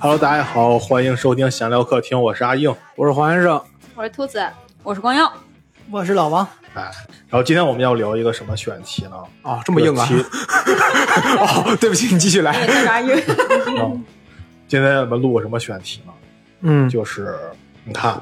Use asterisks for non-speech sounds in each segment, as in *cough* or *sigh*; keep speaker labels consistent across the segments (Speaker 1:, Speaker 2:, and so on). Speaker 1: Hello，大家好，欢迎收听闲聊客厅，我是阿硬。
Speaker 2: 我是黄先生，
Speaker 3: 我是兔子，我是光耀，
Speaker 4: 我是老王，
Speaker 1: 哎，然后今天我们要聊一个什么选题呢？
Speaker 2: 哦，这么硬啊！
Speaker 1: 这个
Speaker 2: 哦， *laughs* 对不起，你继续来。
Speaker 3: 啥音？
Speaker 1: 题嗯今天我们录个什么选题呢？
Speaker 2: 嗯，
Speaker 1: 就是你看，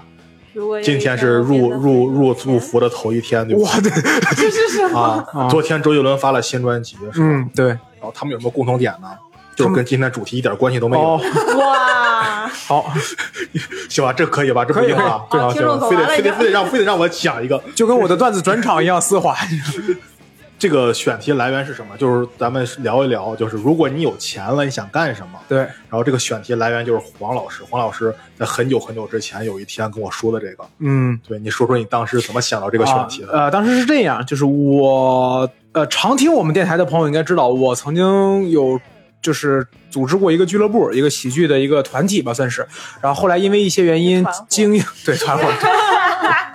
Speaker 1: 今天是入入入入伏的头一天，对吧？
Speaker 2: 哇，对，
Speaker 3: 这是什么？
Speaker 1: 啊，昨天周杰伦发了新专辑，是吧
Speaker 2: 嗯，对，
Speaker 1: 然后他们有什么共同点呢？就是跟今天主题一点关系都没
Speaker 2: 哦
Speaker 1: 有，，
Speaker 3: 哇！
Speaker 2: 好，
Speaker 1: *laughs* 行吧？这可以吧？这不硬吧？
Speaker 3: 可以啊
Speaker 1: 啊，
Speaker 3: 听
Speaker 1: 行
Speaker 3: 众
Speaker 1: 吧，非
Speaker 3: 走
Speaker 1: 得
Speaker 3: 完了
Speaker 1: 非得
Speaker 3: 已经
Speaker 1: 非得让非得让我讲一个，
Speaker 2: 就跟我的段子转场一样丝滑。
Speaker 1: 这个选题来源是什么？就是咱们聊一聊，就是如果你有钱了，你想干什么？
Speaker 2: 对，
Speaker 1: 然后这个选题来源就是黄老师，黄老师在很久很久之前有一天跟我说的这个。
Speaker 2: 嗯，
Speaker 1: 对，你说说你当时怎么想到这
Speaker 2: 这
Speaker 1: 个选题的？
Speaker 2: 呃，当时是这样，就是我呃，常听我们电台的朋友应该知道，我曾经有。就是组织过一个俱乐部，一个喜剧的一个团体吧，算是。然后后来因为一些原因
Speaker 3: 团伙，
Speaker 2: 经营对团伙，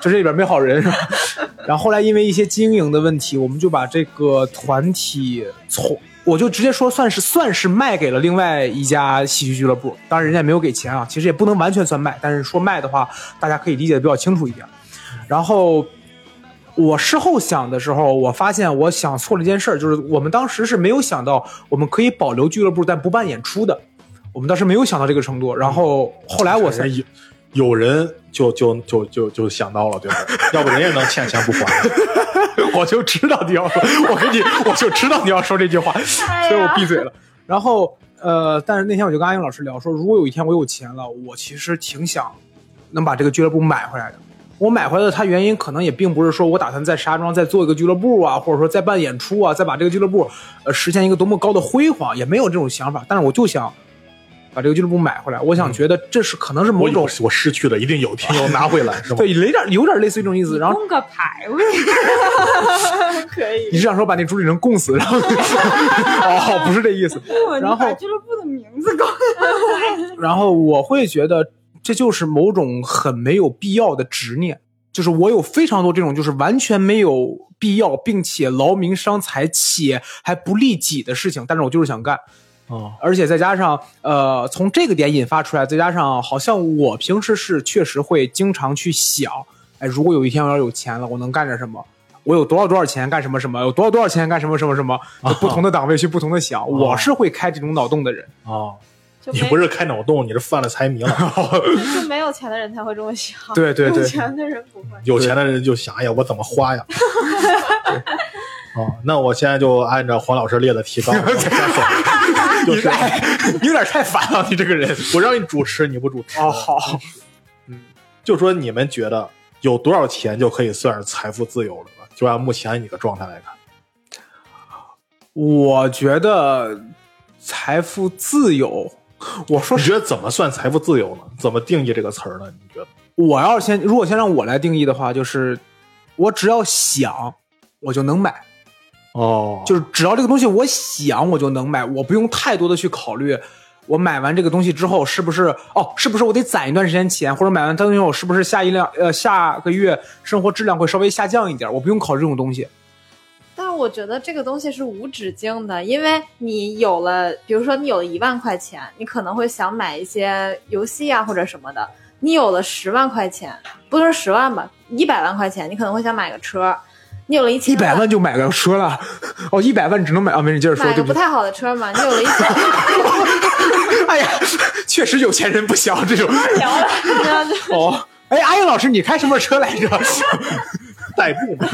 Speaker 2: 就这里边没好人是吧？ *laughs* 然后后来因为一些经营的问题，我们就把这个团体从我就直接说算是算是卖给了另外一家喜剧俱乐部，当然人家也没有给钱啊，其实也不能完全算卖，但是说卖的话，大家可以理解的比较清楚一点。然后我事后想的时候，我发现我想错了一件事儿，就是我们当时是没有想到我们可以保留俱乐部但不办演出的，我们当时没有想到这个程度。然后后来我才
Speaker 1: 人有有人就就就就就想到了，对吧？ *laughs* 要不人也能欠钱不还。
Speaker 2: 我就知道你要说，我跟你，我就知道你要说这句话，
Speaker 3: 哎呀
Speaker 2: *laughs* 所以我闭嘴了。然后，呃，但是那天我就跟阿英老师聊说，如果有一天我有钱了，我其实挺想能把这个俱乐部买回来的。我买回来的，它原因可能也并不是说我打算在石家庄再做一个俱乐部啊，或者说再办演出啊，再把这个俱乐部呃实现一个多么高的辉煌，也没有这种想法。但是我就想把这个俱乐部买回来，我想觉得这是可能是
Speaker 1: 我
Speaker 2: 某种
Speaker 1: 有我失去的一定有天要拿回来，是吗？
Speaker 2: 对，有点有点类似于这种意思。然后
Speaker 3: 弄个牌位， *laughs* 可以。
Speaker 2: 你是想说把那主理人供死， *laughs* 然后哦，不是这意思。
Speaker 3: 不，你
Speaker 2: 然后
Speaker 3: 把俱乐部的名字搞。
Speaker 2: 然后我会觉得这就是某种很没有必要的执念，就是我有非常多这种就是完全没有必要，并且劳民伤财且还不利己的事情，但是我就是想干。
Speaker 1: 哦，
Speaker 2: 而且再加上呃，从这个点引发出来，再加上好像我平时是确实会经常去想，哎，如果有一天我要有钱了，我能干点什么？我有多少多少钱干什么什么？有多少多少钱干什么什么什么？就不同的档位去不同的想，我是会开这种脑洞的人。
Speaker 5: 啊
Speaker 1: 哦，
Speaker 3: 就
Speaker 1: 你
Speaker 3: 没
Speaker 1: 不是开脑洞，你是犯了财迷 *laughs* 了。
Speaker 3: 就没有钱的人才会这么想，
Speaker 2: *laughs* 对对对
Speaker 3: 有钱的人不会。
Speaker 1: 有钱的人就想，哎呀，我怎么花呀？哦，那我现在就按照黄老师列的提
Speaker 2: *laughs*
Speaker 1: 纲，我们先说就是 *laughs*
Speaker 2: 你有点太烦了，你这个人。
Speaker 1: 我让你主持，你不主持
Speaker 2: 哦，好，
Speaker 1: 就说你们觉得有多少钱就可以算是财富自由了吧？就按目前你的状态来看，
Speaker 2: 我觉得财富自由，我说
Speaker 1: 你
Speaker 2: 实，
Speaker 1: 觉得怎么算财富自由呢？怎么定义这个词儿呢？你觉得？
Speaker 2: 我要是先，如果先让我来定义的话，就是我只要想，我就能买，
Speaker 1: 哦
Speaker 2: 就是只要这个东西我想，我就能买，我不用太多的去考虑。我买完这个东西之后，是不是哦？是不是我得攒一段时间钱，或者买完东西后，是不是下一辆呃下个月生活质量会稍微下降一点？我不用考虑这种东西。
Speaker 3: 但是我觉得这个东西是无止境的，因为你有了，比如说你有了一万块钱，你可能会想买一些游戏啊或者什么的；你有了十万块钱，不说十万吧，一百万块钱，你可能会想买个车；你有了一
Speaker 2: 一
Speaker 3: 千
Speaker 2: 百万就买个车了，哦，一百万只能买啊，没事，接着说，
Speaker 3: 买个
Speaker 2: 对不
Speaker 3: 哎不
Speaker 2: 起。
Speaker 3: 太好的车嘛，你有了一千， *laughs*
Speaker 2: *laughs* 哎呀，确实有钱人不小这种。
Speaker 3: 然 *laughs* 后就
Speaker 2: 哦，哎，阿英老师，你开什么车来着？
Speaker 1: 代步嘛。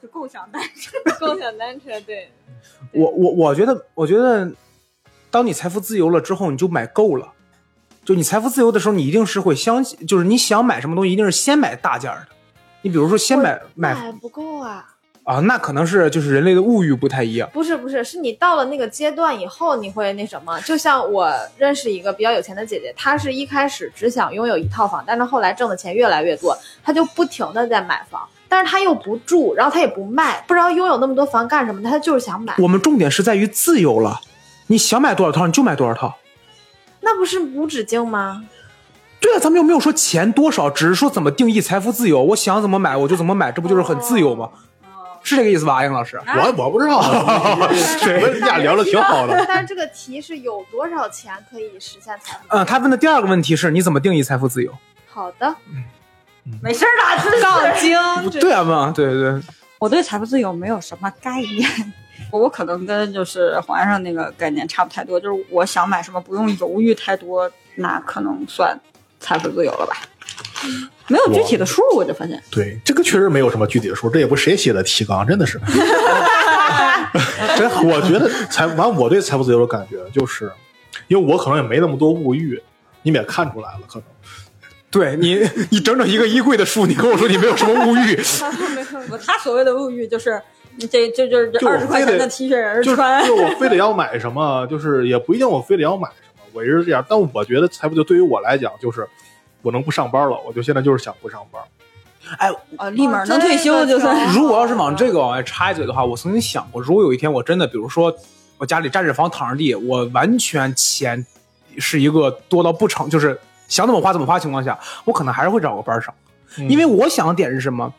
Speaker 3: 就共享单车， *laughs* 共享单车对，
Speaker 2: *laughs* 我我我觉得，我觉得，当你财富自由了之后，你就买够了。就你财富自由的时候，你一定是会相信，就是你想买什么东西，一定是先买大件儿的。你比如说，先买买
Speaker 3: 不够啊，
Speaker 2: 啊，那可能是就是人类的物欲不太一样。
Speaker 3: 不是不是，是你到了那个阶段以后，你会那什么？就像我认识一个比较有钱的姐姐，她是一开始只想拥有一套房，但是后来挣的钱越来越多，她就不停的在买房，但是她又不住，然后她也不卖，不知道拥有那么多房干什么，她就是想买，
Speaker 2: 我们重点是在于自由了，你想买多少套你就买多少套。
Speaker 3: 那不是无止境吗？
Speaker 2: 对啊，咱们又没有说钱多少，只是说怎么定义财富自由。我想怎么买我就怎么买，这不就是很自由吗？
Speaker 3: 哦？
Speaker 2: 是这个意思吧，阿英老师？
Speaker 3: 啊
Speaker 1: 我我不知道，我们俩聊的挺好的。
Speaker 3: *laughs* 但是这个题是有多少钱可以实现财富自由？
Speaker 2: 嗯，他问的第二个问题是你怎么定义财富自由？
Speaker 3: 好的，
Speaker 4: 没事儿啦，真
Speaker 6: 杠精，
Speaker 2: 对啊嘛，对对对，
Speaker 6: 我对财富自由没有什么概念， *laughs* 我可能跟就是黄先生那个概念差不太多，就是我想买什么不用犹豫太多，那可能算财富自由了吧。没有具体的数，我就发现
Speaker 1: 对，这个确实没有什么具体的数，这也不是谁写的提纲，真的是。真好，我觉得财完我对财富自由的感觉就是，因为我可能也没那么多物欲，你们也看出来了，可能。
Speaker 2: 对 *laughs* 你你整整一个衣柜的书，你跟我说你没有什么物欲，
Speaker 6: 我他所谓的物欲就是这这这这
Speaker 1: 就我
Speaker 6: 二十块钱的 T 恤人
Speaker 1: 就是
Speaker 6: 穿，
Speaker 1: 就我非得要买什么，就是也不一定我非得要买什么，我也是这样。但我觉得财富就对于我来讲，就是我能不上班了，我就现在就是想不上班。
Speaker 6: 呃，立马能退休就算。
Speaker 2: 如果要是往这个往外插一嘴的话，我曾经想过，如果有一天我真的，比如说我家里占着房躺着地，我完全钱是一个多到不成，就是想怎么花怎么花的情况下，我可能还是会找个班儿上，因为我想的点是什么？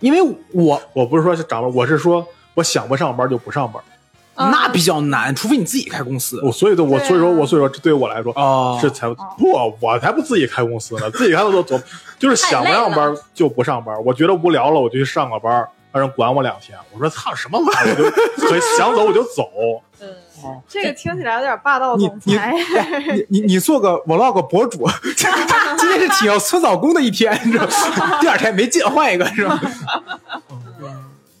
Speaker 2: 因为我
Speaker 1: 我不是说是长班，我是说我想不上班就不上班。
Speaker 3: 嗯
Speaker 2: 那比较难，除非你自己开公司
Speaker 1: 我所以对我
Speaker 3: 对啊
Speaker 1: 所以说我所以说这对于我来说
Speaker 2: 哦
Speaker 1: 是财富不，我才不自己开公司呢，自己开公司 *laughs* 我就是想不上班就不上班，我觉得无聊了我就去上个班，让人管我两天。我说操什么玩意儿，我就可以想走我就走。
Speaker 3: 这个听起来有点霸道
Speaker 2: 你
Speaker 3: 总
Speaker 1: *laughs*
Speaker 2: 你
Speaker 3: 裁。
Speaker 2: 哎你你你做个 vlog 博主，今天是体要搓澡工的一天，你知道吗？第二天没劲，换一个是吧？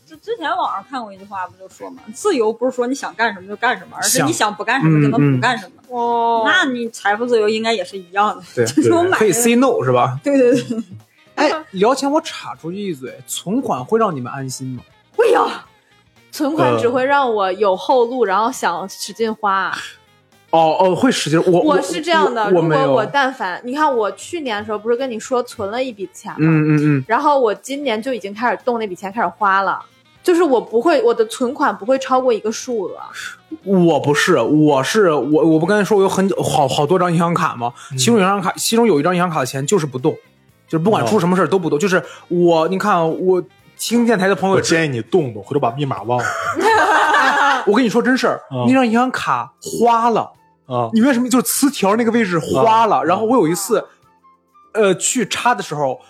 Speaker 6: 就之前网上看过一句话，不就说嘛，自由不是说你想干什么就干什么，而是
Speaker 2: 想
Speaker 6: 你想不干什么就
Speaker 2: 嗯
Speaker 6: 能
Speaker 2: 嗯
Speaker 6: 不干什么。
Speaker 3: 哦，
Speaker 6: 那你财富自由应该也是一样的，
Speaker 1: *laughs*
Speaker 2: 对，
Speaker 6: 就是我买
Speaker 2: 可以 say no 是吧？
Speaker 6: 对对对，
Speaker 2: 哎，聊钱我插出去一嘴，存款会让你们安心吗？
Speaker 6: 会呀，
Speaker 3: 存款
Speaker 1: 呃
Speaker 3: 只会让我有后路，然后想使劲花。
Speaker 2: 哦哦，会使劲。我
Speaker 3: 我是这样的，
Speaker 2: 我
Speaker 3: 如
Speaker 2: 没
Speaker 3: 果
Speaker 2: 有。
Speaker 3: 我但凡你看，我去年的时候不是跟你说存了一笔钱吗？
Speaker 2: 嗯嗯嗯，
Speaker 3: 然后我今年就已经开始动那笔钱开始花了，就是我不会我的存款不会超过一个数额。
Speaker 2: 我不是，我是我，我不跟你说我有很久好好多张银行卡吗？其中有一张卡，其中有一张银行卡的钱就是不动，就是不管出什么事儿都不动。就是我，你看啊我听电台的朋友
Speaker 1: 我，建议你动动，回头把密码忘了
Speaker 2: 我跟你说真事儿，
Speaker 1: 嗯
Speaker 2: 那张银行卡花了。
Speaker 1: 啊。
Speaker 2: 你为什么就是磁条那个位置花
Speaker 1: 嗯
Speaker 2: 了？然后我有一次，呃，去插的时候，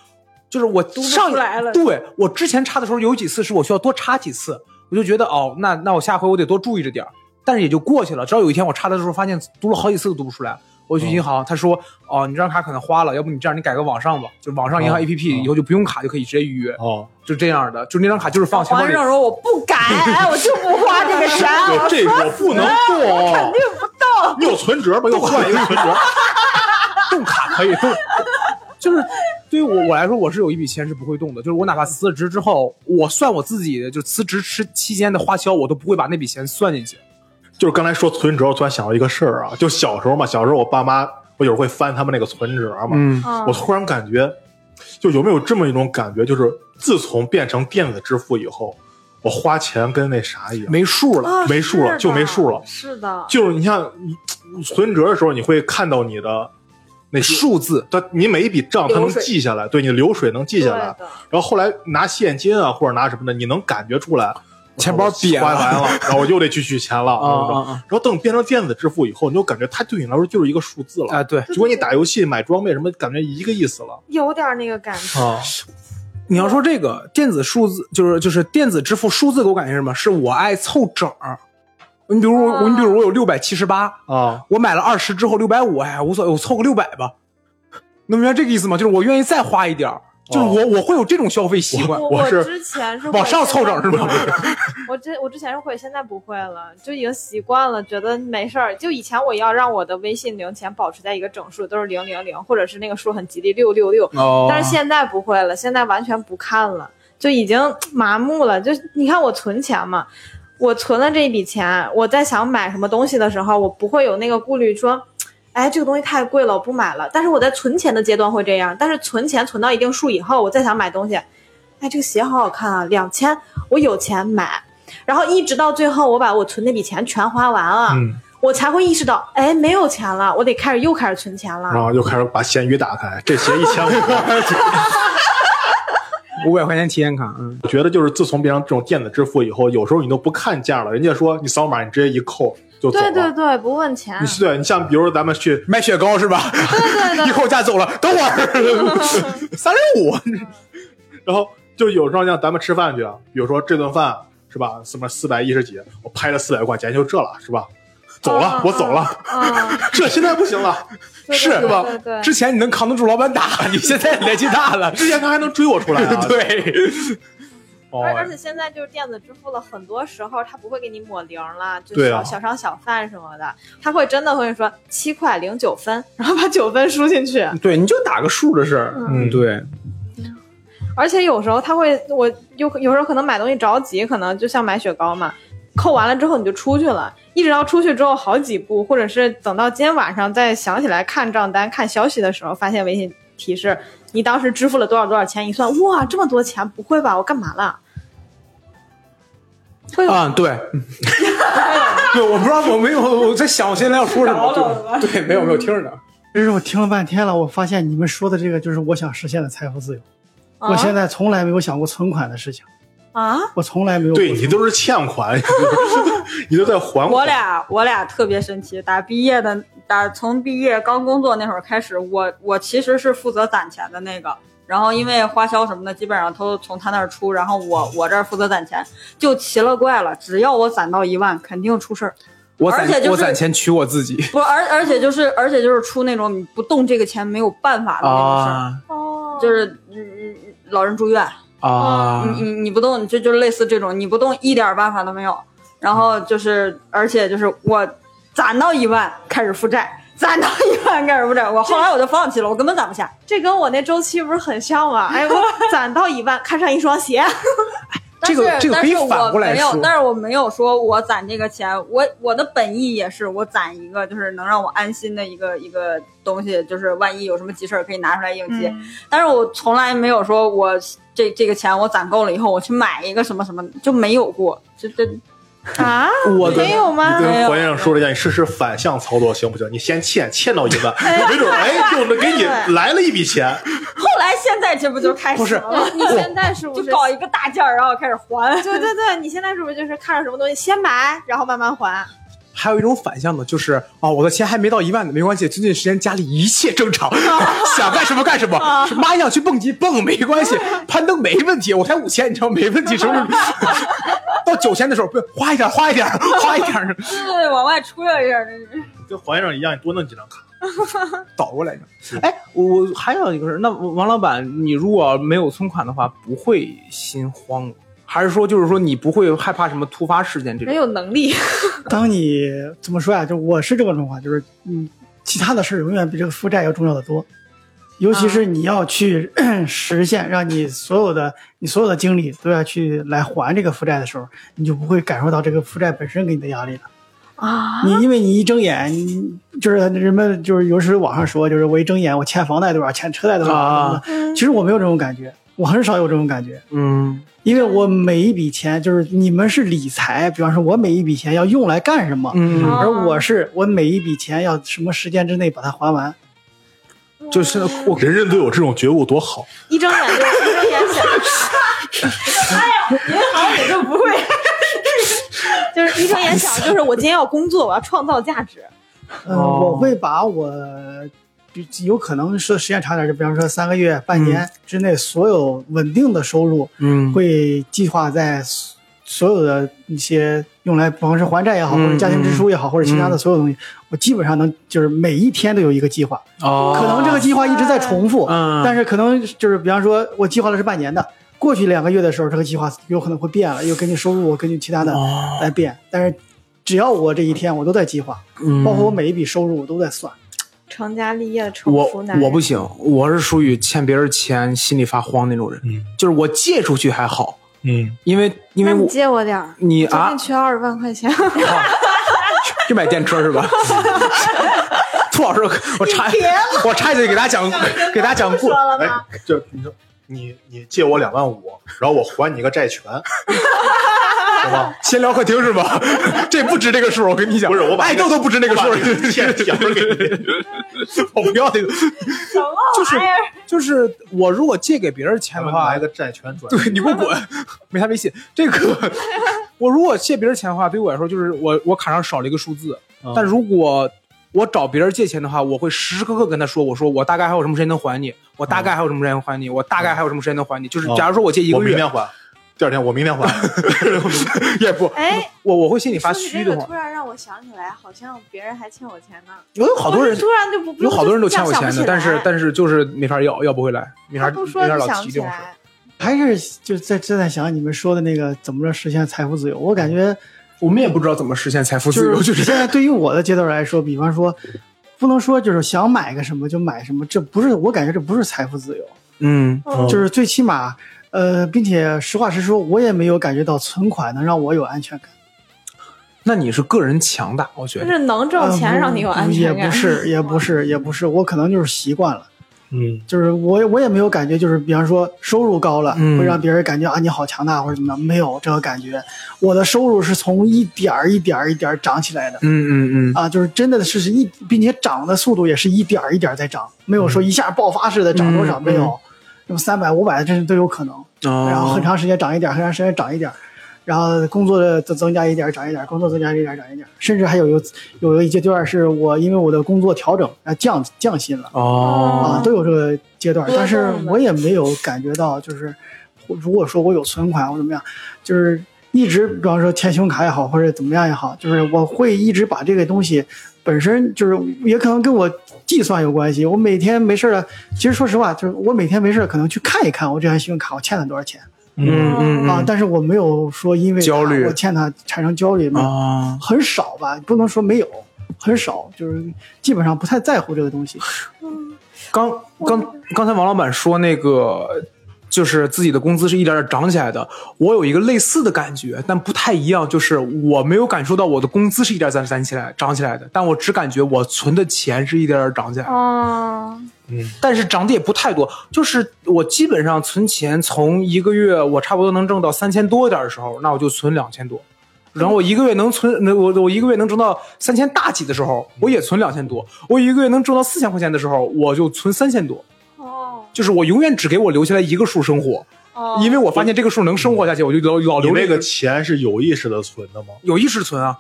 Speaker 2: 就是我上
Speaker 6: 出来了
Speaker 2: 对我之前插的时候有几次是我需要多插几次，我就觉得哦，那那我下回我得多注意着点儿但是也就过去了。直到有一天我插的时候，发现读了好几次都读不出来。我去银行，他说：“哦，你这张卡可能花了，要不你这样，你改个网上吧，就网上银
Speaker 1: 嗯
Speaker 2: 行 APP，
Speaker 1: 嗯
Speaker 2: 以后就不用卡就可以直接预约，
Speaker 1: 哦，
Speaker 2: 就这样的。就那张卡就是放钱包
Speaker 6: 黄
Speaker 2: 里，
Speaker 6: 胜说我不敢，我就不花这个钱，
Speaker 1: 对，这个不能动，肯定不动。你有存折吗？又换一个存 *laughs* 折，
Speaker 2: 动卡可以动，就是对于我我来说，我是有一笔钱是不会动的，就是我哪怕辞了职之后，我算我自己的就辞职吃期间的花销，我都不会把那笔钱算进去。
Speaker 1: 就是刚才说存折，我突然想到一个事儿啊，就小时候嘛，小时候我爸妈，我有时候会翻他们那个存折嘛，
Speaker 2: 嗯
Speaker 3: 啊
Speaker 1: 我突然感觉，就有没有这么一种感觉，就是自从变成电子支付以后，我花钱跟那啥一样，
Speaker 2: 没数了。
Speaker 3: 啊
Speaker 1: 没数了
Speaker 3: 是的
Speaker 1: 就没数了
Speaker 3: 是的，
Speaker 1: 就是你像你存折的时候，你会看到你的那些。
Speaker 2: 数字，
Speaker 1: 它你每一笔账，它能
Speaker 6: 流水
Speaker 1: 记下来，对你的流水能记
Speaker 3: 对
Speaker 1: 下来
Speaker 3: 的，。
Speaker 1: 然后后来拿现金啊，或者拿什么的，你能感觉出来，
Speaker 2: 钱包瘪了
Speaker 1: 花完了，然后我又得去取钱了，
Speaker 2: *laughs* 啊啊啊
Speaker 1: 然后等变成电子支付以后，你就感觉它对你来说就是一个数字了。
Speaker 2: 啊，对，
Speaker 1: 就跟你打游戏、买装备什么，感觉一个意思了
Speaker 3: 有点那个感觉。
Speaker 1: 啊！
Speaker 2: 你要说这个电子数字，就是就是电子支付数字给我感觉是什么？是我爱凑整儿。你比如我，我你比如我有六百七十八，
Speaker 1: 啊，
Speaker 2: 我买了二十之后六百五，哎，无所谓，我凑个六百吧。能明白这个意思吗？就是我愿意再花一点儿，就是我、我会有这种消费习惯。
Speaker 3: 我
Speaker 1: 我是
Speaker 3: 之前是
Speaker 2: 往上凑整是吗
Speaker 3: 吗？我之我之前是会，现在不会了，就已经习惯了，觉得没事儿。就以前我要让我的微信零钱保持在一个整数，都是零零零，或者是那个数很吉利六六六。
Speaker 2: 哦
Speaker 3: 但是现在不会了，现在完全不看了，就已经麻木了。就你看我存钱嘛，我存了这一笔钱，我在想买什么东西的时候，我不会有那个顾虑说。哎，这个东西太贵了，我不买了。但是我在存钱的阶段会这样，但是存钱存到一定数以后，我再想买东西，哎，这个鞋好好看啊，两千，我有钱买。然后一直到最后，我把我存那笔钱全花完了，
Speaker 1: 嗯，
Speaker 3: 我才会意识到，哎，没有钱了，我得开始又开始存钱了。 *laughs*
Speaker 1: 然后又开始把闲鱼打开，这鞋一千五，
Speaker 2: 五百块钱体验卡，嗯，
Speaker 1: 我觉得就是自从变成这种电子支付以后，有时候你都不看价了，人家说你扫码，你直接一扣就走了。
Speaker 3: 对对对，不问钱
Speaker 1: 你。是对你像比如咱们去
Speaker 2: 买雪糕是吧？
Speaker 3: 对
Speaker 1: *laughs*
Speaker 3: 对对，
Speaker 2: 一口价走了，等会儿三六五，
Speaker 1: 然后就有时候像咱们吃饭去，比如说这顿饭是吧，什么四百一十几，我拍了四百块钱，就这了是吧？走了，
Speaker 3: 啊
Speaker 1: 我走了，
Speaker 3: 嗯，
Speaker 1: *laughs* 这现在不行了。
Speaker 3: 对
Speaker 2: 是
Speaker 3: 对
Speaker 1: 吧
Speaker 3: 对对对
Speaker 2: 之前你能扛得住老板打， *laughs* 你现在年纪大
Speaker 1: *laughs*
Speaker 2: 了，
Speaker 1: 之前他还能追我出来啊？，
Speaker 2: *laughs* 对，
Speaker 1: 哦，
Speaker 3: 而而且现在就是电子支付了，很多时候它不会给你抹零了，就
Speaker 1: 对
Speaker 3: 小、
Speaker 1: 啊
Speaker 3: 小商小贩什么的，他会真的会说七块零九分，然后把九分输进去。
Speaker 2: 对，你就打个数的事儿，
Speaker 1: 嗯
Speaker 2: 嗯，对，
Speaker 3: 而且有时候他会，我有有时候可能买东西着急，可能就像买雪糕嘛，扣完了之后你就出去了，一直到出去之后好几步，或者是等到今天晚上再想起来看账单、看消息的时候，发现微信提示你当时支付了多少多少钱，一算，哇，这么多钱，不会吧，我干嘛了？会有
Speaker 2: 啊，
Speaker 6: *laughs*
Speaker 2: 对，对，我不知道，我没有，我在想我现在要说什
Speaker 6: *laughs*
Speaker 2: 么，对，对没有没有听着呢，
Speaker 5: 这是我听了半天了，我发现你们说的这个就是我想实现的财富自由。
Speaker 3: 啊
Speaker 5: 我现在从来没有想过存款的事情，
Speaker 3: 啊，
Speaker 5: 我从来没有。
Speaker 1: 对你都是欠款，你都 *laughs* 你都在还
Speaker 6: 我
Speaker 1: 款。
Speaker 6: 俩我俩特别神奇，打毕业的打从毕业刚工作那会儿开始，我我其实是负责攒钱的那个，然后因为花销什么的基本上都从他那儿出，然后我我这儿负责攒钱，就奇了怪了，只要我攒到一万，肯定出事儿。
Speaker 2: 我
Speaker 6: 而且就
Speaker 2: 攒
Speaker 6: 是
Speaker 2: 我攒钱娶我自己
Speaker 6: 不，而而且就是而且就是出那种你不动这个钱没有办法的那种事儿，
Speaker 2: 啊
Speaker 3: 哦，
Speaker 6: 就是嗯嗯老人住院，
Speaker 2: 啊
Speaker 6: 你你你不动，就就类似这种，你不动一点办法都没有。然后就是，而且就是我攒到一万开始负债，攒到一万开始负债，我后来我就放弃了，我根本攒不下。
Speaker 3: 这跟我那周期不是很像吗？哎， *laughs* 我攒到一万，看上一双鞋。
Speaker 6: 但是
Speaker 2: 这个这个可以反过来
Speaker 6: 但是我没
Speaker 2: 说
Speaker 6: 有，但是我没有说我攒这个钱，我我的本意也是我攒一个，就是能让我安心的一个一个东西，就是万一有什么急事儿可以拿出来应急。但是我从来没有说我这这个钱我攒够了以后我去买一个什么什么，就没有过，就这
Speaker 3: 啊，
Speaker 2: 我的
Speaker 3: 没有吗 *laughs*
Speaker 1: 你？
Speaker 6: 没
Speaker 1: 跟
Speaker 6: 有
Speaker 1: 黄先生说了一下，你试试反向操作行不行？你先欠，欠到一万，没准哎，就能给你来了一笔钱。
Speaker 6: 后来现在这不就开
Speaker 2: 不
Speaker 6: 始
Speaker 2: 是
Speaker 6: 了吗？
Speaker 3: 你现在是不？
Speaker 6: 就是搞一个大件儿，然后开始 *laughs* 还。
Speaker 3: 对对对，你现在是不是就是看上什么东西先买，然后慢慢还？
Speaker 2: 还有一种反向的，就是啊、我的钱还没到一万呢，没关系，最近时间家里一切正常，想干什么干什么。妈想去蹦极蹦没关系，攀登没问题，我才五千，你知道没问题，是不是？到九千的时候，不花一点，花一点，花一点，
Speaker 6: 对对对，往外出溜一下，真是。
Speaker 1: 跟黄先生一样，你多弄几张卡。
Speaker 2: 倒过来着。哎，我还有一个事儿，那王老板，你如果没有存款的话，不会心慌，还是说就是说你不会害怕什么突发事件这
Speaker 3: 没
Speaker 2: 种？
Speaker 3: 有能力，
Speaker 5: 当你怎么说啊呀、就我是这个状况，就是嗯，其他的事儿永远比这个负债要重要的多，尤其是你要去、 *clears throat* 实现，让你所有的你所有的精力都要去来还这个负债的时候，你就不会感受到这个负债本身给你的压力了。啊，你因为你一睁眼，你就是人们就是有时网上说，就是我一睁眼我欠房贷多少，欠车贷多少，
Speaker 2: 啊
Speaker 5: 其实我没有这种感觉，我很少有这种感觉。
Speaker 2: 嗯，
Speaker 5: 因为我每一笔钱就是你们是理财，比方说我每一笔钱要用来干什么，
Speaker 2: 嗯
Speaker 5: 而我是我每一笔钱要什么时间之内把它还完。
Speaker 2: 就是我
Speaker 1: 人人都有这种觉悟，多好！
Speaker 3: 一睁眼就一睁眼想， *laughs* 哎
Speaker 6: 也就不会。
Speaker 3: 就是一睁眼想，就是我今天要工作，我要创造价值。
Speaker 5: 嗯，
Speaker 2: 哦
Speaker 5: 我会把我比有可能说时间长点，就比方说三个月、半年之内所有稳定的收入，
Speaker 2: 嗯
Speaker 5: 会计划在所所有的一些用来，甭管是还债也好，
Speaker 2: 嗯
Speaker 5: 或者家庭支出也好，或者其他的所有东西，我基本上能就是每一天都有一个计划。
Speaker 2: 哦
Speaker 5: 可能这个计划一直在重复，
Speaker 2: 嗯
Speaker 5: 但是可能就是比方说，我计划的是半年的，过去两个月的时候，这个计划有可能会变了，又根据收入，根据其他的
Speaker 2: 哦
Speaker 5: 来变。但是只要我这一天，我都在计划，
Speaker 2: 嗯
Speaker 5: 包括我每一笔收入，我都在算。
Speaker 3: 成家立业的成
Speaker 2: 我
Speaker 3: 熟男人，
Speaker 2: 我不行，我是属于欠别人钱心里发慌那种人，
Speaker 1: 嗯
Speaker 2: 就是我借出去还好，
Speaker 1: 嗯，
Speaker 2: 因为因
Speaker 3: 那
Speaker 2: 为
Speaker 3: 你
Speaker 2: 我
Speaker 3: 借我点儿，
Speaker 2: 你
Speaker 3: 最
Speaker 2: 啊
Speaker 3: 近缺二十万块钱， *laughs*
Speaker 2: 就买电车是吧？ *laughs* 兔老师，我插我插一嘴给大家讲给大家讲故
Speaker 1: 哎，就你说你你借我两万五，然后我还你一个债权，好吗？
Speaker 2: 闲聊客厅是吧？ *laughs* 这不值这个数，我跟你讲，
Speaker 1: 不是 *laughs* 我把
Speaker 2: 爱豆都不值那个
Speaker 1: 我
Speaker 2: 数
Speaker 1: 把，这
Speaker 2: *laughs*
Speaker 1: 个欠条给 *laughs* 你，
Speaker 2: 我不要那个，
Speaker 1: *laughs*
Speaker 4: 什么
Speaker 2: 就是
Speaker 4: 玩
Speaker 3: 哎
Speaker 4: 意儿？
Speaker 2: 就是我如果借给别人钱
Speaker 1: 咱
Speaker 2: 的
Speaker 1: 们
Speaker 2: 话
Speaker 1: 来，个债权转移。
Speaker 2: *laughs* 对你给我滚，没他微信。这个我如果借别人钱的话，对我来说就是我我卡上少了一个数字，
Speaker 1: 嗯
Speaker 2: 但如果我找别人借钱的话，我会时时刻刻跟他说，我说我大概还有什么时间能还你，我大概还有什么时间能还你，我大概还有什么时间能还你。就是
Speaker 1: 哦
Speaker 2: 假如说我借一
Speaker 1: 我
Speaker 2: 个
Speaker 1: 明
Speaker 2: 月，
Speaker 1: 天还，第二天我明天还。
Speaker 2: *laughs* 也不，
Speaker 3: 哎，
Speaker 2: 我我会心里
Speaker 3: 你
Speaker 2: 发
Speaker 3: 说起
Speaker 2: 虚
Speaker 3: 这
Speaker 2: 的
Speaker 3: 个
Speaker 2: 慌
Speaker 3: 突。然让我想起来，好像别人还欠我钱呢。
Speaker 2: 有有好多
Speaker 3: 我
Speaker 2: 人
Speaker 3: 就，突然就不
Speaker 2: 有好多人都欠我
Speaker 3: 不
Speaker 2: 钱
Speaker 3: 是
Speaker 2: 的，但是
Speaker 3: 想不起来
Speaker 2: 但是就是没法要，要不回来，没法
Speaker 3: 他不说
Speaker 2: 没法
Speaker 3: 就
Speaker 2: 老
Speaker 3: 想不
Speaker 2: 提
Speaker 3: 起
Speaker 2: 这种事。
Speaker 3: 来。
Speaker 5: 还是就在正在想你们说的那个怎么着实现财富自由。我感觉
Speaker 2: 我们也不知道怎么实现财富
Speaker 5: 就
Speaker 2: 自由，
Speaker 5: 是
Speaker 2: 就是
Speaker 5: 现在对于我的阶段来说，比方说，不能说就是想买个什么就买什么，这不是我感觉这不是财富自由，
Speaker 2: 嗯
Speaker 1: 嗯
Speaker 5: 就是最起码，呃，并且实话实说，我也没有感觉到存款能让我有安全感。
Speaker 2: 那你是个人强大，我觉
Speaker 3: 就
Speaker 2: 得。
Speaker 3: 是能挣钱让你有安全
Speaker 5: 也嗯
Speaker 3: 感，
Speaker 5: 不是，也不是，也不是，我可能就是习惯了。
Speaker 1: 嗯，
Speaker 5: 就是我我也没有感觉，就是比方说收入高了，
Speaker 2: 嗯
Speaker 5: 会让别人感觉啊你好强大或者怎么样，没有这个感觉。我的收入是从一点儿一点儿一点儿涨起来的
Speaker 2: 嗯嗯嗯，
Speaker 5: 啊，就是真的是是一，并且涨的速度也是一点儿一点儿在涨，没有说一下爆发式的涨多少，
Speaker 2: 嗯
Speaker 5: 没有，那么三百五百这是都有可能。然后很
Speaker 2: 哦
Speaker 5: 长时间涨一点儿，很长时间涨一点儿，然后工作的增增加一点儿，涨一点儿，工作增加一点儿，涨一点儿，甚至还有有有一阶段是我因为我的工作调整啊降降薪了。
Speaker 2: 哦
Speaker 5: 啊，都有这个阶段，
Speaker 3: 波动
Speaker 5: 但是
Speaker 3: 的
Speaker 5: 我也没有感觉到，就是我如果说我有存款，我怎么样，就是一直，比方说欠信用卡也好，或者怎么样也好，就是我会一直把这个东西本身就是也可能跟我计算有关系。我每天没事儿了，其实说实话，就是我每天没事儿可能去看一看我这张信用卡我欠了多少钱、
Speaker 2: 嗯嗯
Speaker 5: 啊，
Speaker 2: 嗯
Speaker 5: 但是我没有说因为它
Speaker 2: 焦虑
Speaker 5: 我欠它产生焦虑，没有，
Speaker 2: 啊，
Speaker 5: 很少吧，不能说没有。很少，就是基本上不太在乎这个东西。 *laughs*
Speaker 2: 刚刚刚才王老板说那个。就是自己的工资是一点点涨起来的，我有一个类似的感觉，但不太一样。就是我没有感受到我的工资是一点点攒起来涨起来的，但我只感觉我存的钱是一点点涨起来的。
Speaker 3: 哦，
Speaker 1: 嗯
Speaker 2: 但是涨的也不太多，就是我基本上存钱，从一个月我差不多能挣到三千多一点的时候，那我就存两千多，然后我一个月能存，那我我一个月能挣到三千大几的时候，我也存两千多，我一个月能挣到四千块钱的时候，我就存三千多，
Speaker 3: 哦，
Speaker 2: 就是我永远只给我留下来一个数生活，
Speaker 3: 哦，
Speaker 2: 因为我发现这个数能生活下去，我就老老
Speaker 1: 你
Speaker 2: 哦留
Speaker 1: 那
Speaker 2: 这
Speaker 1: 个钱是有意识的存的吗？
Speaker 2: 有意识存啊，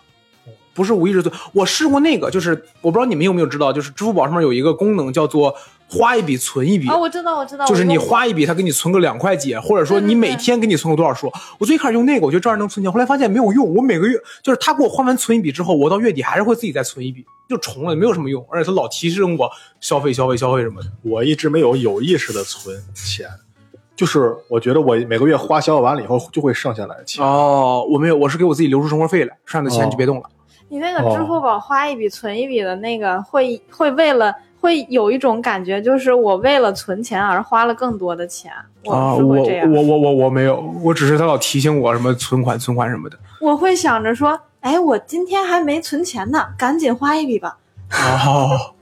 Speaker 2: 不是无意识存。我试过那个，就是我不知道你们有没有知道，就是支付宝上面有一个功能叫做花一笔存一笔
Speaker 3: 啊，我知道，我知道，
Speaker 2: 就是你
Speaker 3: 我用过
Speaker 2: 花一笔，他给你存个两块几，或者说
Speaker 3: 对对
Speaker 2: 你每
Speaker 3: 对
Speaker 2: 天给你存个多少数。我最开始用那个，我觉得照样能存钱，后来发现没有用。我每个月就是他给我换完存一笔之后，我到月底还是会自己再存一笔，就重了，没有什么用。而且他老提示我消费、消费、消费什么的。
Speaker 1: 我一直没有有意识的存钱，就是我觉得我每个月花销完了以后就会剩下来的钱。
Speaker 2: 哦，我没有，我是给我自己留出生活费来，剩下的钱就别动了。
Speaker 3: 你那个支付宝花一笔存一笔的那个，会会为了会有一种感觉，就是我为了存钱而花了更多的钱，哦我是会这样，
Speaker 2: 啊我我我没有，我只是他老提醒我什么存款、存款什么的。
Speaker 3: 我会想着说，哎，我今天还没存钱呢，赶紧花一笔吧，
Speaker 2: 哦，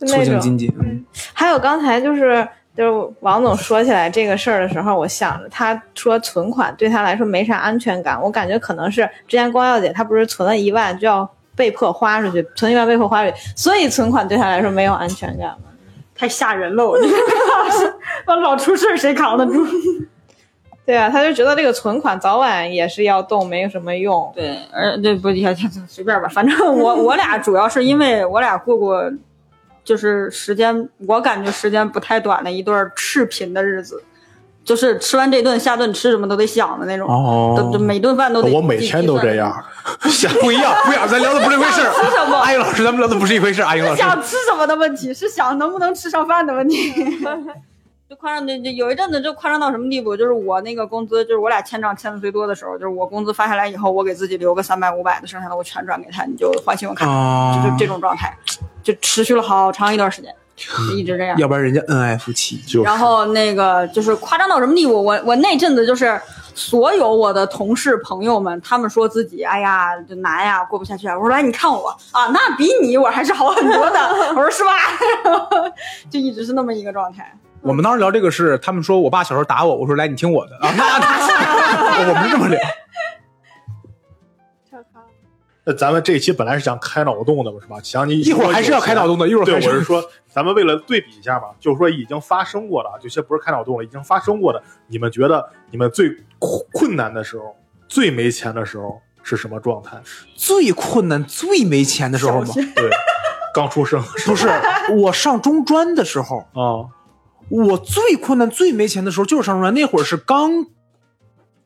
Speaker 3: 就
Speaker 2: 促
Speaker 3: 那
Speaker 2: 进
Speaker 3: 种。
Speaker 2: 经济，嗯
Speaker 3: 还有刚才就是就是王总说起来这个事儿的时候，我想着他说存款对他来说没啥安全感，我感觉可能是之前光耀姐她不是存了一万就要被迫花出去，存一万被迫花出去，所以存款对他来说没有安全感吗？
Speaker 4: 太吓人了，我
Speaker 6: *laughs*
Speaker 4: 这个我老出事儿谁扛得住？
Speaker 3: 对啊，他就觉得这个存款早晚也是要动，没有什么 *laughs* 用。
Speaker 6: 对，而对不也随便吧，反正我 *laughs* 我俩主要是因为我俩过过，就是时间我感觉时间不太短的一段赤贫的日子，就是吃完这顿下顿吃什么都得想的那种，都都
Speaker 2: *laughs* 哦，
Speaker 6: 每顿饭都得
Speaker 1: 我每天都这样，下
Speaker 2: 不一样，不一样，咱聊的不是一回事儿。
Speaker 6: 自己计算。吃什么？
Speaker 2: 阿英老师，咱们聊的不是一回事儿，阿英老师。
Speaker 6: 想吃什么的问题，是想能不能吃上饭的问题。就夸张，就就有一阵子就夸张到什么地步，就是我那个工资，就是我俩欠账欠的最多的时候，就是我工资发下来以后，我给自己留个三百五百的，剩下的我全转给他，你就还信用卡，
Speaker 3: *laughs*
Speaker 2: 啊
Speaker 6: 就就这种状态，就持续了好长一段时间，就一直这样。
Speaker 2: 要不然人家恩爱夫妻
Speaker 1: 就是
Speaker 6: 然后那个就是夸张到什么地步，我我那阵子就是所有我的同事朋友们，他们说自己哎呀就难呀过不下去啊，我说来你看我啊，那比你我还是好很多的，我说是吧？ *laughs* 然后就一直是那么一个状态。
Speaker 2: 我们当时聊这个事，他们说我爸小时候打我，我说来你听我的啊，那我们是这么聊。
Speaker 1: 那咱们这一期本来是想开脑洞的嘛，是吧？想你
Speaker 2: *laughs* 一会儿还是要开脑洞的，一会儿
Speaker 1: 对，
Speaker 2: 还
Speaker 1: 我是
Speaker 2: 是
Speaker 1: 说，咱们为了对比一下嘛，就是说已经发生过的，就先不是开脑洞了，已经发生过的，你们觉得你们最困困难的时候，最没钱的时候是什么状态？
Speaker 2: 最困难、最没钱的时候吗？
Speaker 1: 对，刚出
Speaker 2: *laughs*
Speaker 1: 生是
Speaker 2: 不是，我上中专的时候，
Speaker 1: 啊，
Speaker 2: 我最困难、最没钱的时候就是上中专，那会儿是刚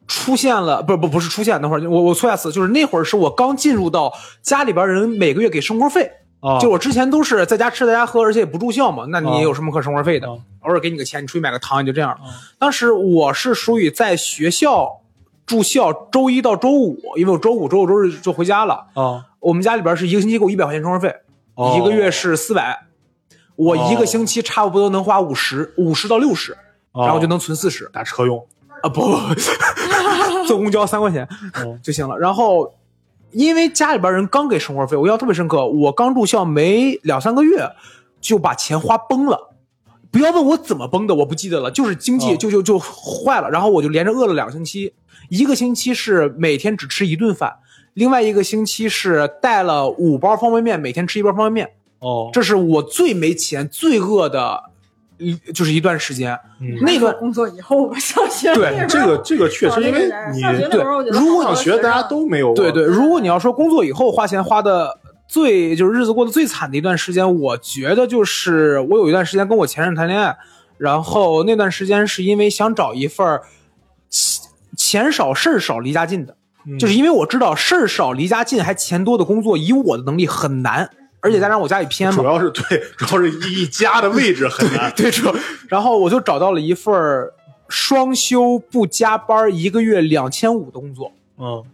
Speaker 2: 出现了，不不不是出现，那会儿我我错下词，就是那会儿是我刚进入到家里边人每个月给生活费，
Speaker 1: 啊
Speaker 2: 就我之前都是在家吃在家喝，而且也不住校嘛，那你
Speaker 1: 啊
Speaker 2: 有什么可生活费的？
Speaker 1: 啊
Speaker 2: 偶尔给你个钱，你出去买个糖，也就这样。当时我是属于在学校住校，周一到周五，因为我周五、周六、周日就回家了。
Speaker 1: 啊，
Speaker 2: 我们家里边是一个星期给我一百块钱生活费，
Speaker 1: 哦
Speaker 2: 一个月是四百，我一个星期差不多能花五十五十到六十，然后就能存四十
Speaker 1: 打车用，
Speaker 2: 啊不， *laughs* 坐公交三块钱
Speaker 1: 哦
Speaker 2: *laughs* 就行了。然后因为家里边人刚给生活费，我印象特别深刻，我刚住校没两三个月就把钱花崩了。不要问我怎么崩的，我不记得了，就是经济
Speaker 1: 哦
Speaker 2: 就就就坏了，然后我就连着饿了两个星期，一个星期是每天只吃一顿饭，另外一个星期是带了五包方便面，每天吃一包方便面，
Speaker 1: 哦，
Speaker 2: 这是我最没钱、最饿的一就是一段时间。
Speaker 1: 嗯
Speaker 2: 那段
Speaker 4: 工作以后吧，上学
Speaker 2: 对
Speaker 4: 那
Speaker 1: 这
Speaker 4: 会儿
Speaker 1: 个这个确实，因为你
Speaker 6: 上学那会儿我觉得
Speaker 2: 对如果
Speaker 6: 好
Speaker 1: 上
Speaker 6: 多
Speaker 1: 学大家都没有啊，
Speaker 2: 对对，如果你要说工作以后花钱花的最就是日子过得最惨的一段时间，我觉得就是我有一段时间跟我前任谈恋爱，然后那段时间是因为想找一份儿钱钱少事儿少离家近的，
Speaker 1: 嗯，
Speaker 2: 就是因为我知道事儿少离家近还钱多的工作，以我的能力很难，而且加上我家里偏
Speaker 1: *laughs*
Speaker 2: 嘛
Speaker 1: 主，要是对， *laughs* 主要是一一家的位置很难，
Speaker 2: 对，这，然后我就找到了一份儿双休不加班，一个月两千五的工作。
Speaker 1: 嗯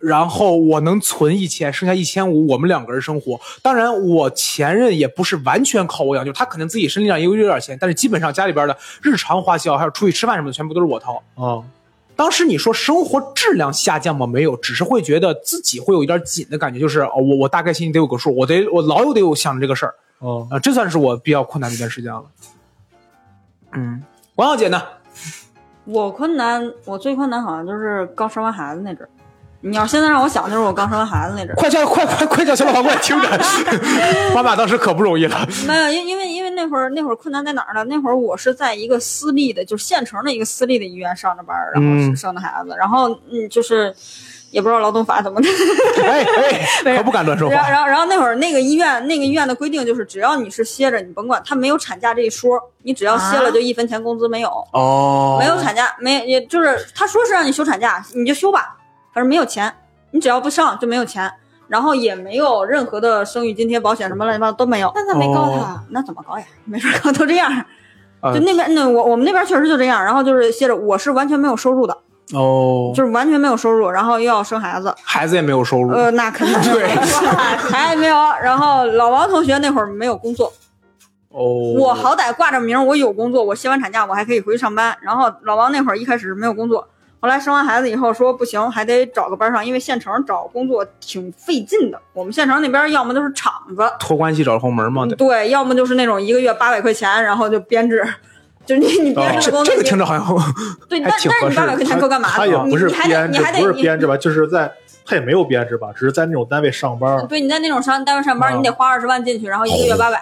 Speaker 2: 然后我能存一千，剩下一千五，我们两个人生活。当然，我前任也不是完全靠我养，就是他可能自己身体上也有点钱，但是基本上家里边的日常花销还有出去吃饭什么的，全部都是我掏。
Speaker 1: 啊
Speaker 2: 当时你说生活质量下降吗？没有，只是会觉得自己会有一点紧的感觉，就是哦，我我大概心里得有个数，我得我老有得有想着这个事儿
Speaker 1: 啊
Speaker 2: 啊、，这算是我比较困难的一段时间了。嗯，王小姐呢？
Speaker 6: 我困难，我最困难好像就是刚生完孩子那阵儿。你要现在让我想，就是我刚生完孩子
Speaker 2: *laughs*
Speaker 6: 那阵儿。
Speaker 2: 快叫快快快叫小老王过来听着，妈妈当时可不容易了。
Speaker 6: 没有，因因为因为那会儿那会儿困难在哪儿呢？那会儿我是在一个私立的，就是县城的一个私立的医院上着班儿，然后
Speaker 2: 嗯
Speaker 6: 是生的孩子，然后嗯，就是也不知道劳动法怎么的，
Speaker 2: 哎哎，可不敢乱说
Speaker 6: 然后
Speaker 2: 话。
Speaker 6: 然后然后那会儿那个医院那个医院的规定就是，只要你是歇着，你甭管他没有产假这一说，你只要歇了
Speaker 4: 啊
Speaker 6: 就一分钱工资没有，
Speaker 2: 哦
Speaker 6: 没有产假没也就是他说是让你休产假，你就休吧，反正没有钱，你只要不上就没有钱，然后也没有任何的生育津贴、保险什么乱七八糟都没有。哦
Speaker 4: 那咋没告他？
Speaker 6: 那怎么搞呀？没法搞，都这样。
Speaker 2: 啊
Speaker 6: 就那边那我我们那边确实就这样，然后就是歇着，我是完全没有收入的，
Speaker 2: 哦，
Speaker 6: 就是完全没有收入，然后又要生孩子，
Speaker 2: 孩子也没有收入，
Speaker 6: 呃，那肯定 *laughs*
Speaker 2: 对
Speaker 6: 还没有。啊然后老王同学那会儿没有工作，
Speaker 2: 哦，
Speaker 6: 我好歹挂着名儿，我有工作，我歇完产假我还可以回去上班。然后老王那会儿一开始是没有工作，后来生完孩子以后说不行，还得找个班上，因为县城找工作挺费劲的。我们县城那边要么就是厂子，
Speaker 2: 托关系找后门哦嘛，对。
Speaker 6: 对，要么就是那种一个月八百块钱，然后就编制。就是你，你编
Speaker 2: 哎这
Speaker 6: 制的工作
Speaker 2: 这个
Speaker 6: 你
Speaker 2: 听着好像
Speaker 6: 对，
Speaker 2: 还
Speaker 6: 但但
Speaker 2: 挺
Speaker 6: 是
Speaker 2: 合
Speaker 6: 你
Speaker 2: 适
Speaker 6: 八
Speaker 2: 的
Speaker 6: 百块钱够干嘛的？
Speaker 1: 他也不是
Speaker 6: 你你还
Speaker 1: 编
Speaker 6: 得你
Speaker 1: 制
Speaker 6: 还，得
Speaker 1: 不是
Speaker 6: 你
Speaker 1: 编制吧，就是在他也没有编制吧，只是在那种单位上班
Speaker 6: 对，你在那种商单位上班，
Speaker 1: 啊
Speaker 6: 你得花二十万进去，然后一个月八百。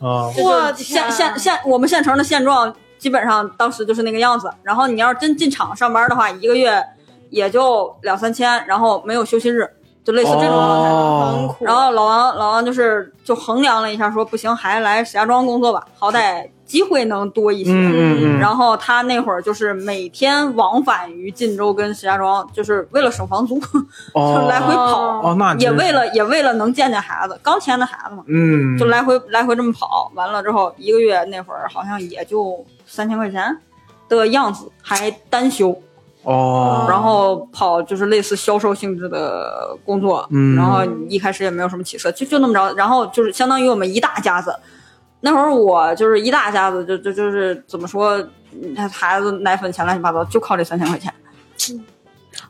Speaker 1: 啊
Speaker 6: 这就
Speaker 3: 我
Speaker 6: 是县
Speaker 3: 天
Speaker 6: 县县我们县城的现状基本上当时就是那个样子。然后你要是真进厂上班的话，一个月也就两三千，然后没有休息日，就类似这种状态。
Speaker 3: 很
Speaker 2: 哦，
Speaker 3: 苦。
Speaker 6: 然后老王老王就是就衡量了一下，说不行，还来石家庄工作吧，好歹机会能多一些。
Speaker 2: 嗯嗯嗯
Speaker 6: 然后他那会儿就是每天往返于晋州跟石家庄，就是为了省房租， *laughs* 就
Speaker 2: 哦，
Speaker 6: 来回跑，
Speaker 2: 哦，那真
Speaker 6: 也
Speaker 2: 是
Speaker 6: 为了也为了能见见孩子，刚签的孩子嘛，
Speaker 2: 嗯，
Speaker 6: 就来回来回这么跑，完了之后一个月那会儿好像也就三千块钱的样子，还单休，
Speaker 2: 哦，
Speaker 6: 然后跑就是类似销售性质的工作，
Speaker 2: 嗯
Speaker 6: 然后一开始也没有什么起色，就就那么着，然后就是相当于我们一大家子，那会儿我就是一大家子，就就就是怎么说，嗯孩子奶粉钱乱七八糟，就靠这三千块钱。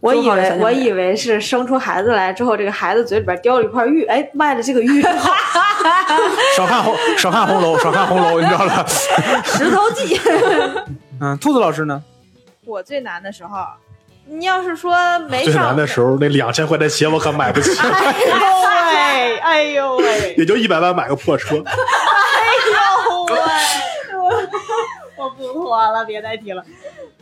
Speaker 3: 我以
Speaker 6: 就靠
Speaker 3: 为
Speaker 6: 这三千
Speaker 3: 我
Speaker 6: 块钱
Speaker 3: 以为是生出孩子来之后，这个孩子嘴里边叼了一块玉，哎，卖了这个玉， *laughs*
Speaker 2: 少看红少看红
Speaker 6: *laughs*
Speaker 2: 楼，少看红楼，你知道了。
Speaker 6: 石头记，
Speaker 2: 嗯，兔子老师呢？
Speaker 3: 我最难的时候，你要是说没
Speaker 1: 最
Speaker 3: 上
Speaker 1: 难的时候，那两千块钱鞋我可买不起，
Speaker 3: *laughs*
Speaker 4: 哎呦喂，哎呦喂，
Speaker 1: 也就一百万买个破车。
Speaker 4: 我不活了，别再提了。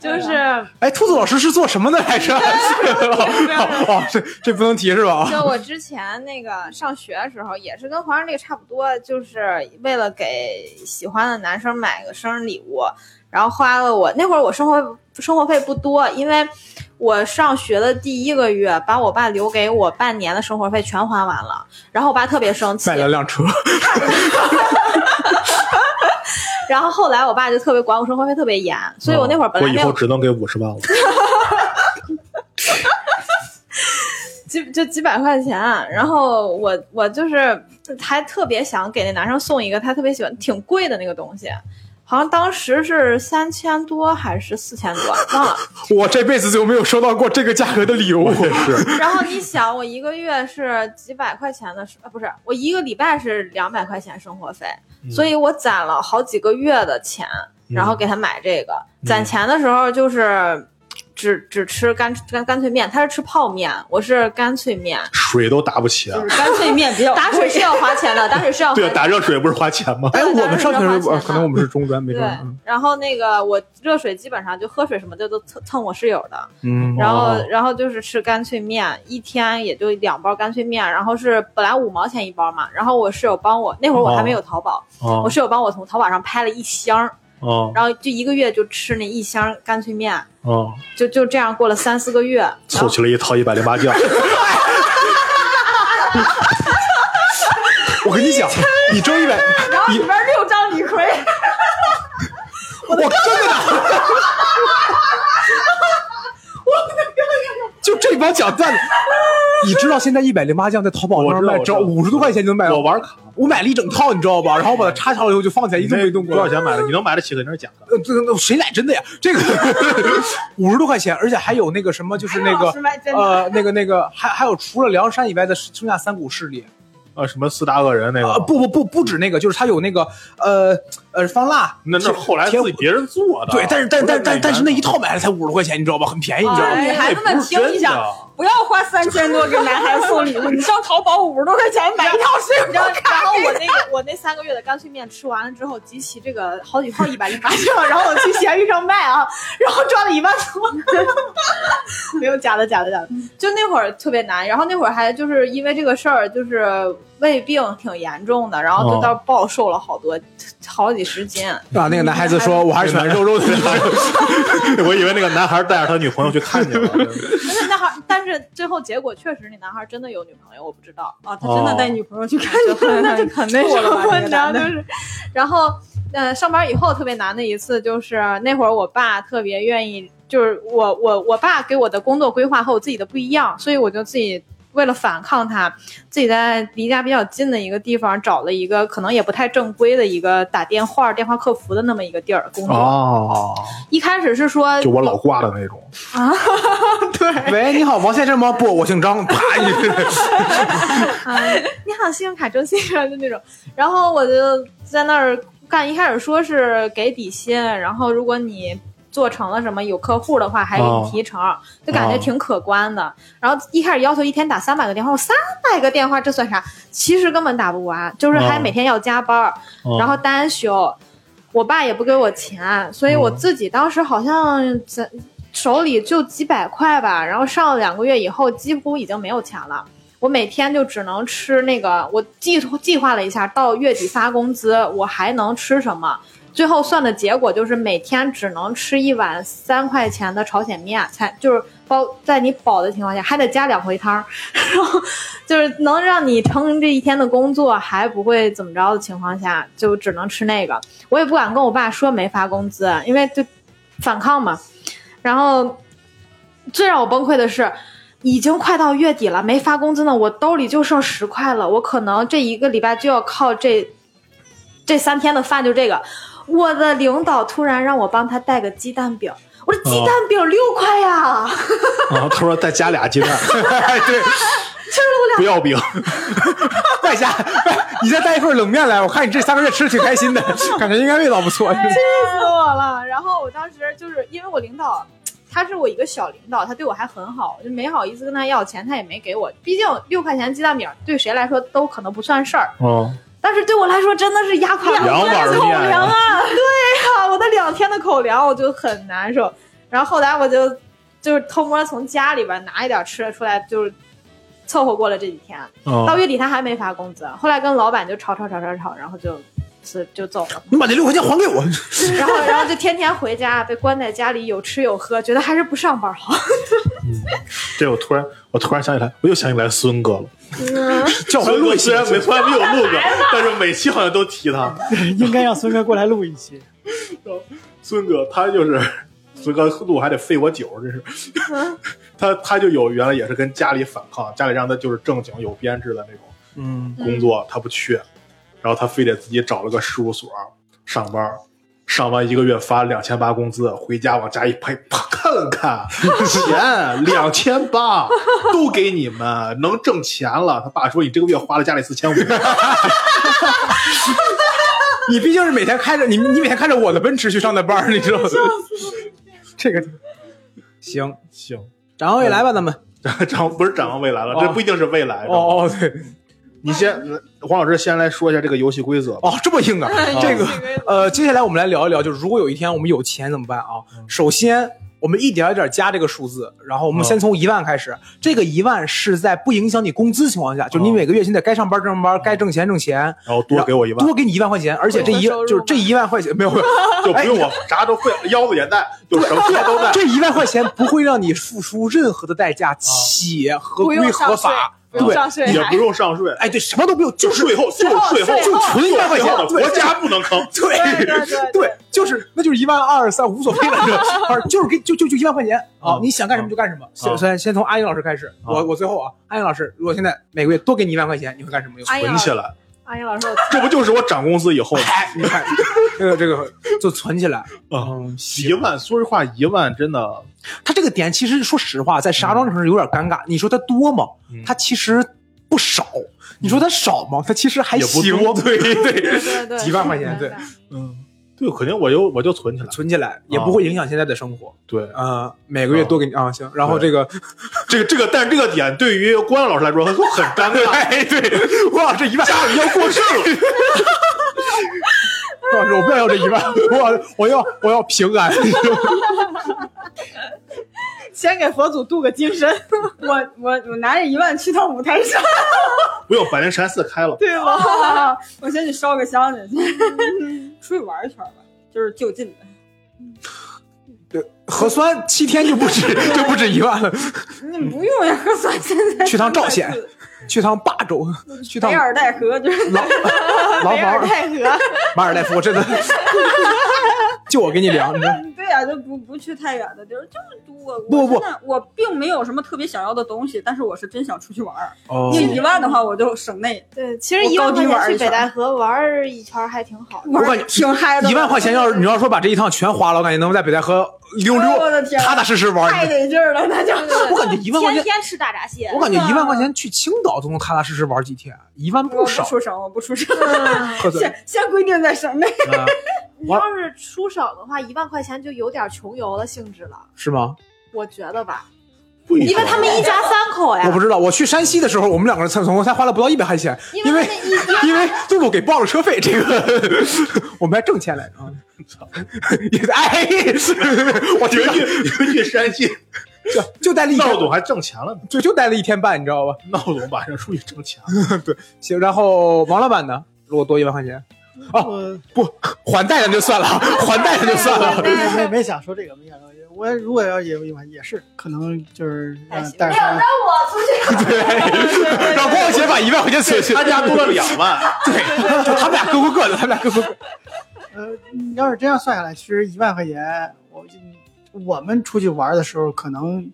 Speaker 4: 就是
Speaker 2: 哎，兔子老师是做什么的来
Speaker 6: *laughs*
Speaker 2: 着？哦，这这不能提是吧？哦
Speaker 3: 就我之前那个上学的时候，也是跟皇上这个差不多，就是为了给喜欢的男生买个生日礼物，然后花了我那会儿我生活生活费不多，因为我上学的第一个月，把我爸留给我半年的生活费全花完了，然后我爸特别生气
Speaker 2: 买，了辆车，
Speaker 3: 然后后来我爸就特别管我生活费特别严，
Speaker 6: 哎
Speaker 3: 所以我那会儿
Speaker 1: 啊
Speaker 3: 本
Speaker 1: 我
Speaker 3: 来
Speaker 1: 以
Speaker 3: 没
Speaker 1: 后
Speaker 3: 有
Speaker 1: 只能给五十万了。 *laughs*
Speaker 3: 几就几百块钱，啊然后我我就是还特别想给那男生送一个他特别喜欢挺贵的那个东西，好像当时是三千多还是四千多忘了。
Speaker 2: 我这辈子就没有收到过这个价格的礼物。是，
Speaker 3: 然后你想，我一个月是几百块钱的，呃，不是，我一个礼拜是两百块钱生活费，所以我攒了好几个月的钱，然后给他买这个。攒钱的时候就是只只吃干干干脆面，他是吃泡面，我是干脆面。
Speaker 1: 水都打不起啊！
Speaker 6: 就是干脆面比较
Speaker 3: 打水是要花钱的，打水是要花
Speaker 1: 对
Speaker 3: 钱
Speaker 1: 啊，
Speaker 3: 的。
Speaker 1: 打热水不是花钱
Speaker 2: *laughs*
Speaker 1: 吗？
Speaker 2: 哎，
Speaker 3: 对
Speaker 2: 我们上学的时候，
Speaker 3: 当然是要花钱
Speaker 2: 呃
Speaker 3: 的
Speaker 2: 可能我们是中专，没
Speaker 3: 对
Speaker 2: 中专。嗯，
Speaker 3: 然后那个我热水基本上就喝水什么的都蹭蹭我室友的，
Speaker 2: 嗯
Speaker 3: 然后
Speaker 1: 哦
Speaker 3: 然后就是吃干脆面，一天也就两包干脆面，然后是本来五毛钱一包嘛，然后我室友帮我那会儿我还没
Speaker 2: 哦
Speaker 3: 有淘宝，
Speaker 1: 啊
Speaker 3: 我室友帮我从淘宝上拍了一箱，
Speaker 2: 哦
Speaker 1: 啊
Speaker 3: 然后就一个月就吃那一箱干脆面，
Speaker 1: 啊！
Speaker 3: 就就这样过了三四个月，然
Speaker 1: 凑
Speaker 3: 后
Speaker 1: 齐了一套一百零八
Speaker 2: *laughs*
Speaker 1: 将。
Speaker 2: 我跟你讲，你挣一百，你
Speaker 4: 里边六张李逵，
Speaker 2: 我真的 *laughs* 打，就这帮讲段子，你知道现在一百零八酱在淘宝
Speaker 1: 我
Speaker 2: 上
Speaker 1: 知道
Speaker 2: 卖，
Speaker 1: 我知
Speaker 2: 只要
Speaker 1: 道
Speaker 2: 五十多块钱就能买到。
Speaker 1: 我玩卡，
Speaker 2: 我买了一整套，你知道吧？然后把它插上了以后就放起来，一动没动过。
Speaker 1: 多少钱买的？你能买得起肯定是假的。
Speaker 2: 呃？这个谁来真的呀？
Speaker 1: *laughs*
Speaker 2: 这个五十多块钱，而且还有那个什么，就是那个呃，那个那个，还还有除了梁山以外的剩下三股势力。
Speaker 1: 啊，什么四大恶人那
Speaker 2: 呃，
Speaker 1: 个？
Speaker 2: 不不不，不止那个，就是它有那个呃呃方腊，
Speaker 1: 那那
Speaker 2: 铁
Speaker 1: 后来
Speaker 2: 铁
Speaker 1: 自己别人做的。
Speaker 2: 对，但是但但但但是那一
Speaker 1: 套
Speaker 2: 套买了才五十块钱，你知道吧？很便宜，你知道
Speaker 3: *laughs*
Speaker 2: 吗？
Speaker 6: 哎女孩子们听一下，不要花三千多给男孩子送礼物，你上淘宝五十多块钱买一套水
Speaker 3: 然后
Speaker 6: 果
Speaker 3: 然后我那个我那三个月的干脆面吃完了之后，集齐这个好几套一百零八酱，然后我去闲鱼上卖啊，然后赚了一万多。 *laughs* 没有假的，假的，假的。就那会儿特别难，然后那会儿还就是因为这个事儿，就是胃病挺严重的，然后就到暴瘦了好多，好几十斤。
Speaker 2: 啊，那个男孩子说，我还是喜欢肉肉的。
Speaker 1: *laughs* 我以为那个男孩带着他女朋友去看
Speaker 2: *laughs*
Speaker 1: 去了。
Speaker 3: 但是那孩，但是最后结果确实那男孩真的有女朋友，我不知道。
Speaker 6: 啊，他真的带女朋友去看，那就很那
Speaker 3: 那
Speaker 6: 什
Speaker 3: 什
Speaker 6: 么，
Speaker 3: 么，你
Speaker 6: 你知
Speaker 3: 知道
Speaker 6: 道吗
Speaker 3: 就？是，然后呃，上班以后特别难的一次就是那会儿我爸特别愿意，就是我我我爸给我的工作规划和我自己的不一样，所以我就自己。为了反抗他，自己在离家比较近的一个地方找了一个可能也不太正规的一个打电话、电话客服的那么一个地儿工作。
Speaker 1: 哦，
Speaker 3: 一开始是说
Speaker 1: 就我老挂的那种。
Speaker 6: 啊 *laughs*
Speaker 2: 喂，你好，王先生吗？不，我姓张。啪，
Speaker 1: *laughs*
Speaker 2: 一
Speaker 3: 嗯，你好，信用卡周先生就那种。然后我就在那儿干，一开始说是给底薪，然后如果你做成了什么有客户的话，还给你提成，就感觉挺可观的。然后一开始要求一天打三百个电话，我三百个电话这算啥？其实根本打不完，就是还
Speaker 1: 哦
Speaker 3: 每天要加班儿，
Speaker 1: 哦
Speaker 3: 然后单休。我爸也不给我钱，所以我
Speaker 1: 嗯
Speaker 3: 自己当时好像在手里就几百块吧，然后上了两个月以后，几乎已经没有钱了。我每天就只能吃那个，我计计划了一下，到月底发工资，我还能吃什么？最后算的结果就是每天只能吃一碗三块钱的朝鲜面，才就是包在你饱的情况下，还得加两回汤儿， *laughs* 然后就是能让你撑这一天的工作还不会怎么着的情况下，就只能吃那个。我也不敢跟我爸说没发工资，因为就反抗嘛。然后最让我崩溃的是，已经快到月底了，没发工资呢，我兜里就剩十块了，我可能这一个礼拜就要靠这这三天的饭就这个。我的领导突然让我帮他带个鸡蛋饼，我说鸡蛋饼六块呀、
Speaker 1: 啊，他说再加俩 *laughs* 鸡蛋，
Speaker 2: 对，
Speaker 1: 不要饼。
Speaker 2: 外加 *laughs* 你再带一份冷面来，我看你这三个月吃的挺开哎心的，感觉应该味道不错。
Speaker 3: 气死我了！然后我当时就是因为我领导他是我一个小领导，他对我还很好，我就没好意思跟他要钱，他也没给我。毕竟六块钱鸡蛋饼对谁来说都可能不算事儿，
Speaker 1: 嗯，
Speaker 3: 但是对我来说真的是压垮
Speaker 1: 两
Speaker 3: 我
Speaker 1: 碗
Speaker 3: 的
Speaker 1: 儿
Speaker 3: 口
Speaker 1: 面
Speaker 3: 粮啊！对呀、我的两天的口粮我就很难受。然后后来我就就是偷摸从家里边拿一点吃的出来，就是凑合过了这几天。到
Speaker 1: 嗯，
Speaker 3: 月底他还没发工资，后来跟老板就吵吵吵吵吵，然后就是就走了。
Speaker 2: 你把这六块钱还给我。
Speaker 3: 然后然后就天天回家，被关在家里，有吃有喝，觉得还是不上班好。
Speaker 1: 这我突然我突然想起来，我又想起来孙哥了。
Speaker 2: 叫我
Speaker 1: 孙
Speaker 2: 录
Speaker 1: 哥
Speaker 2: 一期
Speaker 1: 虽然没从来没有录过，但是每期好像都提他。
Speaker 5: 应该让孙哥过来录一期。
Speaker 1: 孙哥他就是孙哥录还得费我酒，真是。他他就有原来也是跟家里反抗，家里让他就是正经有编制的那种。
Speaker 2: 嗯，
Speaker 1: 工作，他不去，然后他非得自己找了个事务所上班儿，上完一个月发两千八工资，回家往家一拍，啪看看钱两千八都给你们，能挣钱了。他爸说你这个月花了家里四千五，
Speaker 2: 你毕竟是每天开着你，你每天看着我的奔驰去上的班儿，你知道吗？
Speaker 5: 这个
Speaker 2: 行，
Speaker 1: 行，
Speaker 2: 展望未来吧，咱们。
Speaker 1: 展不是展望未来了，这
Speaker 2: 哦
Speaker 1: 不一定是未来。是吧
Speaker 2: 哦哦对，
Speaker 1: 你先，黄老师先来说一下这个游戏规则吧。
Speaker 2: 哦这么硬啊，这个呃，接下来我们来聊一聊，就是如果有一天我们有钱怎么办啊？首先。我们一点一点加这个数字，然后我们
Speaker 1: 嗯
Speaker 2: 先从一万开始。这个一万是在不影响你工资情况下，就是你
Speaker 1: 嗯
Speaker 2: 每个月现在该上班挣班，该挣钱挣钱，
Speaker 1: 然后多给我一万
Speaker 2: 多，给你一万块钱，而且这一
Speaker 3: 我的收入
Speaker 2: 就是这一万块钱没有没
Speaker 1: *laughs*
Speaker 2: 有，
Speaker 1: 就不用我啥都会，腰子也带，就什么什么都带。
Speaker 2: 这一万块钱不会让你付出任何的代
Speaker 1: 啊
Speaker 2: 价，且合
Speaker 3: 不用
Speaker 2: 规
Speaker 3: 上
Speaker 2: 合法。
Speaker 3: 税不用
Speaker 2: 对，
Speaker 3: 上税
Speaker 1: 也
Speaker 3: 还
Speaker 1: 不用上税，
Speaker 2: 哎，对，什么都不用，就
Speaker 1: 就是税后，就是税后，
Speaker 3: 税后
Speaker 1: 就
Speaker 2: 纯一万块
Speaker 1: 税
Speaker 2: 钱
Speaker 1: 后的，
Speaker 2: 对
Speaker 1: 国家不能坑。
Speaker 2: 对
Speaker 3: 对对对
Speaker 2: 对，就是那就是一万二三无所谓
Speaker 3: *laughs*
Speaker 2: 了，这反正就是给就就就一万块钱啊，你想干什么就干什么。先先先从阿英老师开始，我我最后啊，阿英老师，如果现在每个月多给你一万块钱，你会干什么？
Speaker 3: 阿英
Speaker 1: 存
Speaker 3: 老
Speaker 1: 起
Speaker 3: 师，
Speaker 1: 来，
Speaker 3: 阿英老师，我
Speaker 1: 这不就是我涨工资以后吗？
Speaker 2: 哎，你看这个这个就存起来。
Speaker 1: 啊，
Speaker 2: 嗯，
Speaker 1: 一万，说实话，一万真的，
Speaker 2: 他这个点其实说实话，在石家庄这城市有点尴尬。你说他多吗
Speaker 1: 嗯？
Speaker 2: 他其实不少。你说他少吗？他其实还
Speaker 1: 也不
Speaker 2: 行。
Speaker 1: 多
Speaker 2: 对对，
Speaker 3: 对对，
Speaker 2: 几万块钱对
Speaker 1: 嗯，对，肯定我就我就存起来。
Speaker 2: 存起来也不会影响现在的生活。
Speaker 1: 啊对，
Speaker 2: 呃，每个月多给你啊，行。然后这个 *laughs*
Speaker 1: 这个这个，但是这个点对于关老师来说很很尴尬。*laughs*
Speaker 2: 哎，对，郭老师一万，家里要过世了。郭老师，我不要要这一万，我我要我要平安。
Speaker 3: *laughs*
Speaker 2: *laughs*
Speaker 3: 先给佛祖镀个金身，
Speaker 4: 我我我拿着一万去趟五台山，
Speaker 1: 不用，百灵禅寺开了，
Speaker 4: 对吧？ *laughs* 我先去烧个香去，
Speaker 2: *laughs*
Speaker 4: 出去玩一圈吧，就是就近的。
Speaker 2: 核酸七天就不止就不止一万了，
Speaker 4: 你不用呀， *laughs* 核酸现在
Speaker 2: 嗯去趟赵县
Speaker 4: *laughs*
Speaker 2: 去趟霸州，去趟
Speaker 4: 梅尔代河
Speaker 2: *laughs*
Speaker 4: 就是
Speaker 2: 牢牢
Speaker 3: 梅尔
Speaker 2: 房
Speaker 3: 泰和，
Speaker 2: 马尔代夫，我真的就我给你量，你知道
Speaker 4: *laughs* 对呀、就不不去太远的地儿，就是多。
Speaker 2: 不不
Speaker 4: 我真的我并没有什么特别想要的东西，但是我是真想出去玩儿。
Speaker 2: 哦
Speaker 4: 那一万的话，我就省内
Speaker 3: 对，其实
Speaker 4: 我
Speaker 3: 一万
Speaker 4: 高低
Speaker 3: 块
Speaker 4: 玩
Speaker 3: 钱
Speaker 4: 一
Speaker 3: 去北
Speaker 4: 圈
Speaker 3: 戴河玩儿一圈儿还挺好的。
Speaker 4: 玩
Speaker 2: 感
Speaker 4: 儿
Speaker 2: 觉
Speaker 4: 挺嗨的。
Speaker 2: 一万块钱要是你要说把这一趟全花了，我感觉能在北戴河溜
Speaker 4: 哎呦我的
Speaker 2: 溜，
Speaker 4: 天
Speaker 2: 踏踏实实玩
Speaker 4: 太
Speaker 2: 儿。
Speaker 4: 得劲儿了，那就
Speaker 2: *laughs* 我感觉一万块钱
Speaker 3: 天，天吃大闸蟹
Speaker 2: 我，感觉一万块钱去青岛都能踏踏实实玩几天，一万
Speaker 4: 我
Speaker 2: 不
Speaker 4: 不
Speaker 2: 少。嗯
Speaker 4: 出省，我不出省，
Speaker 2: 喝醉
Speaker 4: *laughs* 先先规定在
Speaker 2: *laughs*
Speaker 4: 省内。
Speaker 2: 啊
Speaker 3: 你要是出省的话，一万块钱就有点穷游的性质了，
Speaker 2: 是吗？
Speaker 3: 我觉得吧，
Speaker 1: 不一定
Speaker 3: 因为他们一家三口哎呀
Speaker 2: 我，不知道，我去山西的时候，我们两个人才总共才花了不到一百块钱，
Speaker 3: 因
Speaker 2: 因
Speaker 3: 为
Speaker 2: 为
Speaker 3: 他们一家
Speaker 2: 因为杜鲁给报了车费，这个我们还挣钱来着。啊也哎，我觉
Speaker 1: 有
Speaker 2: *laughs* 得
Speaker 1: 一句有一句山西
Speaker 2: 就就待了一
Speaker 1: 闹
Speaker 2: 天，
Speaker 1: 总还挣钱了呢，
Speaker 2: 就就待了一天半，你知道吧？
Speaker 1: 闹总晚上出去挣钱了，
Speaker 2: *laughs* 行，然后王老板呢？如果多一万块钱，
Speaker 1: 嗯
Speaker 2: 哦
Speaker 5: 我
Speaker 2: 不还贷咱就算了，还贷咱就算
Speaker 5: *laughs*
Speaker 2: 了。
Speaker 3: 对
Speaker 5: 没没想说这个，没想说这个。我如果要也有一万，也是可能就是让带
Speaker 3: 哎没有
Speaker 5: 上
Speaker 3: 让我出去，
Speaker 2: 对，让光姐把一万块钱存去，
Speaker 1: 他家多了两万，
Speaker 2: 对， *laughs* 就他们俩各过各的，他们俩各过各。
Speaker 5: 呃，你要是真要算下来，其实一万块钱，我我们出去玩的时候，可能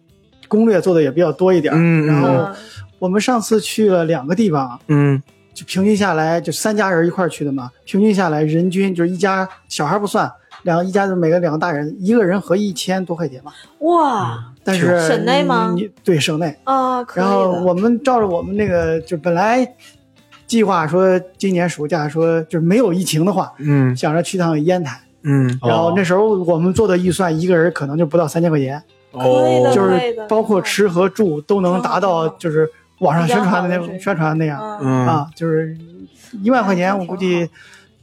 Speaker 5: 攻略做的也比较多一点。
Speaker 2: 嗯嗯
Speaker 5: 然后我们上次去了两个地方，
Speaker 2: 嗯
Speaker 5: 就平均下来，就三家人一块儿去的嘛，平均下来人均就是一家小孩不算，两个一家就每个两个大人，一个人合一千多块钱吧。
Speaker 3: 哇
Speaker 5: 但是
Speaker 3: 省内吗
Speaker 5: 你对省内。
Speaker 3: 啊，可以
Speaker 5: 然后
Speaker 3: 的。
Speaker 5: 我 *laughs* 们照着我们那个，就本来计划说今年暑假说就是没有疫情的话，
Speaker 2: 嗯
Speaker 5: 想着去趟烟台。
Speaker 2: 嗯
Speaker 1: 哦
Speaker 5: 然后那时候我们做的预算，一个人可能就不到三千块钱。
Speaker 4: 可以的
Speaker 2: 哦
Speaker 5: 就是
Speaker 4: 对的
Speaker 5: 包括吃和住都能达到，就是网上宣传的
Speaker 3: 比较好
Speaker 5: 那
Speaker 3: 的
Speaker 5: 宣传那样
Speaker 4: 嗯，
Speaker 2: 嗯，
Speaker 5: 啊，就是一万块钱，我估计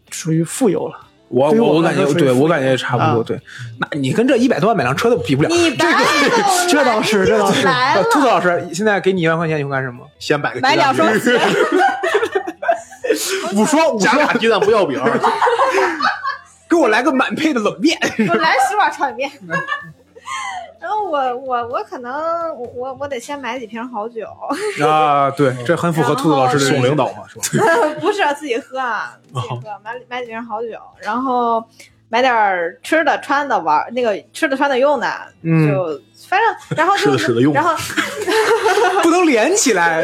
Speaker 5: 属于富有了。
Speaker 2: 我
Speaker 5: 对于
Speaker 2: 我
Speaker 5: 我
Speaker 2: 我
Speaker 5: 来
Speaker 2: 感
Speaker 5: 说是
Speaker 2: 觉对
Speaker 5: 富
Speaker 2: 我
Speaker 5: 裕
Speaker 2: 感觉也差不多。
Speaker 5: 啊
Speaker 2: 对，那你跟这一百多万买辆车都比不了。
Speaker 3: 你白这
Speaker 5: 这倒是，这倒是。
Speaker 3: 来
Speaker 2: *laughs* 呃
Speaker 3: 了，
Speaker 2: 兔子老师，现在给你一万块钱，你会干什么？
Speaker 1: 先买个
Speaker 6: 买
Speaker 1: 鸡蛋
Speaker 6: 两
Speaker 1: *laughs*
Speaker 6: 双
Speaker 1: 饼
Speaker 6: 鞋，
Speaker 2: 五双五
Speaker 1: 加
Speaker 2: 双，
Speaker 1: 俩鸡蛋不要饼，
Speaker 2: 给我来个满配的冷面。
Speaker 3: *laughs* 我来十碗炒米面。 *laughs* 然后我我我可能我我我得先买几瓶好酒，
Speaker 2: 啊，对，这很符合兔子老师的
Speaker 1: 送
Speaker 2: 理
Speaker 1: 领
Speaker 2: 解。
Speaker 1: 导嘛，是吧？
Speaker 3: 不是自己喝啊，自己喝，买买几瓶好酒，然后买点儿吃的、穿的、玩儿那个吃的、穿的、用的，
Speaker 2: 嗯
Speaker 3: 就
Speaker 1: *laughs*
Speaker 3: 反正然后
Speaker 1: 吃的
Speaker 3: 就
Speaker 1: 使的用的
Speaker 3: 然后
Speaker 2: 不能连起来。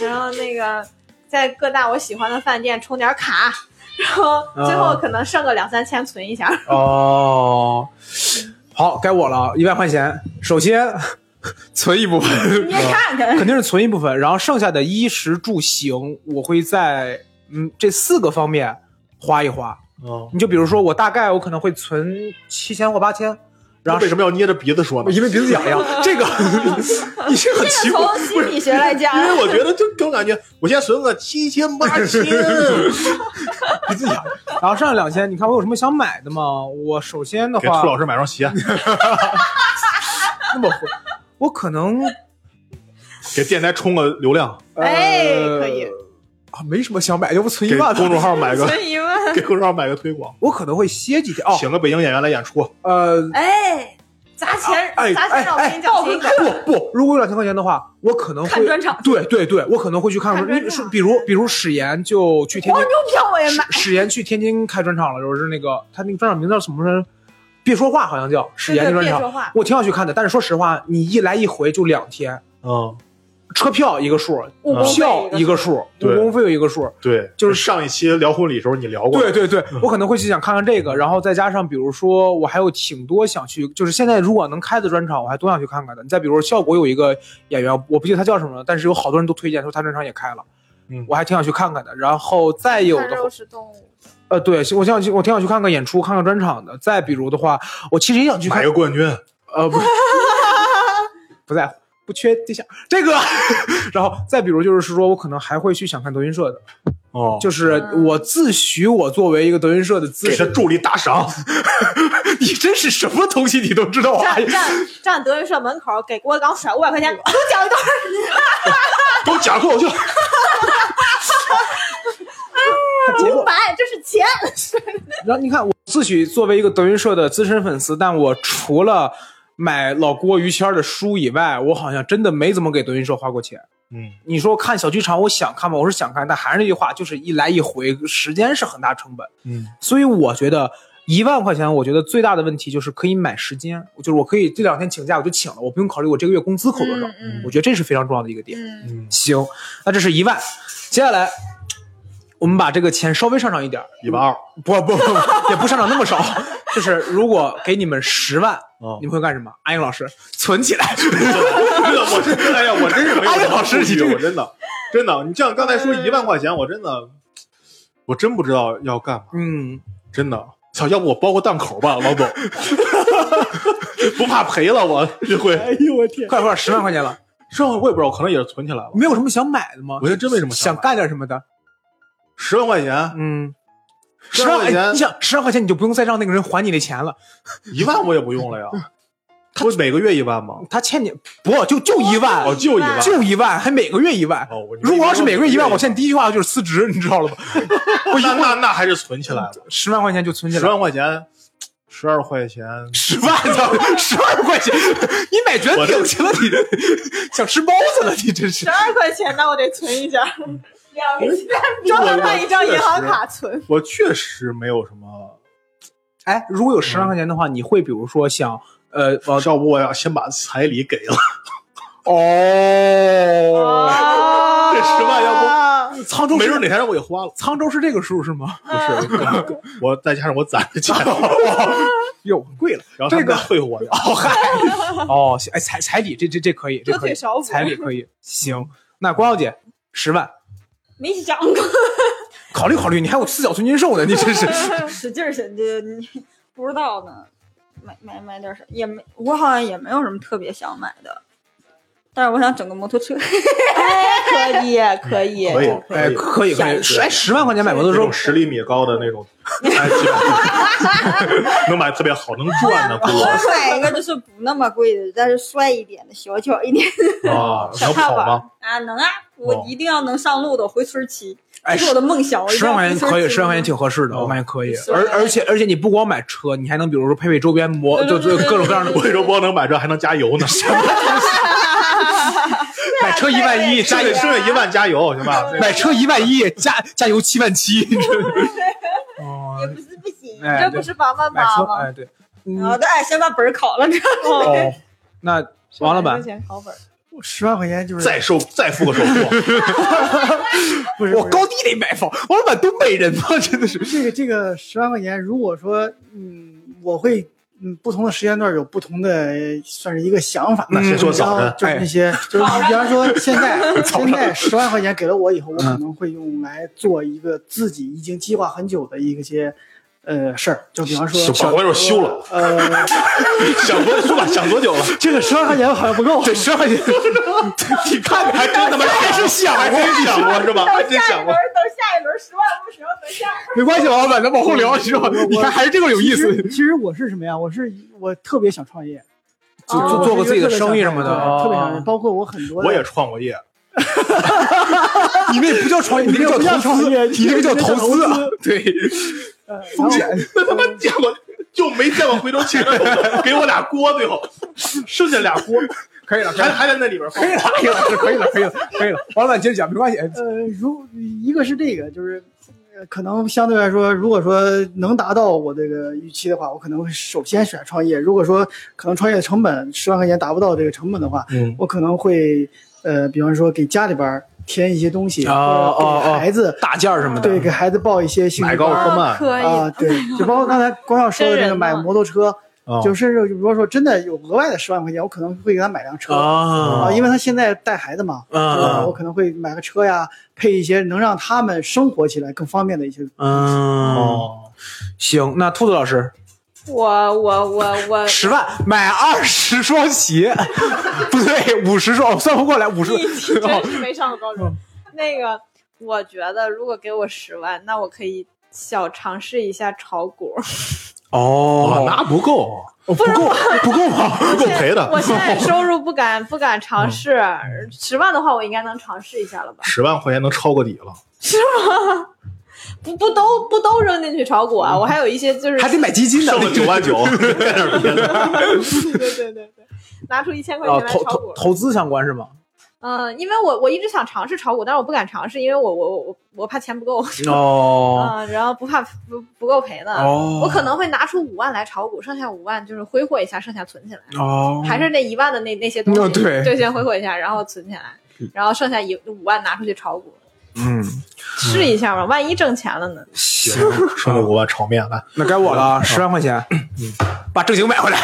Speaker 3: 然后那个在各大我喜欢的饭店充点儿卡，然后最
Speaker 2: 啊
Speaker 3: 后可能剩个两三千存一 *laughs* 下。
Speaker 2: 哦，好，该我了，一万块钱，首先存一部分，
Speaker 6: 你看看。
Speaker 2: 肯定是存一部分，然后剩下的衣食住行，我会在嗯这四个方面花一花。
Speaker 1: 嗯，
Speaker 2: 你就比如说，我大概我可能会存七千或八千，然后
Speaker 1: 为什么要捏着鼻子说呢？
Speaker 2: 因为鼻子痒痒， *laughs* 这个你这很奇怪。
Speaker 6: 从心理学来讲
Speaker 1: 因，为我觉得就给我感觉，我先存个七千八
Speaker 2: *laughs*
Speaker 1: 千，
Speaker 2: 鼻子痒。 *laughs* 然后剩下两千，你看我有什么想买的吗？我首先的
Speaker 1: 给兔
Speaker 2: 话，
Speaker 1: 老师买双鞋，
Speaker 2: 那么会我可能
Speaker 1: 给电台充个流量，
Speaker 2: 呃
Speaker 3: 哎可以
Speaker 2: 啊，没什么想买，要不存一
Speaker 1: 给
Speaker 2: 万吧
Speaker 1: 公众号买个，
Speaker 6: *laughs*
Speaker 4: 存一万。
Speaker 1: 给公众号买个推广，
Speaker 2: 我可能会歇几天哦。
Speaker 1: 请个北京演员来演出。
Speaker 2: 呃，
Speaker 3: 哎，砸钱，
Speaker 2: 哎
Speaker 3: 砸
Speaker 2: 哎
Speaker 3: 钱让我
Speaker 2: 哎
Speaker 3: 给你讲新梗。
Speaker 2: 不不，如果有两千块钱的话，我可能会
Speaker 6: 看专场。
Speaker 2: 对对对，我可能会去看
Speaker 3: 看
Speaker 2: 你
Speaker 3: 专
Speaker 2: 是
Speaker 3: 场
Speaker 2: 比如比如史岩就去天
Speaker 3: 黄，
Speaker 2: 津
Speaker 3: 牛票我也买，
Speaker 2: 史史岩去天津开专场了，就是那个他那个专场名字叫什么来着？别说话好像叫史
Speaker 3: 对
Speaker 2: 岩
Speaker 3: 对
Speaker 2: 那专
Speaker 3: 别说
Speaker 2: 场，
Speaker 3: 话，
Speaker 2: 我挺想去看的。但是说实话，你一来一回就两天，
Speaker 1: 嗯，
Speaker 2: 车票一个数，
Speaker 6: 误工费
Speaker 2: 票
Speaker 6: 一
Speaker 2: 个数，误
Speaker 1: 对
Speaker 2: 工费一个数。
Speaker 1: 对，
Speaker 2: 就是
Speaker 1: 上一期聊婚礼的时候你聊过，
Speaker 2: 对对对，我可嗯能会去想看看这个，然后再加上比如说我还有挺多想去，就是现在如果能开的专场，我还多想去看看的。你再比如说效果有一个演员，我不记得他叫什么了，但是有好多人都推荐说他专场也开了，
Speaker 1: 嗯
Speaker 2: 我还挺想去看看的。然后
Speaker 1: 哎
Speaker 2: 再有
Speaker 3: 看
Speaker 2: 的话
Speaker 3: 肉食动物。
Speaker 2: 呃，对，我想去，我挺想去看看演出，看看专场的。再比如的话，我其实也想去
Speaker 1: 买
Speaker 2: 看
Speaker 1: 个，冠军，
Speaker 2: 呃，不，不在乎，不缺对象这个。 *laughs* 然后再比如就是说我可能还会去想看德云社的，
Speaker 1: 哦，
Speaker 2: 就是我自诩我作为一个德云社的资
Speaker 1: 给他
Speaker 2: 深
Speaker 1: 助力打赏，
Speaker 2: *laughs* 你真是什么东西你都知道啊！
Speaker 1: *laughs*
Speaker 3: 站站站德云社门口，给郭德纲甩五百块钱，都讲一段。
Speaker 1: 给我讲个脱口秀，
Speaker 2: 结果，
Speaker 3: 百，这是钱。
Speaker 2: 然后你看，我自诩作为一个德云社的资深粉丝，但我除了买老郭于谦儿的书以外，我好像真的没怎么给德云社花过钱。
Speaker 1: 嗯，
Speaker 2: 你说看小剧场，我想看吗？我是想看，但还是那句话，就是一来一回，时间是很大成本。
Speaker 1: 嗯，
Speaker 2: 所以我觉得一万块钱，我觉得最大的问题就是可以买时间，就是我可以这两天请假我就请了，我不用考虑我这个月工资扣多少。
Speaker 3: 嗯
Speaker 2: 我觉得这是非常重要的一个点。
Speaker 3: 嗯，
Speaker 2: 行，那这是一万，接下来我们把这个钱稍微上涨一点儿，
Speaker 1: 一万二，
Speaker 2: 不不不，也不上涨那么少，就是如果给你们十万，
Speaker 1: 哦
Speaker 2: 你们会干什么？安英老师存起来， *laughs*
Speaker 1: 真的，我真哎呀，我真是没有
Speaker 2: 阿丽老师你这个
Speaker 1: 我真的真的，你像刚才说一万块钱，我真的，我真不知道要干嘛，
Speaker 2: 嗯，
Speaker 1: 真的。操，要不我包个档口吧，老总， *laughs* 不怕赔了我这回。
Speaker 5: 哎呦我天！
Speaker 2: 快快十万块钱了，
Speaker 1: 这回我也不知道，我可能也是存起来了。
Speaker 2: 没有什么想买的吗？
Speaker 1: 我觉得真没什么
Speaker 2: 想
Speaker 1: 买
Speaker 2: 干点什么的，
Speaker 1: 十万块钱，
Speaker 2: 嗯。十
Speaker 1: 十万
Speaker 2: 万
Speaker 1: 块钱
Speaker 2: 哎你想十万块钱，你就不用再让那个人还你那钱了。
Speaker 1: 一万我也不用了呀。不是每个月一万吗？
Speaker 2: 他欠你不就就一万，
Speaker 1: 哦，就一万，
Speaker 2: 就一万，还每个月一万。
Speaker 1: 哦我
Speaker 2: 如果要是每个月一万，
Speaker 1: 我
Speaker 2: 我现在第一句话就是辞职，你知道了吧？
Speaker 1: 那那那还是存起来了。
Speaker 2: 十万块钱就存起
Speaker 1: 嗯
Speaker 2: 来
Speaker 1: 十，万块钱，十二块钱，
Speaker 2: 十万操，十二块钱，你买卷饼去了，你 *laughs* 想吃包子了，你真是
Speaker 3: 十。二块钱，那我得存一下。两个钱，张老板一张银行卡存。
Speaker 1: 我确实没有什么。
Speaker 2: 哎，如果有
Speaker 1: 嗯
Speaker 2: 十万块钱的话，你会比如说想呃呃
Speaker 1: 哦要不我要先把彩礼给了，
Speaker 2: 哦，
Speaker 3: 哦
Speaker 1: 这十万要
Speaker 3: 不
Speaker 2: 沧州
Speaker 1: 没
Speaker 2: 是
Speaker 1: 准哪天让我给花了。
Speaker 2: 沧州是这个数是吗？
Speaker 1: 不
Speaker 2: *laughs*
Speaker 1: 是，我再加上我攒的钱，哦
Speaker 2: 哟，贵了。
Speaker 1: 然后他们
Speaker 2: 这个
Speaker 1: 再退我点。
Speaker 2: 哦嗨，哦行哎彩彩礼这这这可以，这
Speaker 3: 多
Speaker 2: 可以
Speaker 3: 退，少补。
Speaker 2: 彩礼可以。行，那关小姐十万，
Speaker 4: 没想过，
Speaker 2: 考虑考虑，你还有四角存金兽呢，你真是。
Speaker 4: 使劲儿想这，你不知道呢。
Speaker 6: 买买买点啥，也没我好像也没有什么特别想买的，但是我想整个摩托车，哎，可以可以，
Speaker 1: 可以
Speaker 6: 就
Speaker 2: 哎，可以可以，十哎十万块钱买摩
Speaker 1: 那
Speaker 2: 托车
Speaker 1: 种，十厘米高的那种，哎基本 *laughs* 上能买特别好能转的锅
Speaker 6: 我买一个就是不那么贵的，但是帅一点的，小巧一点
Speaker 1: *laughs* 啊，
Speaker 6: 小
Speaker 1: 能
Speaker 6: 踏
Speaker 1: 跑
Speaker 6: 板
Speaker 1: 吗？
Speaker 6: *laughs* 啊，能啊，我
Speaker 1: 哦
Speaker 6: 一定要能上路的，回村骑，
Speaker 2: 哎
Speaker 6: 这是我的梦想。我一
Speaker 2: 十
Speaker 6: 定要
Speaker 2: 万块钱
Speaker 6: 回村
Speaker 2: 可以，
Speaker 6: 骑
Speaker 2: 十万块钱挺合适的，
Speaker 1: 哦
Speaker 2: 我感觉可以。
Speaker 6: 是
Speaker 2: 而而且而且你不光买车，你还能比如说配配周边摩，就
Speaker 6: 对对
Speaker 2: 就
Speaker 6: 对对
Speaker 2: 各种各样的
Speaker 6: 对
Speaker 1: 我。跟你说，光能买这还能 *laughs* 加油呢，
Speaker 2: 买车一万一，加
Speaker 1: 剩
Speaker 2: 油
Speaker 1: 下剩下一万加油，行 *laughs* 吧？
Speaker 2: 买车一万一，加加油七万七。哦，
Speaker 6: 也不是不行。
Speaker 2: 哎，
Speaker 3: 这不
Speaker 2: 对
Speaker 3: 是王万
Speaker 2: 买
Speaker 3: 宝
Speaker 2: 车，
Speaker 3: 吗？
Speaker 2: 哎对，
Speaker 6: 然后哎，先把本儿考了，这
Speaker 2: 哦，那王老板
Speaker 3: 之，前考本儿，
Speaker 5: 十万块钱就是
Speaker 1: 再收再付个首付，
Speaker 5: 不是
Speaker 2: 我
Speaker 5: 不是
Speaker 2: 高低得买房，王老板东北人吗？真的是，
Speaker 5: 这个这个十万块钱，如果说嗯，我会嗯不同的时间段有不同的算是一个想法。
Speaker 2: 那谁
Speaker 1: 说早呢
Speaker 2: 哎
Speaker 5: 就是那些，就是你比方说现
Speaker 2: *laughs*
Speaker 5: 在现在十万块钱给了我以后，我
Speaker 2: 嗯
Speaker 5: 可能会用来做一个自己已经计划很久的一些呃事儿，就比方说
Speaker 1: 小朋友修了， *laughs*
Speaker 5: 呃，
Speaker 1: 想多说吧，想多久了？
Speaker 5: 这个十万块钱好像不够，
Speaker 2: *laughs* 这十万块钱，你看看，
Speaker 1: 还真他妈
Speaker 2: 还是想
Speaker 1: 还
Speaker 2: 过，
Speaker 1: 真想过是吧？还真想
Speaker 3: *laughs*
Speaker 1: 过，
Speaker 6: 等下一轮十万不行，等下
Speaker 2: 没关系，王老板，咱往后聊，你知道吗
Speaker 5: 我我？
Speaker 2: 你看还是这个有意
Speaker 5: 其实
Speaker 2: 思。
Speaker 5: 其实我是什么呀？我是我特别想创业，啊
Speaker 2: 就
Speaker 3: 哦
Speaker 2: 就做过自己的生意什么的，
Speaker 5: 对特别想
Speaker 2: 哦
Speaker 5: 创业，包括我很多的
Speaker 1: 我也创过业， *laughs*
Speaker 2: 你那不叫创业，你那
Speaker 5: 这
Speaker 2: 个
Speaker 5: 不
Speaker 2: 叫
Speaker 5: 叫
Speaker 2: 投资
Speaker 5: 创业，
Speaker 2: 你那个叫投资啊
Speaker 5: 你这个叫投资。
Speaker 2: 对，
Speaker 5: 呃然后
Speaker 1: 那他妈见过就没见过回头钱，给我俩锅最后，剩下俩锅
Speaker 2: 可以了，可以
Speaker 1: 还
Speaker 2: 了，
Speaker 1: 还在那里边放
Speaker 2: 可以。了，可以了，可以了，可以了，可以了。王老板接着讲，没关系。哎
Speaker 5: 呃，如一个是这个，就是呃可能相对来说，如果说能达到我这个预期的话，我可能会首先选创业。如果说可能创业的成本十万块钱达不到这个成本的话，
Speaker 2: 嗯
Speaker 5: 我可能会呃，比方说给家里边儿添一些东西，
Speaker 2: 哦
Speaker 5: 或者
Speaker 2: 哦
Speaker 5: 给
Speaker 2: 哦
Speaker 5: 孩子、
Speaker 2: 大件儿什么的，
Speaker 5: 对给孩子报一些兴趣班儿
Speaker 1: 科
Speaker 3: 啊可以，
Speaker 5: 啊，对，
Speaker 3: *laughs*
Speaker 5: 就包括刚才光耀说的这个买摩托车，
Speaker 2: 哦
Speaker 1: 啊
Speaker 5: 就甚至如果说真的有额外的十万块钱，我可能会给他买辆车。
Speaker 2: 啊
Speaker 5: 啊，因为他现在带孩子嘛，
Speaker 2: 嗯
Speaker 5: 对吧
Speaker 2: 嗯
Speaker 5: 我可能会买个车呀，配一些能让他们生活起来更方便的一些。
Speaker 2: 嗯，
Speaker 1: 哦，
Speaker 2: 行，那兔子老师
Speaker 3: 我我我我
Speaker 2: 十万买二十双鞋， *laughs* 不对，五十双，我算不过来，五十
Speaker 3: 你你真是没上过高中。那个，我觉得如果给我十万，那我可以小尝试一下炒股。
Speaker 2: 哦，
Speaker 1: 那不够，
Speaker 2: 不够不够啊吗？ *laughs*
Speaker 1: 不够赔的。
Speaker 3: 我现在收入不敢不敢尝试，十万的话我应该能尝试一下了吧？
Speaker 1: 十万块钱能抄个底了，
Speaker 3: 不不都不都扔进去炒股啊？我还有一些就是
Speaker 2: 还得买基金呢
Speaker 1: 剩，了九万
Speaker 3: *laughs*
Speaker 1: 九，干点别的。
Speaker 3: 对对对对，拿出一千块
Speaker 2: 啊
Speaker 3: 钱，来
Speaker 2: 投
Speaker 3: 炒股
Speaker 2: 投。投资相关是吗？
Speaker 3: 嗯，因为我我一直想尝试炒股，但是我不敢尝试，因为我我我我怕钱不够。
Speaker 2: 哦
Speaker 3: 嗯，然后不怕不不够赔的。嗯
Speaker 2: 哦
Speaker 3: 我可能会拿出五万来炒股，剩下五万就是挥霍一下，剩下存起来。
Speaker 2: 哦，
Speaker 3: 还是那一万的那那些东西，
Speaker 2: 哦对
Speaker 3: 先挥霍一下，然后存起来，然后剩下一五万拿出去炒股，
Speaker 2: 嗯，
Speaker 3: 试一下吧，万一挣钱了呢？
Speaker 2: 行，
Speaker 1: 剩下五万炒面来，
Speaker 2: 那该我了，十万块钱，把正经买回来。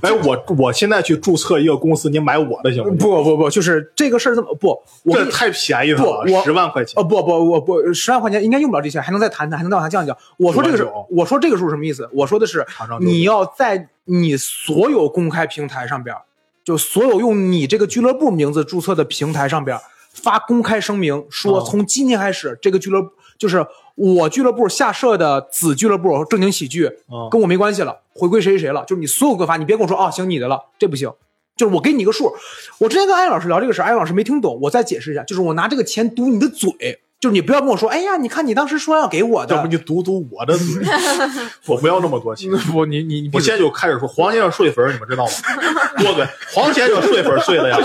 Speaker 1: 哎，我我现在去注册一个公司，你买我的行吗？
Speaker 2: 不不不，就是这个事儿这么不，我
Speaker 1: 这
Speaker 2: 跟你
Speaker 1: 太便宜
Speaker 2: 不
Speaker 1: 了
Speaker 2: 我，
Speaker 1: 十万块钱
Speaker 2: 哦不不我不十万块钱应该用不了这些，还能再谈谈，还能再往下降一降。我说这个是
Speaker 1: 99，
Speaker 2: 我说这个数是什么意思？我说的是
Speaker 1: 查账记录
Speaker 2: 你要在你所有公开平台上边儿，就所有用你这个俱乐部名字注册的平台上边儿发公开声明，说
Speaker 1: 哦
Speaker 2: 从今天开始，这个俱乐部就是我俱乐部下设的子俱乐部正经喜剧
Speaker 1: 哦，
Speaker 2: 跟我没关系了，回归谁谁谁了。就是你所有个发，你别跟我说啊，行你的了，这不行。就是我给你一个数，我之前跟艾老师聊这个事儿，艾老师没听懂，我再解释一下，就是我拿这个钱堵你的嘴，就是你不要跟我说，哎呀，你看你当时说要给我
Speaker 1: 要不
Speaker 2: 的，
Speaker 1: 你堵堵我
Speaker 2: *laughs*
Speaker 1: 的嘴，我不要那么多钱。
Speaker 2: 不，你你你
Speaker 1: 我现在就开始说黄先生睡粉儿，你们知
Speaker 2: *laughs*
Speaker 1: 道吗？多嘴，黄先生睡粉儿睡的呀，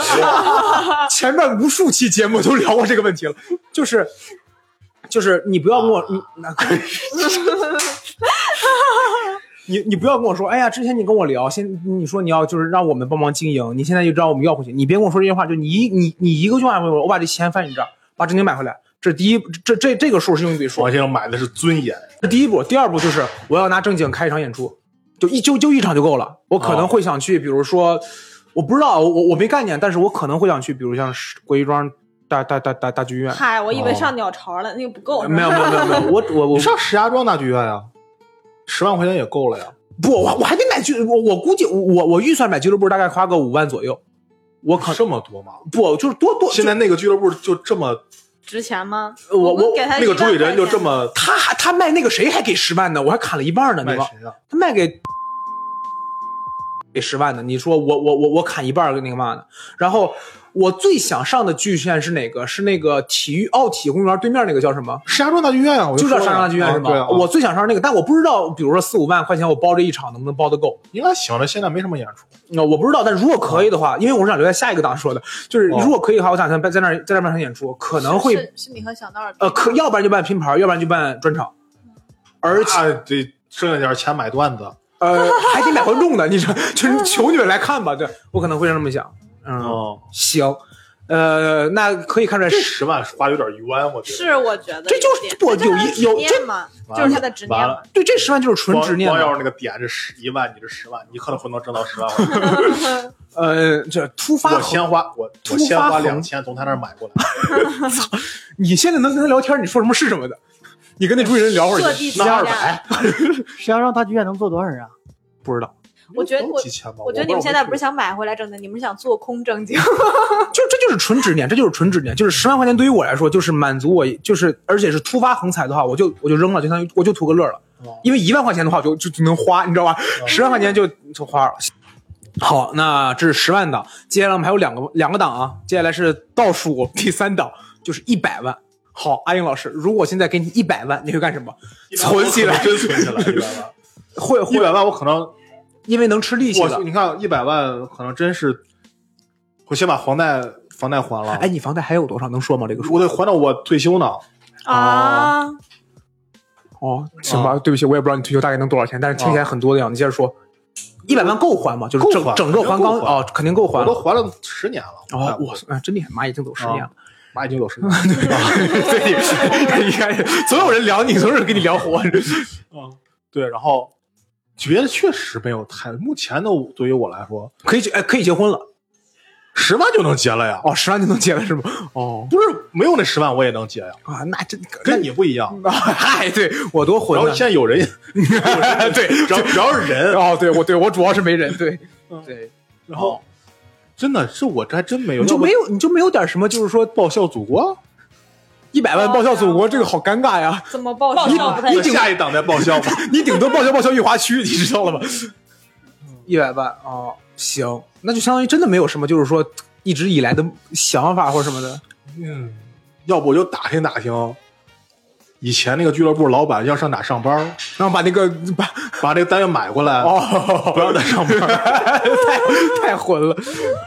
Speaker 2: 前面无数期节目都聊过这个问题了，就是就是你不要跟我你那 *laughs* 你你不要跟我说，哎呀，之前你跟我聊，现你说你要就是让我们帮忙经营，你现在就让我们要回去，你别跟我说这些话，就你一你你一个句话没有，我把这钱翻你这儿，把正经买回来。这是第一，这这这个数是用一笔数
Speaker 1: 黄，先生买的是尊严，
Speaker 2: 这第一步，第二步就是我要拿正经开一场演出，就一就就一场就够了。我
Speaker 1: 哦
Speaker 2: 可能会想去，比如说，我不知道，我我没概念，但是我可能会想去，比如像是国际庄大大大大大剧院。哦
Speaker 3: 嗨，我以为上鸟巢了，那个不够。
Speaker 2: 没有没有没有没有，我我我
Speaker 1: 你上石家庄大剧院啊？十万块钱也够了呀。
Speaker 2: 不，我我还得买俱，我我估计我我我预算买俱乐部大概花个五万左右，我可
Speaker 1: 这么多吗？
Speaker 2: 不就是多多
Speaker 1: 现在那个俱乐部就这么，
Speaker 3: 值钱吗？
Speaker 2: 就我
Speaker 3: 们
Speaker 2: 我
Speaker 3: 给他
Speaker 1: 那个
Speaker 3: 1万
Speaker 1: 主理人就
Speaker 3: 块
Speaker 1: 这
Speaker 3: 钱
Speaker 1: 么
Speaker 2: 他还他卖那个谁还给十万呢，我还砍了一半呢，
Speaker 1: 卖
Speaker 2: 你忘？
Speaker 1: 谁啊？
Speaker 2: 他卖给给十万的，你说我我我我砍一半儿给那个嘛呢？然后我最想上的剧院是哪个？是那个体育奥体公园对面那个叫什么？
Speaker 1: 石家庄大剧院啊，我
Speaker 2: 就
Speaker 1: 说
Speaker 2: 叫
Speaker 1: 了
Speaker 2: 沙洋大剧院
Speaker 1: 啊
Speaker 2: 是吗？
Speaker 1: 对啊，
Speaker 2: 我最想上那个，但我不知道，比如说四五万块钱我包这一场能不能包得够？
Speaker 1: 应该行了，现在没什么演出。
Speaker 2: 那、我不知道，但如果可以的话，因为我是想留在下一个档说的，就是
Speaker 1: 哦
Speaker 2: 如果可以的话，我打算在在那儿在那儿办场演出，可能会
Speaker 3: 是是你和小闹儿
Speaker 2: 呃，可要不然就办拼盘，要不然就办专
Speaker 3: 哦
Speaker 2: 场，而且
Speaker 1: 且啊得剩下点钱买段子。
Speaker 2: 呃还得买观众的，你说就是求你们来看吧，对我可能会这么想，嗯，
Speaker 1: 哦，
Speaker 2: 行，呃，那可以看出来
Speaker 1: 这
Speaker 2: 是。
Speaker 1: 十万花有点冤，我觉得。
Speaker 3: 是我觉得
Speaker 2: 这就是
Speaker 3: 点
Speaker 2: 我
Speaker 3: 这就是
Speaker 2: 有一
Speaker 3: 执
Speaker 2: 有
Speaker 3: 念
Speaker 2: 这
Speaker 3: 嘛，
Speaker 1: 完
Speaker 3: 就是
Speaker 1: 了
Speaker 3: 他的执念
Speaker 1: 完
Speaker 3: 嘛
Speaker 1: 了。
Speaker 2: 对，这十万就是纯
Speaker 1: 光
Speaker 2: 执念
Speaker 1: 光要
Speaker 2: 嘛。
Speaker 1: 是那个点是十一万，你这十万，你可能回头能挣到十
Speaker 3: *laughs*
Speaker 1: 万。我
Speaker 2: 呃，这突发
Speaker 1: 我
Speaker 2: 横，
Speaker 1: 先花我
Speaker 2: 突
Speaker 1: 我
Speaker 2: 发
Speaker 1: 先花
Speaker 2: 横
Speaker 1: 两千从他那儿买过来，
Speaker 2: 你现在能跟他聊天，你说什么是什么的。你跟那主理人聊会儿去，
Speaker 3: 设计
Speaker 1: 那
Speaker 3: 指
Speaker 1: 二
Speaker 3: 甲
Speaker 1: 百
Speaker 5: 石家庄大剧院能坐多少人啊？
Speaker 2: 不知道，
Speaker 3: 我觉得
Speaker 1: 都
Speaker 3: 我
Speaker 1: 几千吧。
Speaker 3: 我觉得你们现在不是
Speaker 1: 是
Speaker 3: 想买回来正经，你们是想做空正经。
Speaker 2: 就这就是纯执念，这就是纯执念，就是十万块钱对于我来说，就是满足我，就是而且是突发横财的话，我就我就扔了，就相当于我就图个乐了。
Speaker 1: 哦
Speaker 2: 因为一万块钱的话，我就就就能花，你知道吧？十万块钱就就花了。好，那这是十万档，接下来我们还有两个两个档啊，接下来是倒数 *laughs* 第三档，就是一百万。好，阿英老师，如果现在给你一百万，你会干什么？存起来
Speaker 1: 真存起来一百万。
Speaker 2: 会会
Speaker 1: 一百万我可能
Speaker 2: 因为能吃利息
Speaker 1: 我
Speaker 2: 的。
Speaker 1: 你看一百万可能真是，我先把房贷房贷还了，
Speaker 2: 哎，你房贷还有多少？能说吗？这个数？
Speaker 1: 我得还到我退休呢。
Speaker 3: 啊，
Speaker 2: 哦，行吧，对不起，我也不知道你退休大概能多少钱，但是听起来很多的样子。你接着说，一百万啊够还吗？就是
Speaker 1: 够
Speaker 2: 整
Speaker 1: 还
Speaker 2: 整个还
Speaker 1: 肯定
Speaker 2: 刚
Speaker 1: 够还
Speaker 2: 哦，肯定够还
Speaker 1: 我都
Speaker 2: 了。
Speaker 1: 还了十年了。
Speaker 2: 哦，哇塞，哎真厉害，蚂蚁已经走十年 *laughs* 了。
Speaker 1: 妈已经有十年了。
Speaker 2: 啊对，你看，总有人聊你，总有人跟你聊活。
Speaker 1: 嗯，对，然后觉得确实没有太，目前的我对于我来说，
Speaker 2: *laughs* 可以结，哎，可以结婚了。
Speaker 1: 十万就能结了呀。
Speaker 2: 哦，十万就能结了是吗？哦
Speaker 1: 不是没有那十万我也能结呀，
Speaker 2: 啊，那嗯真
Speaker 1: 跟你不一样。
Speaker 2: 那嗨，对我多混
Speaker 1: 然后
Speaker 2: 啊
Speaker 1: 现！在有人，
Speaker 2: 对，
Speaker 1: *laughs* 只要只要是人，
Speaker 2: 哦，对我对我主要是没人，对
Speaker 1: 嗯
Speaker 2: 对，
Speaker 1: 然后真的是我这还真没有，
Speaker 2: 你就
Speaker 1: 要不
Speaker 2: 没有你就没有点什么，就是说
Speaker 1: 报效祖国。
Speaker 2: 一百万报效祖国，这个好尴尬呀。
Speaker 4: 怎么报
Speaker 2: 你
Speaker 4: 销不太
Speaker 2: 你
Speaker 1: 那
Speaker 2: 顶
Speaker 1: 下一档再报销吧。
Speaker 2: *laughs* 你顶多报销报销玉华区，你知道了吧？一百万哦，行，那就相当于真的没有什么，就是说一直以来的想法或者什么的。
Speaker 1: 嗯，要不我就打听打听，以前那个俱乐部老板要上哪上班，
Speaker 2: *laughs* 然后把那个 *laughs* 把
Speaker 1: 把这个单位买过来，
Speaker 2: 哦，
Speaker 1: 不要再上班。
Speaker 2: 太太混了。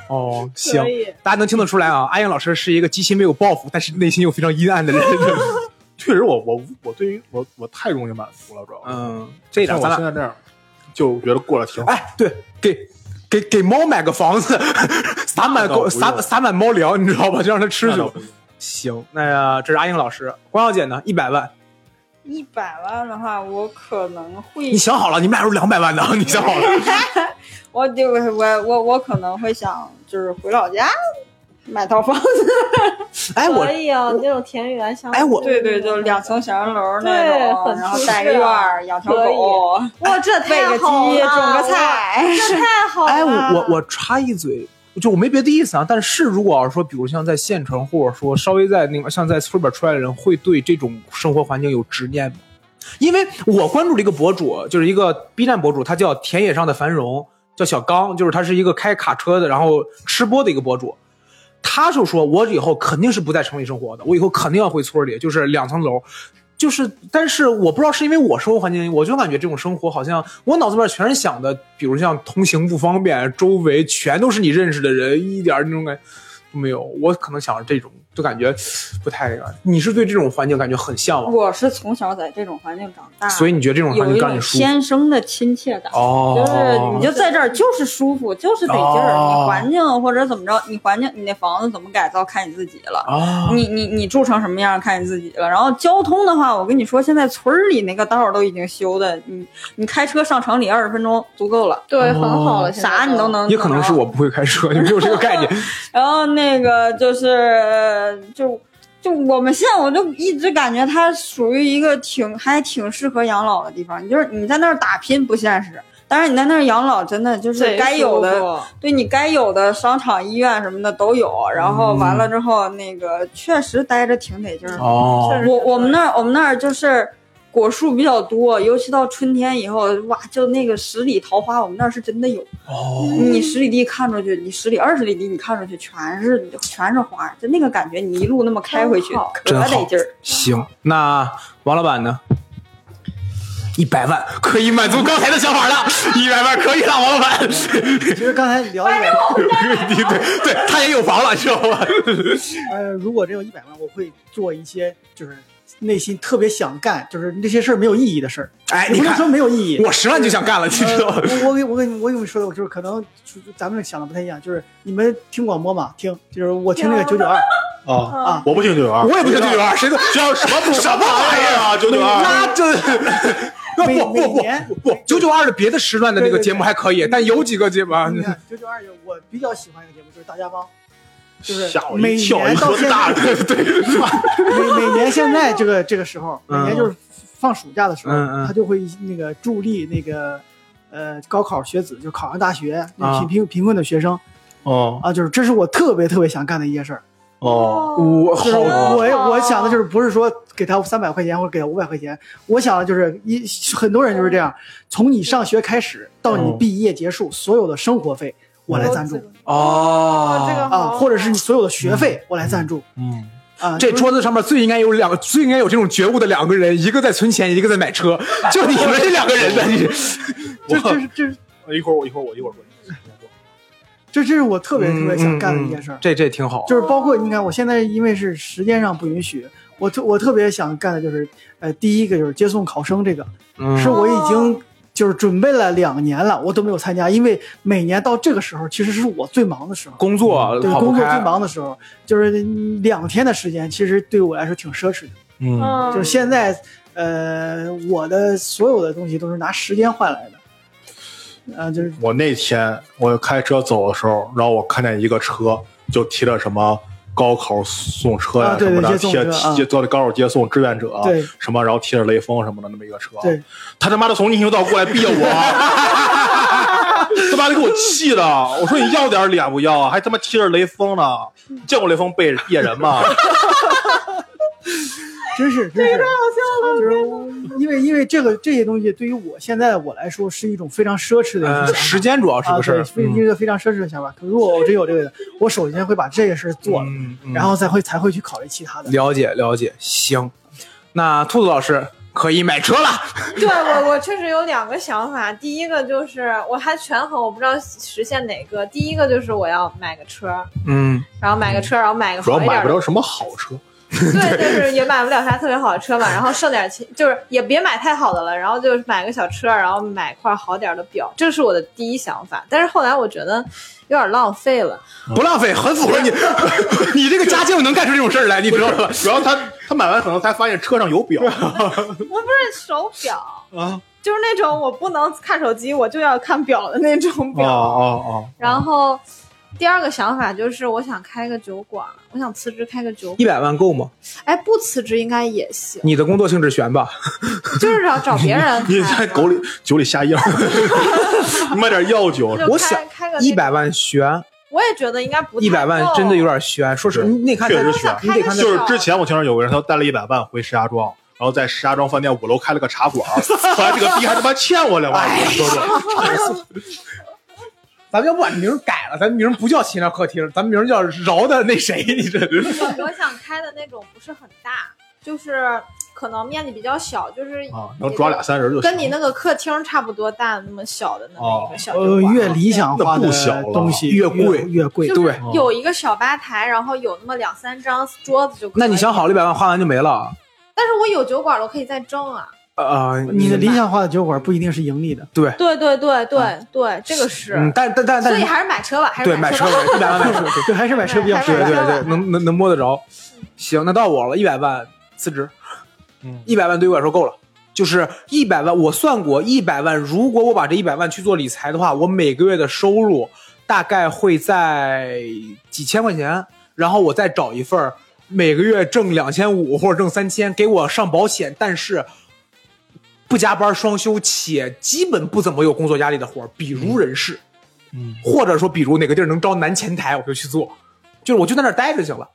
Speaker 2: 哦，行
Speaker 3: 可以，
Speaker 2: 大家能听得出来啊，阿燕老师是一个极其没有抱负，但是内心又非常阴暗的人。 *laughs*
Speaker 1: 确实我，我我对于我我太容易满足了，主要。
Speaker 2: 嗯，这一点
Speaker 1: 像
Speaker 2: 咱
Speaker 1: 我现
Speaker 2: 俩
Speaker 1: 在这样，就觉得过得挺好。
Speaker 2: 哎，对，给给给猫买个房子， *laughs* 撒满
Speaker 1: 那倒
Speaker 2: 狗
Speaker 1: 不
Speaker 2: 撒
Speaker 1: 用
Speaker 2: 撒满猫粮，你知道吧？就让它吃
Speaker 1: 那倒
Speaker 2: 去
Speaker 1: 不。用
Speaker 2: 行，那这是阿英老师，关小姐呢？一百万，
Speaker 4: 一百万的话，我可能会
Speaker 2: 你，想好了，你们俩有两百万的，你想好了。
Speaker 4: 我就我我我可能会想，就是回老家买套房子，
Speaker 2: *laughs* 哎，我
Speaker 3: 可以啊，那种田园乡
Speaker 2: 哎我
Speaker 4: *laughs* 对对，就两层写字楼那
Speaker 3: 对
Speaker 4: 种，
Speaker 3: 很
Speaker 4: 然后
Speaker 3: 舒
Speaker 4: 带
Speaker 3: 适
Speaker 4: 个院
Speaker 3: 啊
Speaker 4: 儿，养条
Speaker 3: 可以
Speaker 4: 狗，
Speaker 3: 哇，这
Speaker 4: 喂
Speaker 3: 太
Speaker 4: 个
Speaker 3: 好
Speaker 4: 鸡，
Speaker 3: 了，
Speaker 4: 种个
Speaker 3: 哇，
Speaker 4: 菜，
Speaker 3: 这太好了。
Speaker 2: 哎，我我我插一嘴，就我没别的意思啊，但是如果要是说，比如像在县城，或者说稍微在那个像在村里边出来的人，会对这种生活环境有执念吗？因为我关注了一个博主，就是一个 B 站博主，他叫田野上的繁荣，叫小刚，就是他是一个开卡车的，然后吃播的一个博主。他就说，我以后肯定是不在城里生活的，我以后肯定要回村里，就是两层楼，就是，但是我不知道是因为我生活环境，我就感觉这种生活好像我脑子里边全是想的，比如像通行不方便，周围全都是你认识的人，一点儿那种感觉都没有。我可能想着这种，就感觉不太那个。你是对这种环境感觉很向往，
Speaker 4: 我是从小在这种环境长大，
Speaker 2: 所以你觉得这种环
Speaker 4: 有
Speaker 2: 境
Speaker 4: 一
Speaker 2: 让你
Speaker 4: 种
Speaker 2: 舒服？
Speaker 4: 天生的亲切感。
Speaker 2: 哦，
Speaker 4: 就是你就在这儿就是舒服，就是得劲儿。
Speaker 2: 哦
Speaker 4: 你环境或者怎么着，你环境你那房子怎么改造看你自己了。
Speaker 2: 啊，
Speaker 4: 你你你住成什么样看你自己了。然后交通的话，我跟你说，现在村儿里那个道儿都已经修的，你你开车上城里二十分钟足够了，
Speaker 3: 对，
Speaker 2: 哦
Speaker 3: 很好了，现在
Speaker 4: 啥你都。能。
Speaker 2: 也可能
Speaker 4: *laughs*
Speaker 2: 是我。不会开车，就没有这个概念。
Speaker 4: 然后那个就是就。就我们县，我就一直感觉它属于一个挺还挺适合养老的地方。你就是你在那儿打拼不现实，但是你在那儿养老真的就是该有的，哦对你该有的商场、医院什么的都有。然后完
Speaker 2: 嗯
Speaker 4: 了之后，那个确实待着挺得劲儿的。
Speaker 2: *laughs* 哦
Speaker 3: 确实
Speaker 4: 我我们那儿我们那儿就是果树比较多，尤其到春天以后，哇，就那个十里桃花，我们那儿是真的有。
Speaker 2: 哦，
Speaker 4: 你十里地看出去，你十里二十里地你看出去全是全是花儿，就那个感觉，你一路那么开回去
Speaker 3: 真好，
Speaker 4: 可得劲儿。
Speaker 2: 行，那王老板呢？一百万可以满足刚才的想法了，一百万可以了，王老板。 *laughs*
Speaker 5: 其实刚才聊一聊，
Speaker 2: 对对对，他也有房了，知道吧？
Speaker 5: 呃，如果真有一百万，我会做一些就是内心特别想干，就是那些事儿没有意义的事儿。
Speaker 2: 哎，
Speaker 5: 也
Speaker 2: 你
Speaker 5: 不能说
Speaker 2: 看，
Speaker 5: 没有意义。
Speaker 2: 我十万就想干了，你知道吗？
Speaker 5: 呃我我给我跟我跟你们说的，我就是可能就就咱们想的不太一样，就是你们听广播嘛，听就是我听那个九九二，
Speaker 1: 啊，
Speaker 5: 啊
Speaker 1: 我不听九九二，
Speaker 2: 我也不想九九二，谁都
Speaker 1: 这叫什
Speaker 2: *laughs*
Speaker 1: 么什么玩意儿啊？九九二，
Speaker 2: 那这那
Speaker 5: 每
Speaker 2: 不
Speaker 5: 每
Speaker 2: 不不
Speaker 5: 年
Speaker 2: 不，九九二的别的时段的那个节目还可以，但有几个节目啊，
Speaker 5: 你看九九二我比较喜欢一个节目，就是大家帮，就是
Speaker 1: 吓我
Speaker 5: 每
Speaker 1: 一跳，
Speaker 5: 年
Speaker 1: 一
Speaker 5: 到
Speaker 1: 个
Speaker 5: 现
Speaker 1: 大
Speaker 5: 在，
Speaker 1: 的对，
Speaker 5: 每每年现在这个这个时候，每年就是放暑假的时候，
Speaker 2: 嗯嗯
Speaker 5: 他就会那个助力那个呃高考学子，就考上大学
Speaker 2: 啊
Speaker 5: 那贫贫贫困的学生
Speaker 1: 哦
Speaker 5: 啊，就是这是我特别特别想干的一件事儿。
Speaker 1: 哦，
Speaker 2: 我
Speaker 5: 就是
Speaker 2: 好啊
Speaker 5: 我我想的就是不是说给他三百块钱或者给他五百块钱，我想的就是一很多人就是这样，从你上学开始到
Speaker 2: 嗯
Speaker 5: 你毕业结束，所有的生活费我来赞助
Speaker 2: 哦，
Speaker 3: 这个
Speaker 5: 啊，或者是你所有的学费我来赞助
Speaker 2: 嗯，
Speaker 5: 啊。
Speaker 2: 这
Speaker 5: 就是
Speaker 2: 桌子上面最应该有两个，最应该有这种觉悟的两个人，一个在存钱，一个在买车，就你们这两个人呢，你
Speaker 5: 这这是这是
Speaker 1: 一会儿我一会儿我一会儿说，
Speaker 5: 这这是我 *laughs* 特别特别想干的一件事
Speaker 2: 嗯
Speaker 5: 儿
Speaker 2: 嗯嗯，这这挺好，
Speaker 5: 就是包括你看我现在因为是时间上不允许，我特我特别想干的就是呃第一个就是接送考生这个，
Speaker 2: 嗯
Speaker 5: 是我已经就是准备了两年了，我都没有参加，因为每年到这个时候其实是我最忙的时候，
Speaker 2: 工作
Speaker 5: 对
Speaker 2: 跑不
Speaker 5: 工作
Speaker 2: 开啊
Speaker 5: 最，忙的时候，就是两天的时间，其实对我来说挺奢侈的。
Speaker 2: 嗯，
Speaker 3: 嗯，
Speaker 5: 就是现在，呃，我的所有的东西都是拿时间换来的，啊，就是
Speaker 1: 我那天我开车走的时候，然后我看见一个车就提了什么高考送车呀、
Speaker 5: 啊对
Speaker 1: 什么的，
Speaker 5: 对接送
Speaker 1: 贴
Speaker 5: 车啊
Speaker 1: 接到高考接送志愿者啊
Speaker 5: 对
Speaker 1: 什么，然后贴着雷锋什么的那么一个车，啊
Speaker 5: 对，
Speaker 1: 他他妈的从逆行道过来逼着我。啊 *laughs* 他妈的给我气的！我说你要点脸不要啊？还他妈贴着雷锋呢？见过雷锋背别人
Speaker 5: *laughs*
Speaker 1: 吗？
Speaker 5: 真是真是，就是因为因为这个这些东西对于我现在的我来说是一种非常奢侈的一
Speaker 2: 呃
Speaker 5: 种想法。
Speaker 2: 时间主要是嗯
Speaker 5: 啊，
Speaker 2: 个事
Speaker 5: 对，
Speaker 2: 儿，
Speaker 5: 非一个非常奢侈的想法。可如果我真有这个的，我首先会把这个事儿做了，
Speaker 2: 嗯嗯
Speaker 5: 然后再会才会去考虑其他的。
Speaker 2: 了解了解，行，那兔子老师可以买车了，
Speaker 5: *laughs*
Speaker 3: 对我，我确实有两个想法。第一个就是我还权衡，我不知道实现哪个。第一个就是我要买个车，
Speaker 2: 嗯，
Speaker 3: 然后买个车，然后买个
Speaker 1: 主要
Speaker 3: 好一
Speaker 1: 买
Speaker 3: 点
Speaker 1: 不
Speaker 3: 的
Speaker 1: 着什么好 *laughs* 车，
Speaker 2: *laughs*
Speaker 3: 对，就是也买不了啥特别好的车嘛，然后剩点钱，就是也别买太好的了，然后就是买个小车，然后买块好点儿的表，这是我的第一想法。但是后来我觉得有点浪费了，
Speaker 5: 嗯
Speaker 2: 不浪费，很符合
Speaker 5: *laughs*
Speaker 2: 你，你这个家境能干出这种事儿来，你知道吧？
Speaker 1: 主要他他买完可能才发现车上有表，
Speaker 3: 我不是手表啊，就是那种我不能看手机，我就要看表
Speaker 2: 啊
Speaker 3: 的那种
Speaker 1: 哦
Speaker 3: 表。
Speaker 1: 哦
Speaker 3: 然后第二个想法就是我想开个酒馆，我想辞职开个酒馆，
Speaker 2: 一百万够吗？
Speaker 3: 哎，不辞职应该也行，
Speaker 2: 你的工作性质悬吧？
Speaker 3: 就是找找别
Speaker 1: *laughs*
Speaker 3: 人
Speaker 1: 哦，你在
Speaker 3: 开嘛
Speaker 2: *laughs*
Speaker 1: 狗里酒里下药，买点药酒，
Speaker 3: 就开
Speaker 2: 我想
Speaker 3: 开个
Speaker 2: 一
Speaker 3: 那
Speaker 2: 百万悬，
Speaker 3: 我也觉得应该不太
Speaker 2: 一百万
Speaker 3: 够
Speaker 2: 真的有点悬。说实话，
Speaker 1: 是
Speaker 2: 你看
Speaker 1: 确
Speaker 2: 他
Speaker 1: 实
Speaker 3: 我想
Speaker 1: 悬
Speaker 2: 你
Speaker 3: 开
Speaker 2: 得
Speaker 3: 个
Speaker 2: 看
Speaker 3: 小
Speaker 2: 他
Speaker 1: 就是之前我听说有个人，他带了一百万回石家庄，然后在石家庄饭店五楼开了个茶馆，后来这个逼还他妈欠我两
Speaker 2: 哎
Speaker 1: 万，你说说，
Speaker 2: 咱们要不把名儿改了，咱名儿不叫秦聊客厅，咱们名儿叫饶的那谁，你这
Speaker 3: 我我想开的那种不是很大，就是可能面积比较小，就是
Speaker 1: 啊，能抓俩三人就行
Speaker 3: 跟你那个客厅差不多大那么小的那么一个小酒
Speaker 5: 呃，
Speaker 3: 馆
Speaker 5: 越理想化
Speaker 1: 那
Speaker 5: 的
Speaker 1: 不小了
Speaker 5: 东西
Speaker 2: 越贵
Speaker 5: 贵越贵
Speaker 3: 就。
Speaker 2: 对
Speaker 3: 是有一个小吧台，然后有那么两三张桌子就可以。
Speaker 2: 那你想好了，一百万花完就没了。
Speaker 3: 但是我有酒馆了，我可以再挣啊。
Speaker 2: 呃，
Speaker 5: 你的理想化的酒馆不一定是盈利的，
Speaker 2: 对，
Speaker 3: 对对对对对，这个是，
Speaker 2: 嗯，但但但
Speaker 3: 所
Speaker 2: 但
Speaker 3: 以
Speaker 2: 是
Speaker 3: 还是买车吧，还是
Speaker 2: 对买车
Speaker 3: 吧。
Speaker 2: 一百万买车，对
Speaker 5: 对，还是买车比较实
Speaker 2: 对
Speaker 3: 对
Speaker 2: 对
Speaker 5: 在。
Speaker 2: 对，能能能摸得着。行，那到我了，一百万辞职。
Speaker 1: 嗯
Speaker 2: 一百万对我来说够了，就是一百万，我算过，一百万，如果我把这一百万去做理财的话，我每个月的收入大概会在几千块钱，然后我再找一份儿每个月挣两千五或者挣三千，给我上保险，但是不加班双休，且基本不怎么有工作压力的活儿，比如人事，
Speaker 1: 嗯，
Speaker 2: 或者说比如哪个地儿能招男前台，我就去做，就是我就在那儿待着就行了。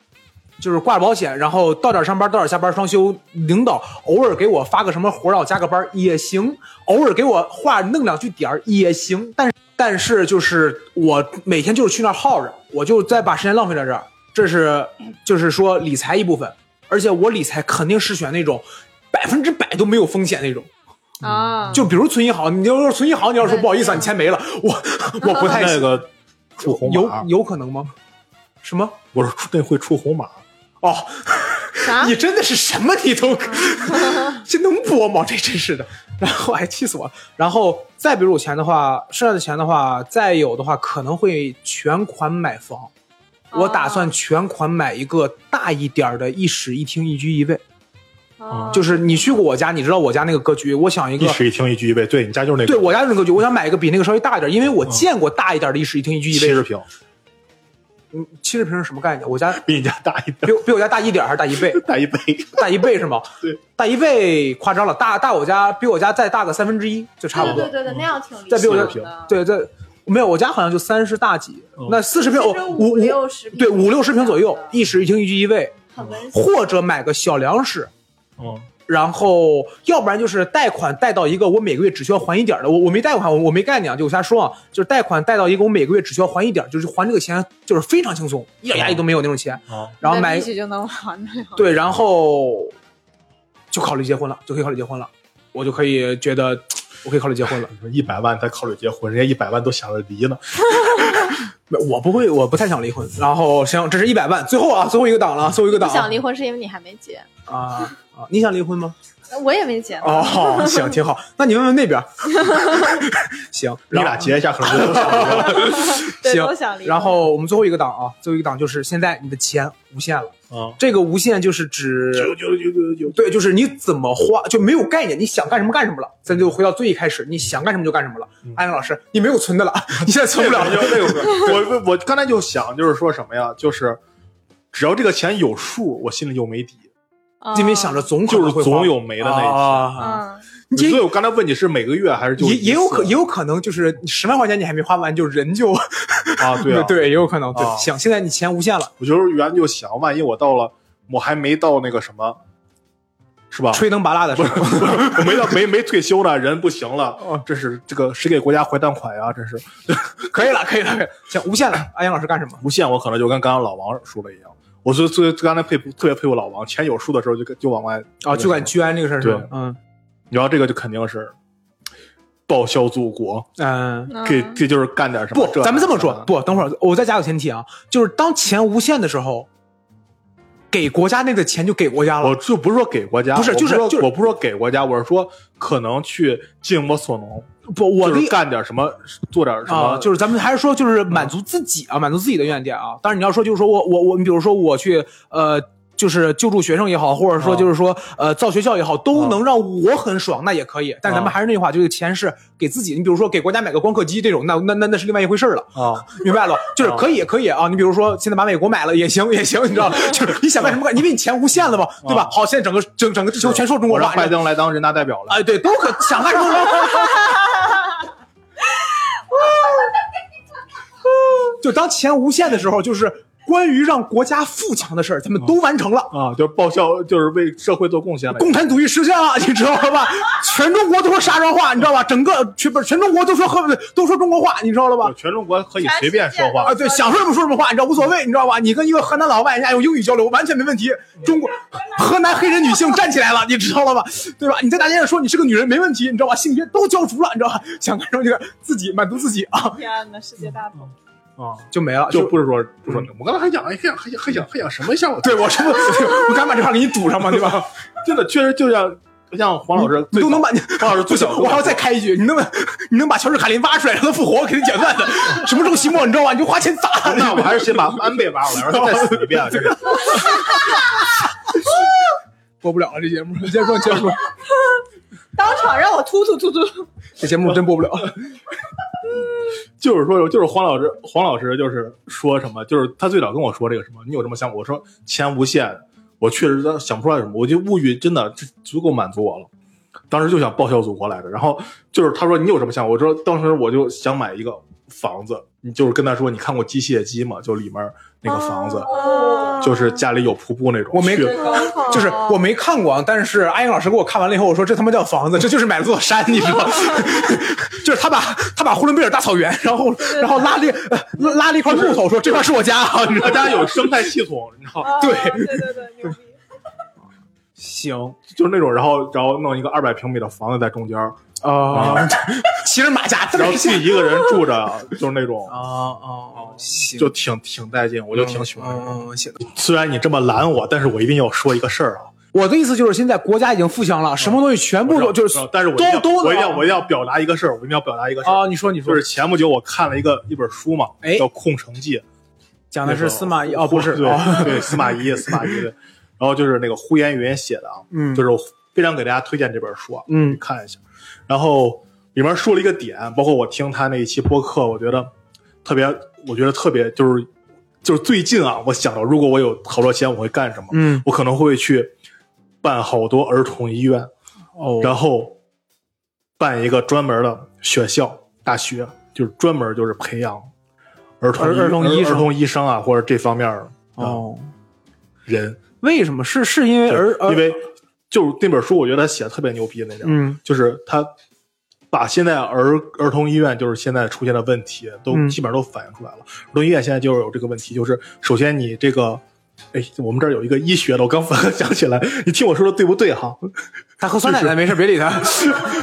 Speaker 2: 就是挂着保险，然后到点儿上班，到点儿下班，双休。领导偶尔给我发个什么活儿让我加个班儿也行，偶尔给我话弄两句点儿也行。但但是就是我每天就是去那儿耗着，我就再把时间浪费在这儿。这是就是说理财一部分，而且我理财肯定是选那种百分之百都没有风险那种。
Speaker 3: 啊，
Speaker 2: 就比如存银行，你要是存银行，你要说不好意思啊，你钱没了，我我不太
Speaker 1: 那个出红
Speaker 2: 有
Speaker 1: 码，
Speaker 2: 有可能吗？什么？
Speaker 1: 我说那会出红码，
Speaker 2: 哦，
Speaker 3: 啥
Speaker 2: *laughs* 你真的是什么你都，这能播吗？这真是的。 *laughs* 然后哎，气死我了。然后再比如有钱的话，剩下的钱的话，再有的话可能会全款买房。我打算全款买一个大一点儿的，一室一厅一居一卫。
Speaker 3: 哦
Speaker 2: 嗯就是你去过我家，你知道我家那个格局，我想一个
Speaker 1: 一室一厅一居一卫，嗯对你家就是那个，
Speaker 2: 对我家那个格局，我想买一个比那个稍微大一点，因为我见过大一点的一室一厅一居一
Speaker 1: 七
Speaker 2: 卫。
Speaker 1: 十平，
Speaker 2: 嗯，七十平是什么概念？我家
Speaker 1: 比你家大一
Speaker 2: 比
Speaker 1: 点，
Speaker 2: 比我家大一点儿还是大一倍？
Speaker 1: 大一倍。
Speaker 2: 大一倍是吗？
Speaker 1: 对，
Speaker 2: 大一倍夸张了，大大我家比我家再大个三分之一就差不
Speaker 3: 对
Speaker 2: 多嗯
Speaker 3: 对。对对，那样挺理
Speaker 2: 再比我
Speaker 1: 这
Speaker 3: 想的，
Speaker 2: 对对，没有我家好像就三十大几
Speaker 1: 嗯，
Speaker 2: 那四十平哦五
Speaker 3: 五
Speaker 2: 五
Speaker 3: 六十平
Speaker 2: 对五六十平左右，
Speaker 3: 一
Speaker 2: 一室一厅一居一卫，
Speaker 3: 很温馨，
Speaker 2: 或者买个小两室。
Speaker 1: 嗯，
Speaker 2: 然后，要不然就是贷款贷到一个我每个月只需要还一点儿的，我我没贷款，我我没概念啊，就我瞎说啊，就是贷款贷到一个我每个月只需要还一点儿，就是还这个钱就是非常轻松，一点压力都没有那种钱。
Speaker 1: 啊，
Speaker 2: 然后
Speaker 3: 那
Speaker 2: 买
Speaker 3: 一起就能玩的，
Speaker 2: 对，然后就考虑结婚了，就可以考虑结婚了，我就可以觉得我可以考虑结婚了。
Speaker 1: 你说一百万才考虑结婚，人家一百万都想着离呢。
Speaker 2: 没我不会，我不太想离婚。然后行，这是一百万，最后啊，最后一个档了，最后一个
Speaker 3: 不
Speaker 2: 档啊
Speaker 3: 想离婚是因为你还没结，呃
Speaker 2: 啊啊！你想离婚吗？
Speaker 3: 我也没结呢。 *laughs*
Speaker 2: 哦，行，挺好。那你问问那边儿，行，
Speaker 1: 你
Speaker 2: 然后嗯
Speaker 1: 俩结一下可能就都
Speaker 2: *laughs*
Speaker 1: 想离了。
Speaker 3: 对
Speaker 2: 行
Speaker 3: 都想离婚
Speaker 2: 然后我们最后一个档啊，最后一个档就是现在你的钱无限了。
Speaker 1: 啊，
Speaker 2: 这个无限就是指
Speaker 1: 九九九九九，
Speaker 2: 对，就是你怎么花就没有概念，你想干什么干什么了。咱就回到最一开始，你想干什么就干什么了。
Speaker 1: 嗯
Speaker 2: 安阳老师，你没有存的了， *laughs* 你现在存不了
Speaker 1: 那 *laughs* 个那个，我我我刚才就想，就是说什么呀？就是只要这个钱有数，我心里就没底，
Speaker 2: 因为想着总可
Speaker 1: 就
Speaker 2: 能会
Speaker 1: 是
Speaker 2: 花
Speaker 1: 总有没的那一天。
Speaker 2: 啊。
Speaker 3: 嗯，
Speaker 2: 也
Speaker 1: 所以我刚才问你是每个月还是就啊
Speaker 2: 也也有可也
Speaker 1: 有
Speaker 2: 有可能就是十万块钱你还没花完，就人就
Speaker 1: 啊，对啊，
Speaker 2: *laughs* 对，也有可能对。
Speaker 1: 啊
Speaker 2: 行，现在你钱无限了，
Speaker 1: 我就是原来就想，万一我到了，我还没到那个什么，是吧？
Speaker 2: 吹灯拔蜡的时候，
Speaker 1: 我没到没没退休呢，人不行了
Speaker 2: 哦，
Speaker 1: 这是这个谁给国家还贷款呀？这是
Speaker 2: *laughs* 可以了，可以了，可以了行，无限了。安阳老师干什么？
Speaker 1: 无限，我可能就跟刚刚老王说的一样。我就最刚才佩服，特别佩服老王，钱有数的时候就跟就往外
Speaker 2: 啊，就敢捐这个事儿是吧
Speaker 1: 对？
Speaker 2: 嗯
Speaker 1: 你要这个就肯定是报效祖国，
Speaker 2: 嗯，
Speaker 1: 给这就是干点什么。
Speaker 2: 不，咱们这么说
Speaker 1: 那，个
Speaker 2: 不，等会儿我再加个前提啊，就是当钱无限的时候，给国家那个钱就给国家
Speaker 1: 我
Speaker 2: 了。
Speaker 1: 就不是说给国家，
Speaker 2: 不是
Speaker 1: 我
Speaker 2: 就是
Speaker 1: 说
Speaker 2: 就是
Speaker 1: 我不是说给国家，我是说可能去尽我所能，
Speaker 2: 不，我
Speaker 1: 就
Speaker 2: 的
Speaker 1: 是干点什么，做点什么，
Speaker 2: 啊，就是咱们还是说，就是满足自己啊，满足自己的愿点啊。当然你要说，就是说我我我，你比如说我去呃，就是救助学生也好，或者说
Speaker 1: 啊
Speaker 2: 就是说呃造学校也好，都
Speaker 1: 啊
Speaker 2: 能让我很爽，那也可以。但是咱
Speaker 1: 啊
Speaker 2: 们还是那句话，这个钱是给自己。你比如说给国家买个光刻机这种，那那那那是另外一回事儿了。
Speaker 1: 啊，
Speaker 2: 明白了，就是可以，可以啊。你比如说，现在把美国买了也行，也行，你知道吗？就是你想干什么干，因为你钱无限了嘛，对吧？好，现在整个整整个地球全说中国
Speaker 1: 啊我让
Speaker 2: 话，
Speaker 1: 拜登来当人大代表了。
Speaker 2: 哎，对，都可想干什么干 *laughs* 什么。就当钱无限的时候，就是关于让国家富强的事儿，咱们都完成了。
Speaker 1: 啊，就是报效，就是为社会做贡献了。
Speaker 2: 共产主义实现了，你知道了吧？全中国都说沙庄话，你知道吧？整个全不是全中国都说和都说中国话，你知道了吧
Speaker 1: 就？全中国可以随便说话
Speaker 2: 啊，，对，想说什么说什么话，你知道无所谓，你知道吧？你跟一个河南老外，人家用英语交流完全没问题。中国河南黑人女性站起来了，你知道了吧？对吧？你在大街上说你是个女人没问题，你知道吧？性别都交足了，你知道吧？想干什么这个自己满足自己啊，
Speaker 3: 天哪，世界大同，
Speaker 1: 啊，
Speaker 2: 就没了，
Speaker 1: 就
Speaker 2: 就嗯
Speaker 1: 不是说不是说，我刚才还想，还想还想还想还想什么项目？
Speaker 2: 对我是不，我敢把这话给你堵上吗？对吧？
Speaker 1: 真的确实就像就像黄老师
Speaker 2: 你
Speaker 1: 最
Speaker 2: 都
Speaker 1: 早
Speaker 2: 能把你，
Speaker 1: 黄老师
Speaker 2: 不
Speaker 1: 最
Speaker 2: 行
Speaker 1: 早，
Speaker 2: 我还要再开一句，你能不能你能把乔治卡林挖出来让他复活，我肯定讲段子。什么时候期末你知道吧？你就花钱砸他。
Speaker 1: 啊那我还是先把安倍挖过来，让他再死一遍。啊这个
Speaker 2: 播不了了，这节目，你接着说，接着说，
Speaker 3: 当场让我突突突突，
Speaker 2: 这节目真播不了。
Speaker 1: *laughs* 就是说，就是黄老师，黄老师就是说什么，就是他最早跟我说这个什么，你有什么想法？我说钱无限，我确实想不出来什么，我就物欲真的这足够满足我了。当时就想报效祖国来着。然后就是他说你有什么想法？我说当时我就想买一个房子，你就是跟他说你看过《机械姬》吗？就里面那个房子，
Speaker 3: 哦
Speaker 1: 就是家里有瀑布那种。
Speaker 2: 我没
Speaker 1: 去
Speaker 3: 嗯
Speaker 2: 就是我没看过啊，但是阿英老师给我看完了以后，我说这他妈叫房子，这就是买了座山，你知道？吗？就是他把他把呼伦贝尔大草原，然后然后拉了一呃拉拉了一块木头，说这块是我家啊，你知道
Speaker 1: 他？家有生态系统，你知
Speaker 3: 哦
Speaker 1: 道吗，
Speaker 2: 对
Speaker 3: 嗯对对对，牛逼。
Speaker 2: 行
Speaker 1: 就是那种，然后然后弄一个二百平米的房子在中间，
Speaker 2: *laughs* 啊，骑着马甲，
Speaker 1: 然后自己一个人住着， *laughs* 就是那种
Speaker 2: 啊。啊，行，
Speaker 1: 就挺挺带劲，我就挺喜欢那种。
Speaker 2: 嗯嗯行。
Speaker 1: 虽然你这么拦我，但是我一定要说一个事儿啊，
Speaker 2: 我的意思就是，现在国家已经富强了，什么东西全部都
Speaker 1: 我知道
Speaker 2: 就是
Speaker 1: 知道但是我一定
Speaker 2: 都
Speaker 1: 要
Speaker 2: 都
Speaker 1: 我一定要我一定要表达一个事儿，我一定要表达一个事儿
Speaker 2: 啊！你说你
Speaker 1: 就
Speaker 2: 说
Speaker 1: 是前不久我看了一个一本书嘛，
Speaker 2: 哎
Speaker 1: 叫《空城计》，
Speaker 2: 讲的
Speaker 1: 那
Speaker 2: 是
Speaker 1: 个
Speaker 2: 司马懿哦，不是
Speaker 1: 对、
Speaker 2: 哦，
Speaker 1: *laughs* 对，司马懿，司马懿对。然后就是那个呼延云写的啊，
Speaker 2: 嗯
Speaker 1: 就是我非常给大家推荐这本书啊，
Speaker 2: 嗯
Speaker 1: 去看一下。然后里面说了一个点，包括我听他那一期播客，我觉得特别，我觉得特别就是就是最近啊，我想到如果我有好多钱，我会干什么？
Speaker 2: 嗯
Speaker 1: 我可能会去办好多儿童医院，
Speaker 2: 哦
Speaker 1: 然后办一个专门的学校、大学，就是专门就是培养儿童
Speaker 2: 儿儿童医
Speaker 1: 儿
Speaker 2: 生
Speaker 1: 童医生啊，或者这方面的
Speaker 2: 哦，
Speaker 1: 人，
Speaker 2: 为什么是是因为儿
Speaker 1: 因为就是那本书，我觉得他写的特别牛逼那点儿，
Speaker 2: 嗯
Speaker 1: 就是他把现在儿儿童医院就是现在出现的问题都
Speaker 2: 嗯
Speaker 1: 基本上都反映出来了。儿童医院现在就是有这个问题，就是首先你这个。哎，我们这儿有一个医学的，我刚反而想起来，你听我说的对不对哈？
Speaker 2: 他喝酸奶呢，没事
Speaker 1: *laughs*
Speaker 2: 别理他，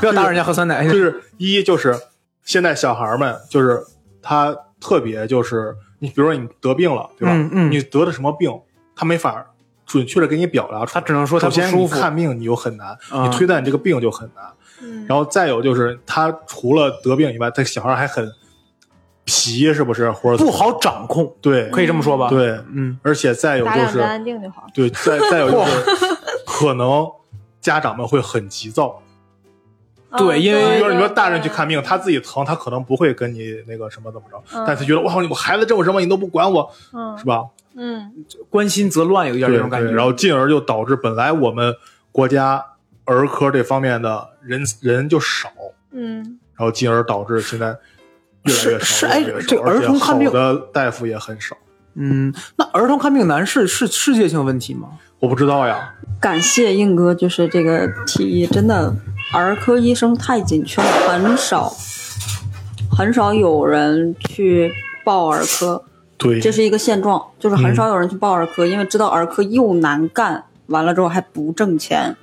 Speaker 2: 不要打扰人家喝酸奶。哎
Speaker 1: 就是一就是现在小孩儿们就是他特别就是你比如说你得病了对吧？
Speaker 2: 嗯嗯
Speaker 1: 你得的什么病，他没法准确的给你表达出来，
Speaker 2: 他只能说他
Speaker 1: 首
Speaker 2: 不
Speaker 1: 先
Speaker 2: 舒
Speaker 1: 你
Speaker 2: 服
Speaker 1: 看病你就很难，
Speaker 2: 啊
Speaker 1: 你推断你这个病就很难。
Speaker 3: 嗯
Speaker 1: 然后再有就是他除了得病以外，他小孩儿还很皮，是不是？或者
Speaker 2: 不好掌控，
Speaker 1: 对
Speaker 2: 可以这么说吧？，
Speaker 1: 对，
Speaker 2: 嗯，
Speaker 1: 而且再有
Speaker 3: 打
Speaker 1: 就
Speaker 3: 两针
Speaker 1: 是
Speaker 3: 安定就好。嗯
Speaker 1: 对，再再有就是可能家长们会很急
Speaker 3: *laughs*
Speaker 1: 躁。
Speaker 2: 对，因
Speaker 1: 比
Speaker 2: 为
Speaker 1: 如说，你说大人去看病，他自己疼，他可能不会跟你那个什么怎么着，但他觉得哇，我孩子这么什么你都不管我，是吧？
Speaker 3: 嗯，
Speaker 2: 关心则乱，有一点这种感觉。
Speaker 1: 对然后进而就导致本来我们国家儿科这方面的人人就少，
Speaker 3: 嗯
Speaker 1: 然后进而导致现在越来越少，
Speaker 2: 是是
Speaker 1: 越来
Speaker 2: 哎
Speaker 1: 越少
Speaker 2: 这个儿童看病
Speaker 1: 而且好的大夫也很少，
Speaker 2: 嗯，那儿童看病难是是世界性问题吗？
Speaker 1: 我不知道呀，
Speaker 6: 感谢硬哥，就是这个提议，真的儿科医生太紧缺了，很少很少有人去报儿科，
Speaker 1: 对，
Speaker 6: 这是一个现状，就是很少有人去报儿科，因为知道儿科又难干，完了之后还不挣钱。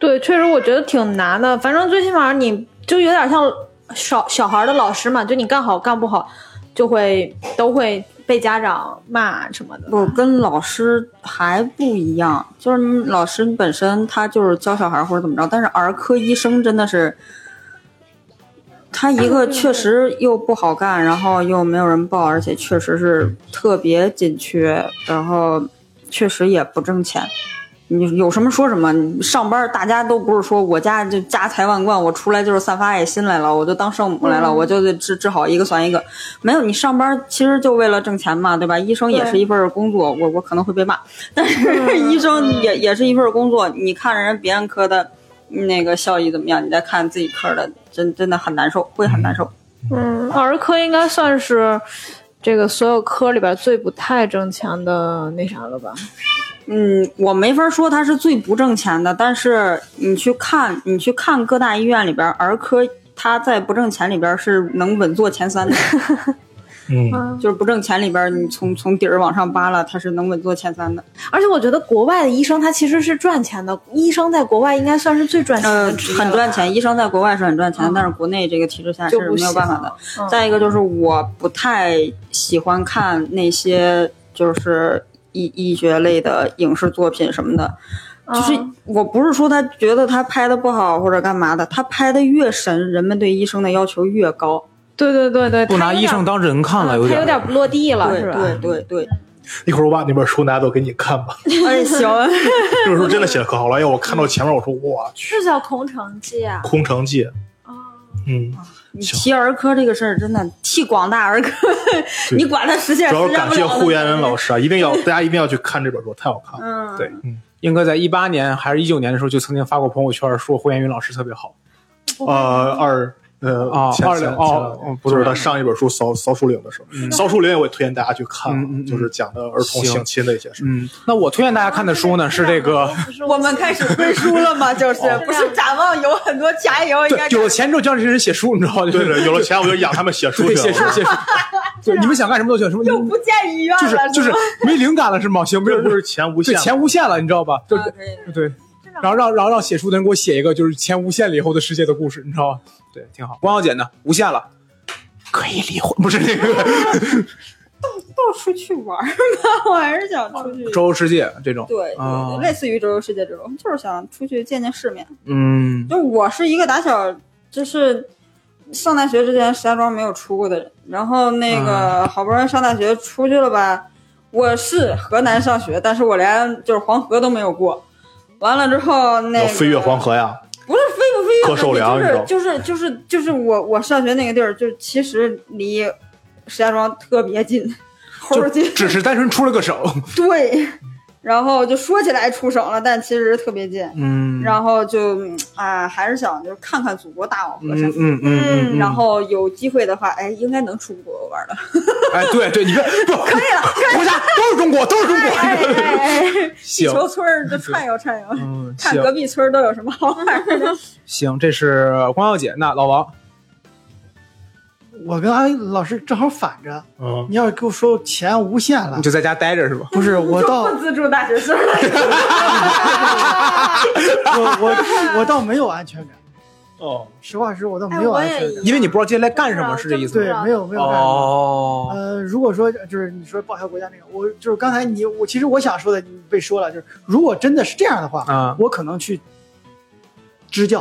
Speaker 3: 对，确实我觉得挺难的。反正最起码你就有点像小小孩的老师嘛，就你干好干不好，就会都会被家长骂什么的。
Speaker 6: 不，跟老师还不一样，就是你老师本身他就是教小孩或者怎么着，但是儿科医生真的是，他一个确实又不好干，然后又没有人报，而且确实是特别紧缺，然后确实也不挣钱。你有什么说什么，你上班大家都不是说我家就家财万贯，我出来就是散发爱心来了，我就当圣母来了，我就得治治好一个算一个。没有，你上班其实就为了挣钱嘛，对吧？医生也是一份儿工作，我我可能会被 *laughs* 骂，但是医生也也是一份儿工作。你看人家别人科的嗯那个效益怎么样，你再看自己科的，真真的很难受，会很难受。
Speaker 3: 嗯，儿科应该算是这个所有科里边最不太挣钱的那啥了吧？
Speaker 6: 嗯，我没法说它是最不挣钱的，但是你去看，你去看各大医院里边儿儿科。它在不挣钱里边儿是能稳坐前 *laughs* 三的，
Speaker 1: 嗯，
Speaker 6: 就是不挣钱里边儿，你从从底儿往上扒拉，它是能稳坐前三的。
Speaker 3: 而且我觉得国外的医生他其实是赚钱的，医生在国外应该算是最赚钱
Speaker 6: 呃
Speaker 3: 的，职业了、
Speaker 6: 很赚钱，医生在国外是很赚钱，但是国内这个体制下是
Speaker 3: 嗯就不
Speaker 6: 没有
Speaker 3: 行
Speaker 6: 办法的。
Speaker 3: 嗯
Speaker 6: 再一个就是我不太喜欢看那些就是医医学类的影视作品什么的，
Speaker 3: 嗯，
Speaker 6: 就是我不是说他觉得他拍的不好或者干嘛的，他拍的越神，人们对医生的要求越高。
Speaker 3: 对对对对，
Speaker 2: 不
Speaker 3: 他
Speaker 2: 拿
Speaker 3: 有
Speaker 2: 医
Speaker 3: 点
Speaker 2: 生当人看了，
Speaker 3: 嗯他
Speaker 2: 点
Speaker 3: 有点不落地了，
Speaker 6: 对
Speaker 3: 是吧？
Speaker 6: 对对
Speaker 3: *laughs*
Speaker 6: 对，
Speaker 1: 一会儿我把那本书拿走给你看吧，
Speaker 6: 哎行，
Speaker 3: *laughs*
Speaker 1: 这本书真的写的可好了，哎呀，我看到前面我说我去，
Speaker 2: 哦
Speaker 3: 是叫《空城计》啊？
Speaker 1: 《空城计》
Speaker 2: 嗯，
Speaker 6: 你
Speaker 1: 行
Speaker 6: 提儿科这个事儿，真的替广大儿科，
Speaker 1: 对
Speaker 6: *laughs* 你管它实现
Speaker 1: 主要
Speaker 6: 实
Speaker 1: 是
Speaker 6: 现
Speaker 1: 感
Speaker 6: 不
Speaker 1: 谢
Speaker 6: 了的。
Speaker 1: 胡延文老师啊，一定要大家一定要去看这本书，太好看了。
Speaker 6: 嗯，
Speaker 1: 对，
Speaker 2: 英哥在一八年还是一九年的时候就曾经发过朋友圈说胡彦云老师特别好，
Speaker 1: 呃，二呃
Speaker 2: 哦
Speaker 1: 前
Speaker 2: 二
Speaker 1: 前
Speaker 2: 两哦
Speaker 1: 前
Speaker 2: 哦不嗯
Speaker 1: 就是是他上一本书《扫扫树岭》的时候，《扫树岭》我也推荐大家去看啊
Speaker 2: 嗯嗯嗯，
Speaker 1: 就是讲的儿童
Speaker 2: 行
Speaker 1: 性侵的一些事。
Speaker 2: 嗯，那我推荐大家看的书呢是这个，
Speaker 6: 我们开始背书
Speaker 3: *laughs*
Speaker 6: 了吗？就是
Speaker 1: 哦
Speaker 6: 不是展望有很多钱以后应该
Speaker 2: 对，有了钱之后就让这些人写书，你知道吗？就
Speaker 1: 对
Speaker 2: 是
Speaker 1: 对，有了钱我就养他们写书
Speaker 2: 对
Speaker 1: 去
Speaker 2: 写书
Speaker 1: 了。啊
Speaker 2: 写书，
Speaker 6: *laughs*
Speaker 2: 对，你们想干什么都行，什么
Speaker 6: 啊就不见医院
Speaker 2: 就是
Speaker 6: 了，
Speaker 2: 就是是
Speaker 6: 吧
Speaker 2: 没灵感了是吗？行，没
Speaker 1: 没
Speaker 2: 有
Speaker 1: 有，就是钱无
Speaker 2: 对
Speaker 1: 限，
Speaker 2: 钱无限了，你知道吧？就
Speaker 6: 啊可以
Speaker 2: 对，然后让然后让写书的人给我写一个就是钱无限了以后的世界的故事，你知道吧？对，挺好。光耀姐呢，无限了，可以离婚，不是那 *laughs* 个
Speaker 6: 到处去玩儿吧， *laughs* 我还是想出去。
Speaker 2: 周游世界这种，
Speaker 6: 对对
Speaker 2: 啊
Speaker 6: 对，类似于周游世界这种，就是想出去见见世面。
Speaker 2: 嗯
Speaker 6: 就我是一个打小就是上大学之前石家庄没有出过的人，然后那
Speaker 1: 啊
Speaker 6: 个好不容易上大学出去了吧，我是河南上学，但是我连就是黄河都没有过。完了之后，那
Speaker 1: 要
Speaker 6: 个、
Speaker 1: 飞越黄河呀。
Speaker 6: 不是飞不飞越
Speaker 1: 柯受良你知道吗
Speaker 6: 就是就是就是就是我我上学那个地儿，就其实离石家庄特别近，齁儿近。
Speaker 2: 只是单纯出了个省，
Speaker 6: 对， *laughs* 然后就说起来出省了，但其实特别近。
Speaker 2: 嗯
Speaker 6: 然后就嗯啊，还是想就是看看祖国大好河
Speaker 2: 嗯
Speaker 6: 山。
Speaker 2: 嗯嗯嗯，嗯
Speaker 6: 然后有机会的话，哎，应该能出国玩
Speaker 2: *laughs*
Speaker 6: 的。
Speaker 2: 哎，对对，你看不 *laughs* 可以了，国家都是中国，都是中国，
Speaker 6: 哎哎哎，地
Speaker 2: 行，
Speaker 6: 球村儿就串悠串悠，
Speaker 2: 嗯
Speaker 6: 看
Speaker 2: 行
Speaker 6: 隔壁村儿都有什么好玩儿的。
Speaker 2: 行，这是光耀姐，那老王，
Speaker 5: 我跟阿姨老师正好反着，
Speaker 1: 嗯，
Speaker 5: 你要给我说钱无限了
Speaker 2: 你，就在家待着是吧？
Speaker 5: 不是我
Speaker 6: 就
Speaker 5: 到
Speaker 6: 不自助大学生了，
Speaker 5: 我我我倒没有安全感，
Speaker 1: 哦，
Speaker 5: 实话实说，我倒
Speaker 3: 哎
Speaker 5: 没有
Speaker 3: 我
Speaker 5: 安
Speaker 3: 也
Speaker 5: 全感。
Speaker 2: 因为你不知道接下来干什么，是这意思吗？
Speaker 5: 对，没有没有安全感。
Speaker 2: 哦，
Speaker 5: 呃，如果说就是你说报效国家那个，我就是刚才你我其实我想说的，你被说了，就是如果真的是这样的话，
Speaker 2: 啊
Speaker 5: 我可能去支教，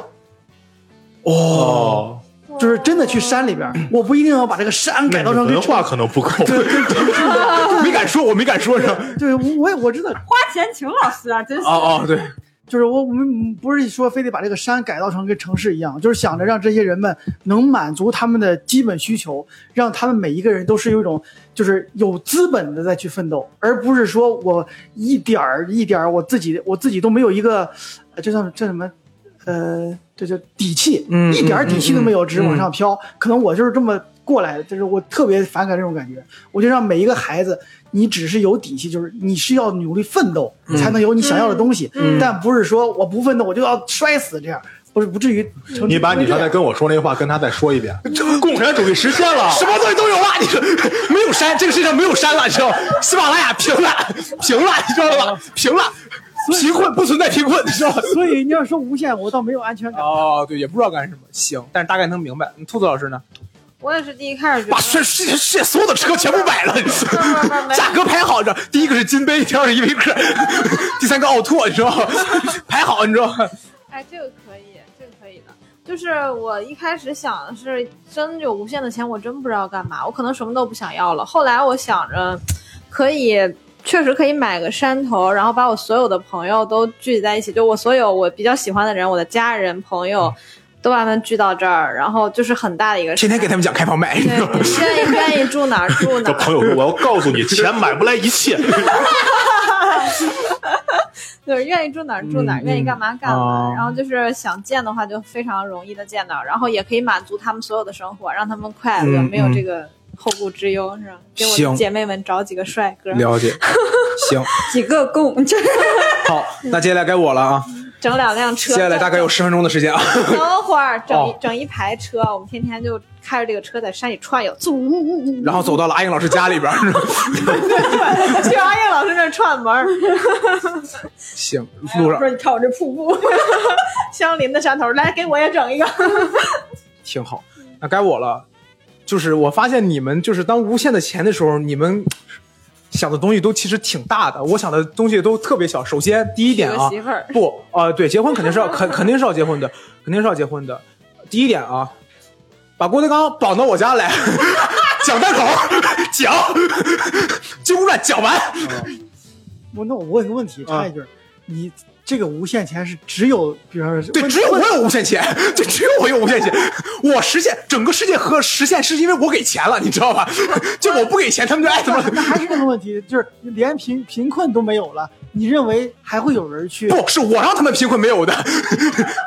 Speaker 2: 哦，
Speaker 1: 哦，
Speaker 5: 就是真的去山里边儿，我不一定要把这个山改造成跟
Speaker 1: 文化可能不够。
Speaker 2: *laughs* 没敢说，我没敢说是吧？
Speaker 5: 对，我我也我知道，
Speaker 6: 花钱请老师
Speaker 2: *laughs*
Speaker 6: 啊，真是。
Speaker 2: 哦哦，对，
Speaker 5: 就是我我们不是说非得把这个山改造成跟城市一样，就是想着让这些人们能满足他们的基本需求，让他们每一个人都是有一种就是有资本的再去奋斗，而不是说我一点儿一点儿我自己我自己都没有一个，呃这叫这什么，呃，这叫底气，
Speaker 2: 嗯
Speaker 5: 一点儿底气都没有，只是往
Speaker 2: 嗯
Speaker 5: 上飘。可能我就是这么过来的，就是我特别反感这种感觉。我就让每一个孩子，你只是有底气，就是你是要努力奋斗才能有你想要的东西，
Speaker 2: 嗯
Speaker 5: 但不是说我不奋斗我就要摔死这样，不是不至于成。
Speaker 1: 你把你刚才跟我说那话跟他再说一遍，这个共产主义实现了。
Speaker 2: 什么东西都有了，你说没有山，这个世界上没有山了，你知道吗？喜马拉雅平了，平了，你知道吧？平了，贫困不存在贫困，你知道吗？
Speaker 5: 所以你要说无限，我倒没有安全感。
Speaker 2: 哦，对，也不知道干什么，行，但是大概能明白。兔子老师呢？
Speaker 3: 我也是第一开始觉
Speaker 2: 把
Speaker 3: 得，
Speaker 2: 全世界世界所有的车全部买了，你知道吗价格排好，你知道，第一个是金杯，第二是依维柯， *laughs* 第三个奥拓，你知道吗？排好，你知道吗？
Speaker 3: 哎，这个可以，这个可以的。就是我一开始想的是，真有无限的钱，我真不知道干嘛，我可能什么都不想要了。后来我想着，可以确实可以买个山头，然后把我所有的朋友都聚集在一起，就我所有我比较喜欢的人，我的家人、朋友，都把他们聚到这儿，然后就是很大的一个
Speaker 2: 天天给他们讲开放麦，你知
Speaker 3: 对
Speaker 2: 道吗？
Speaker 3: 愿意愿意住哪儿住哪
Speaker 1: 这 *laughs*
Speaker 3: 儿，
Speaker 2: *laughs*
Speaker 1: 朋友说，哎我要告诉你，钱买不来一切。
Speaker 3: 对，愿意住哪儿住哪儿，
Speaker 2: 嗯
Speaker 3: 愿意干嘛干嘛。
Speaker 2: 哦
Speaker 3: 然后就是想见的话，就非常容易的见到，然后也可以满足他们所有的生活，让他们快乐，
Speaker 2: 嗯
Speaker 3: 没有
Speaker 2: 嗯
Speaker 3: 这个后顾之忧，是吧？给我
Speaker 2: 行
Speaker 3: 的姐妹们找几个帅哥，*laughs*
Speaker 2: 了解，行，
Speaker 6: 几个供，就是
Speaker 2: 好，那接下来该我了啊！
Speaker 3: 整两辆车。
Speaker 2: 接下来大概有十分钟的时间啊。
Speaker 3: 等会儿整一
Speaker 2: 哦
Speaker 3: 整一排车，我们天天就开着这个车在山里串悠，走，嗯
Speaker 2: 然后走到了阿英老师家
Speaker 3: *laughs*
Speaker 2: 里边儿。
Speaker 3: 去阿燕老师那儿串门儿，
Speaker 2: 行，路上
Speaker 6: 说你看我这瀑布， *laughs*
Speaker 3: 相邻的山头，来给我也整一个。
Speaker 2: 挺好。
Speaker 3: 嗯
Speaker 2: 那该我了，就是我发现你们就是当无限的钱的时候，你们想的东西都其实挺大的，我想的东西都特别小。首先第一点啊，
Speaker 3: 媳妇儿，
Speaker 2: 不，呃，对，结婚肯定是要肯肯定是要结婚的，肯定是要结婚的。第一点啊，把郭德纲绑到我家来， *laughs* 讲单口，讲
Speaker 3: 嗯
Speaker 2: 《金箍传》，讲完。
Speaker 5: 我那我问个问题，插一句，你这个无限钱是只有，比方说，
Speaker 2: 对，只有我有无限钱，对，只有我有无限钱。我实现整个世界和实现，是因为我给钱了，你知道吧？ *laughs* 就我不给钱，他们就爱怎么
Speaker 5: 那还是这个问题，就是连贫贫困都没有了，你认为还会有人去？
Speaker 2: 不是我让他们贫困没有的， *laughs*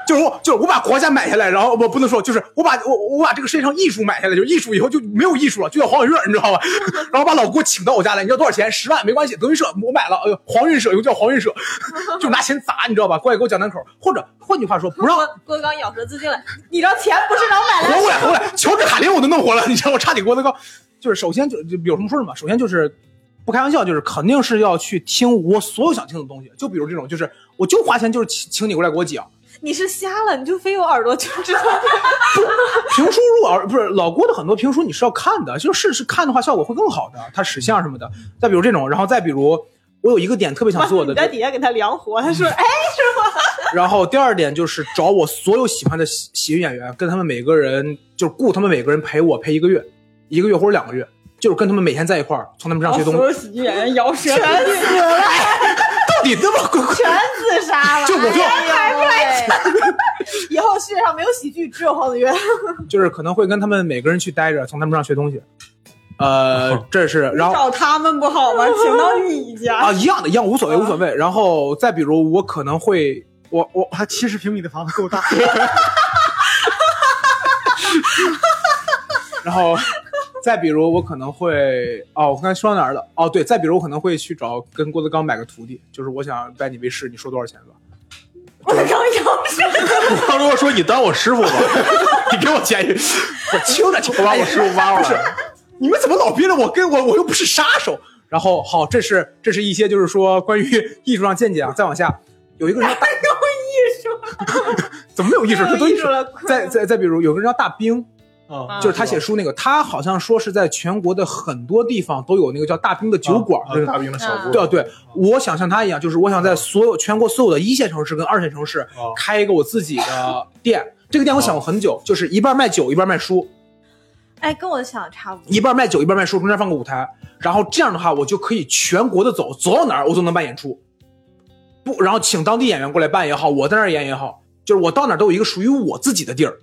Speaker 2: 就是我就是我把国家买下来，然后我不能说就是我把我我把这个世界上艺术买下来，就是艺术以后就没有艺术了，就叫黄永乐，你知道吧？ *laughs* 然后把老郭请到我家来，你要多少钱？十万没关系，德云社我买了，哎呦，黄运社又叫黄运社， *laughs* 就拿钱砸，你知道吧？过来给我讲单口，或者换句话说，不让
Speaker 3: 郭郭德纲咬舌自尽了，你这钱不是能买来
Speaker 2: 活过来，活过来！乔治卡林我都弄活了，你知道我差点郭德纲。就是首先就就有什么说什么，首先就是不开玩笑，就是肯定是要去听我所有想听的东西。就比如这种，就是我就花钱就是请请你过来给我讲。
Speaker 3: 你是瞎了，你就非有耳朵就知道。
Speaker 2: 评书如果不是老郭的很多评书你是要看的，就是是看的话效果会更好的，它史相什么的。再比如这种，然后再比如我有一个点特别想做的，
Speaker 3: 你在底下给他量活，他
Speaker 2: *laughs*
Speaker 3: 说：“哎，
Speaker 2: 然后第二点就是找我所有喜欢的喜喜剧演员，跟他们每个人就是雇他们每个人陪我陪一个月，一个月或者两个月，就是跟他们每天在一块儿，从他们身上学东西。
Speaker 6: 哦有喜剧演员摇舌，
Speaker 2: 到底那么贵？
Speaker 3: 全自杀了。”
Speaker 2: 就我就
Speaker 6: 哎
Speaker 3: 还不来以后世界上没有喜剧，只有黄子渊。
Speaker 2: 就是可能会跟他们每个人去待着，从他们身上学东西。呃，这是然后
Speaker 6: 找他们不好吗？请到 *laughs* 你家，
Speaker 2: 啊，一样的，一样无所谓，无所谓。然后再比如，我可能会，我我
Speaker 5: 他七十平米的房子够大，
Speaker 2: 然后 *laughs* 再比如，我可能会哦，我刚才说到哪儿了？哦，对，再比如我可能会去找跟郭德纲买个徒弟，就是我想拜你为师，你说多少钱吧？
Speaker 6: 我刚摇舌。
Speaker 1: 他如果说你当我师傅吧，你给我钱，
Speaker 2: 我听着就
Speaker 1: 我把我师傅挖过
Speaker 2: 不是
Speaker 1: 来。
Speaker 2: 你们怎么老逼着我跟我？我又不是杀手。然后好，这是这是一些就是说关于艺术上见解啊。再往下，有一个人叫大， *laughs* 怎么没有艺术？这都
Speaker 3: 没有艺术了
Speaker 2: 再再再比如，有个人叫大兵，
Speaker 1: 啊
Speaker 2: 就是他写书那个，他好像说是在全国的很多地方都有那个叫大兵的酒馆，
Speaker 1: 啊
Speaker 2: 就是
Speaker 1: 大兵的小
Speaker 3: 啊
Speaker 1: 锅，
Speaker 2: 对啊，对，我想像他一样，就是我想在所有全国所有的一线城市跟二线城市
Speaker 1: 哦
Speaker 2: 开一个我自己的店。这个店我想过很久，就是一半卖酒，一半卖书，
Speaker 3: 哎，跟我想的差不多。
Speaker 2: 一半卖酒，一半卖书，中间放个舞台。然后这样的话，我就可以全国的走，走到哪儿我都能办演出。不，然后请当地演员过来办也好，我在那儿演也好，就是我到哪儿都有一个属于我自己的地儿。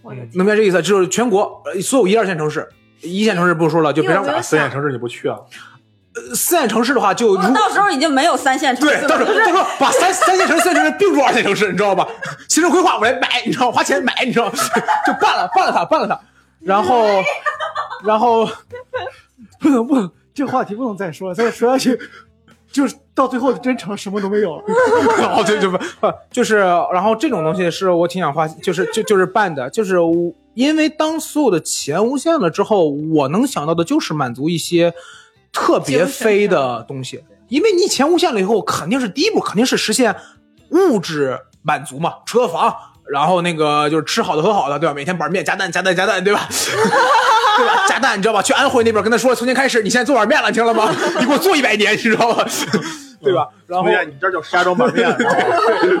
Speaker 3: 我的天，
Speaker 2: 能明白这意思？就是全国呃所有一二线城市，一线城市不说了，就别让
Speaker 3: 你有没有
Speaker 1: 四线城市你不
Speaker 3: *laughs*
Speaker 1: 去啊？
Speaker 2: 四呃线城市的话，就如
Speaker 6: 到时候已经没有三线城市
Speaker 2: 对，
Speaker 6: 了，
Speaker 2: 到时候到时候把三三线城市、四线城市并入二线城市，你知道吧？形成规划，我来买，你知道，花钱买，你知道，就办了，办了它，办了它，然后，然后
Speaker 5: 不能不能，这个话题不能再说了，再说下
Speaker 2: *laughs*
Speaker 5: 去就是到最后真成什么都没有了。
Speaker 2: 哦，对对不，呃就是，然后这种东西是我挺想花，就是就就是办的，就是我因为当所有的钱无限了之后，我能想到的就是满足一些特别飞的东西，因为你钱无限了以后，肯定是第一步肯定是实现物质满足嘛，车房。然后那个就是吃好的喝好的，对吧？每天板面加蛋加蛋加蛋，对吧？ *laughs* 对吧？加蛋，你知道吧？去安徽那边跟他说，从今天开始你现在做碗面了，听了吗？ *laughs* 你给我做一百年，你知道吧？ *laughs* 对吧？然后
Speaker 1: 对呀，你这叫石家庄板面，啊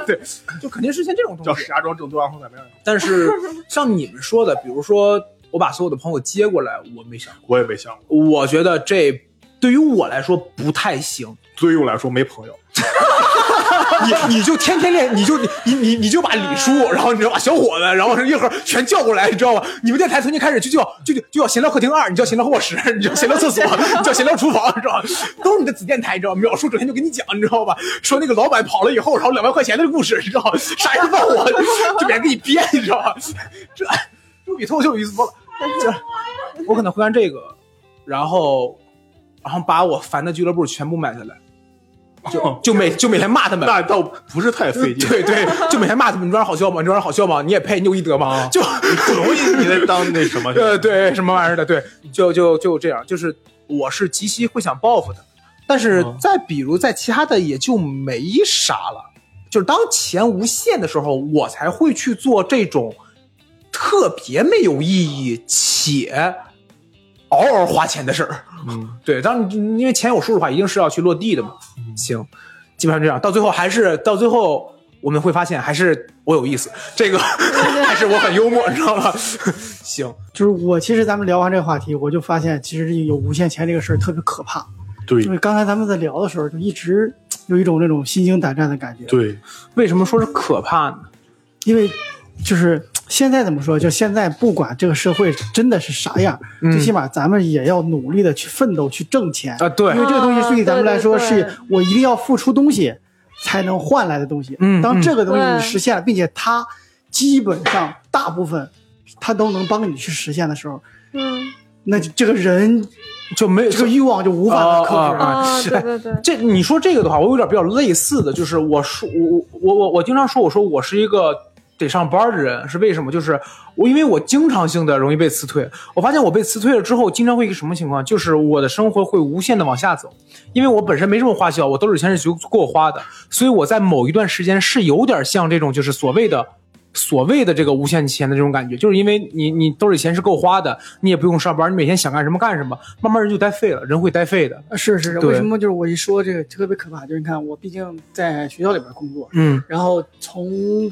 Speaker 1: 对，
Speaker 2: 就肯定是像这种
Speaker 1: 叫
Speaker 2: 东
Speaker 1: 石
Speaker 2: 西。啊
Speaker 1: 家庄正宗安徽板面。
Speaker 2: 但 *laughs* 是像你们说的，比如说我把所有的朋友接过来，我没想过，
Speaker 1: 我也没想过，
Speaker 2: 我觉得这对于我来说不太行。
Speaker 1: 对于我来说没朋友。
Speaker 2: 你你就天天练，你就你你你你就把李叔，然后你知道把小伙子，然后是叶赫全叫过来，你知道吧？你们电台从今开始就叫就就就叫闲聊客厅二，你叫闲聊卧室，你叫闲聊厕所，你叫闲聊厨房，你知道吧？都是你的子电台，你知道吗？淼叔整天就给你讲，你知道吧？说那个老板跑了以后，然后两万块钱的故事，你知道吧？啥也不问我，就别给你编，你知道吧？这这比脱口秀有意思多了。就我可能会干这个，然后然后把我烦的俱乐部全部买下来，就就每就每天骂他们。
Speaker 1: 那倒不是太费劲，
Speaker 2: 对对，就每天骂他们，你这玩意儿好笑吗？你这玩意儿好笑吗？你也配，你有医德吗？就？
Speaker 1: 不容易你在当那什么
Speaker 2: 呃，对，什么玩意儿的，对，就就就这样，就是我是极其会想报复的，但是
Speaker 1: 嗯
Speaker 2: 再比如在其他的也就没啥了，就是当钱无限的时候，我才会去做这种特别没有意义且嗷嗷花钱的事儿。
Speaker 1: 嗯，
Speaker 2: 对，当然因为钱有数的话，一定是要去落地的嘛。行，基本上这样，到最后还是到最后我们会发现还是我有意思，这个 *laughs* 还是我很幽默，你知道吗？ *laughs* 行，
Speaker 5: 就是我其实咱们聊完这个话题，我就发现其实有无限钱这个事儿特别可怕。
Speaker 1: 对
Speaker 5: 就是刚才咱们在聊的时候，就一直有一种那种心惊胆战的感觉。
Speaker 1: 对，
Speaker 2: 为什么说是可怕呢？
Speaker 5: 因为就是现在怎么说，就现在不管这个社会真的是啥样，
Speaker 2: 嗯
Speaker 5: 最起码咱们也要努力的去奋斗去挣钱
Speaker 2: 啊，对
Speaker 5: 因，为这个东西对于咱们来说
Speaker 3: 啊对对
Speaker 5: 是我一定要付出东西才能换来的东西。
Speaker 2: 嗯
Speaker 5: 当这个东西
Speaker 3: 嗯
Speaker 5: 你实现了，并且它基本上大部分它都能帮你去实现的时候，
Speaker 3: 嗯，
Speaker 5: 那这个人
Speaker 2: 就没有
Speaker 5: 这个欲望就无法克
Speaker 2: 哦哦
Speaker 5: 制
Speaker 2: 哦
Speaker 5: 了。
Speaker 3: 啊，对对对，
Speaker 2: 这你说这个的话，我有点比较类似的，就是我说我我我我我经常说，我说我是一个得上班的人，是为什么？就是我因为我经常性的容易被辞退，我发现我被辞退了之后，经常会一个什么情况？就是我的生活会无限的往下走，因为我本身没什么花销，我兜里钱是足够花的，所以我在某一段时间是有点像这种就是所谓的。所谓的这个无限期钱的这种感觉，就是因为你你兜里钱是够花的，你也不用上班，你每天想干什么干什么，慢慢人就呆废了，人会呆废的。
Speaker 5: 是是是，
Speaker 2: 对
Speaker 5: 为什么就是我一说这个特别可怕？就是你看，我毕竟在学校里边工作，
Speaker 2: 嗯
Speaker 5: 然后从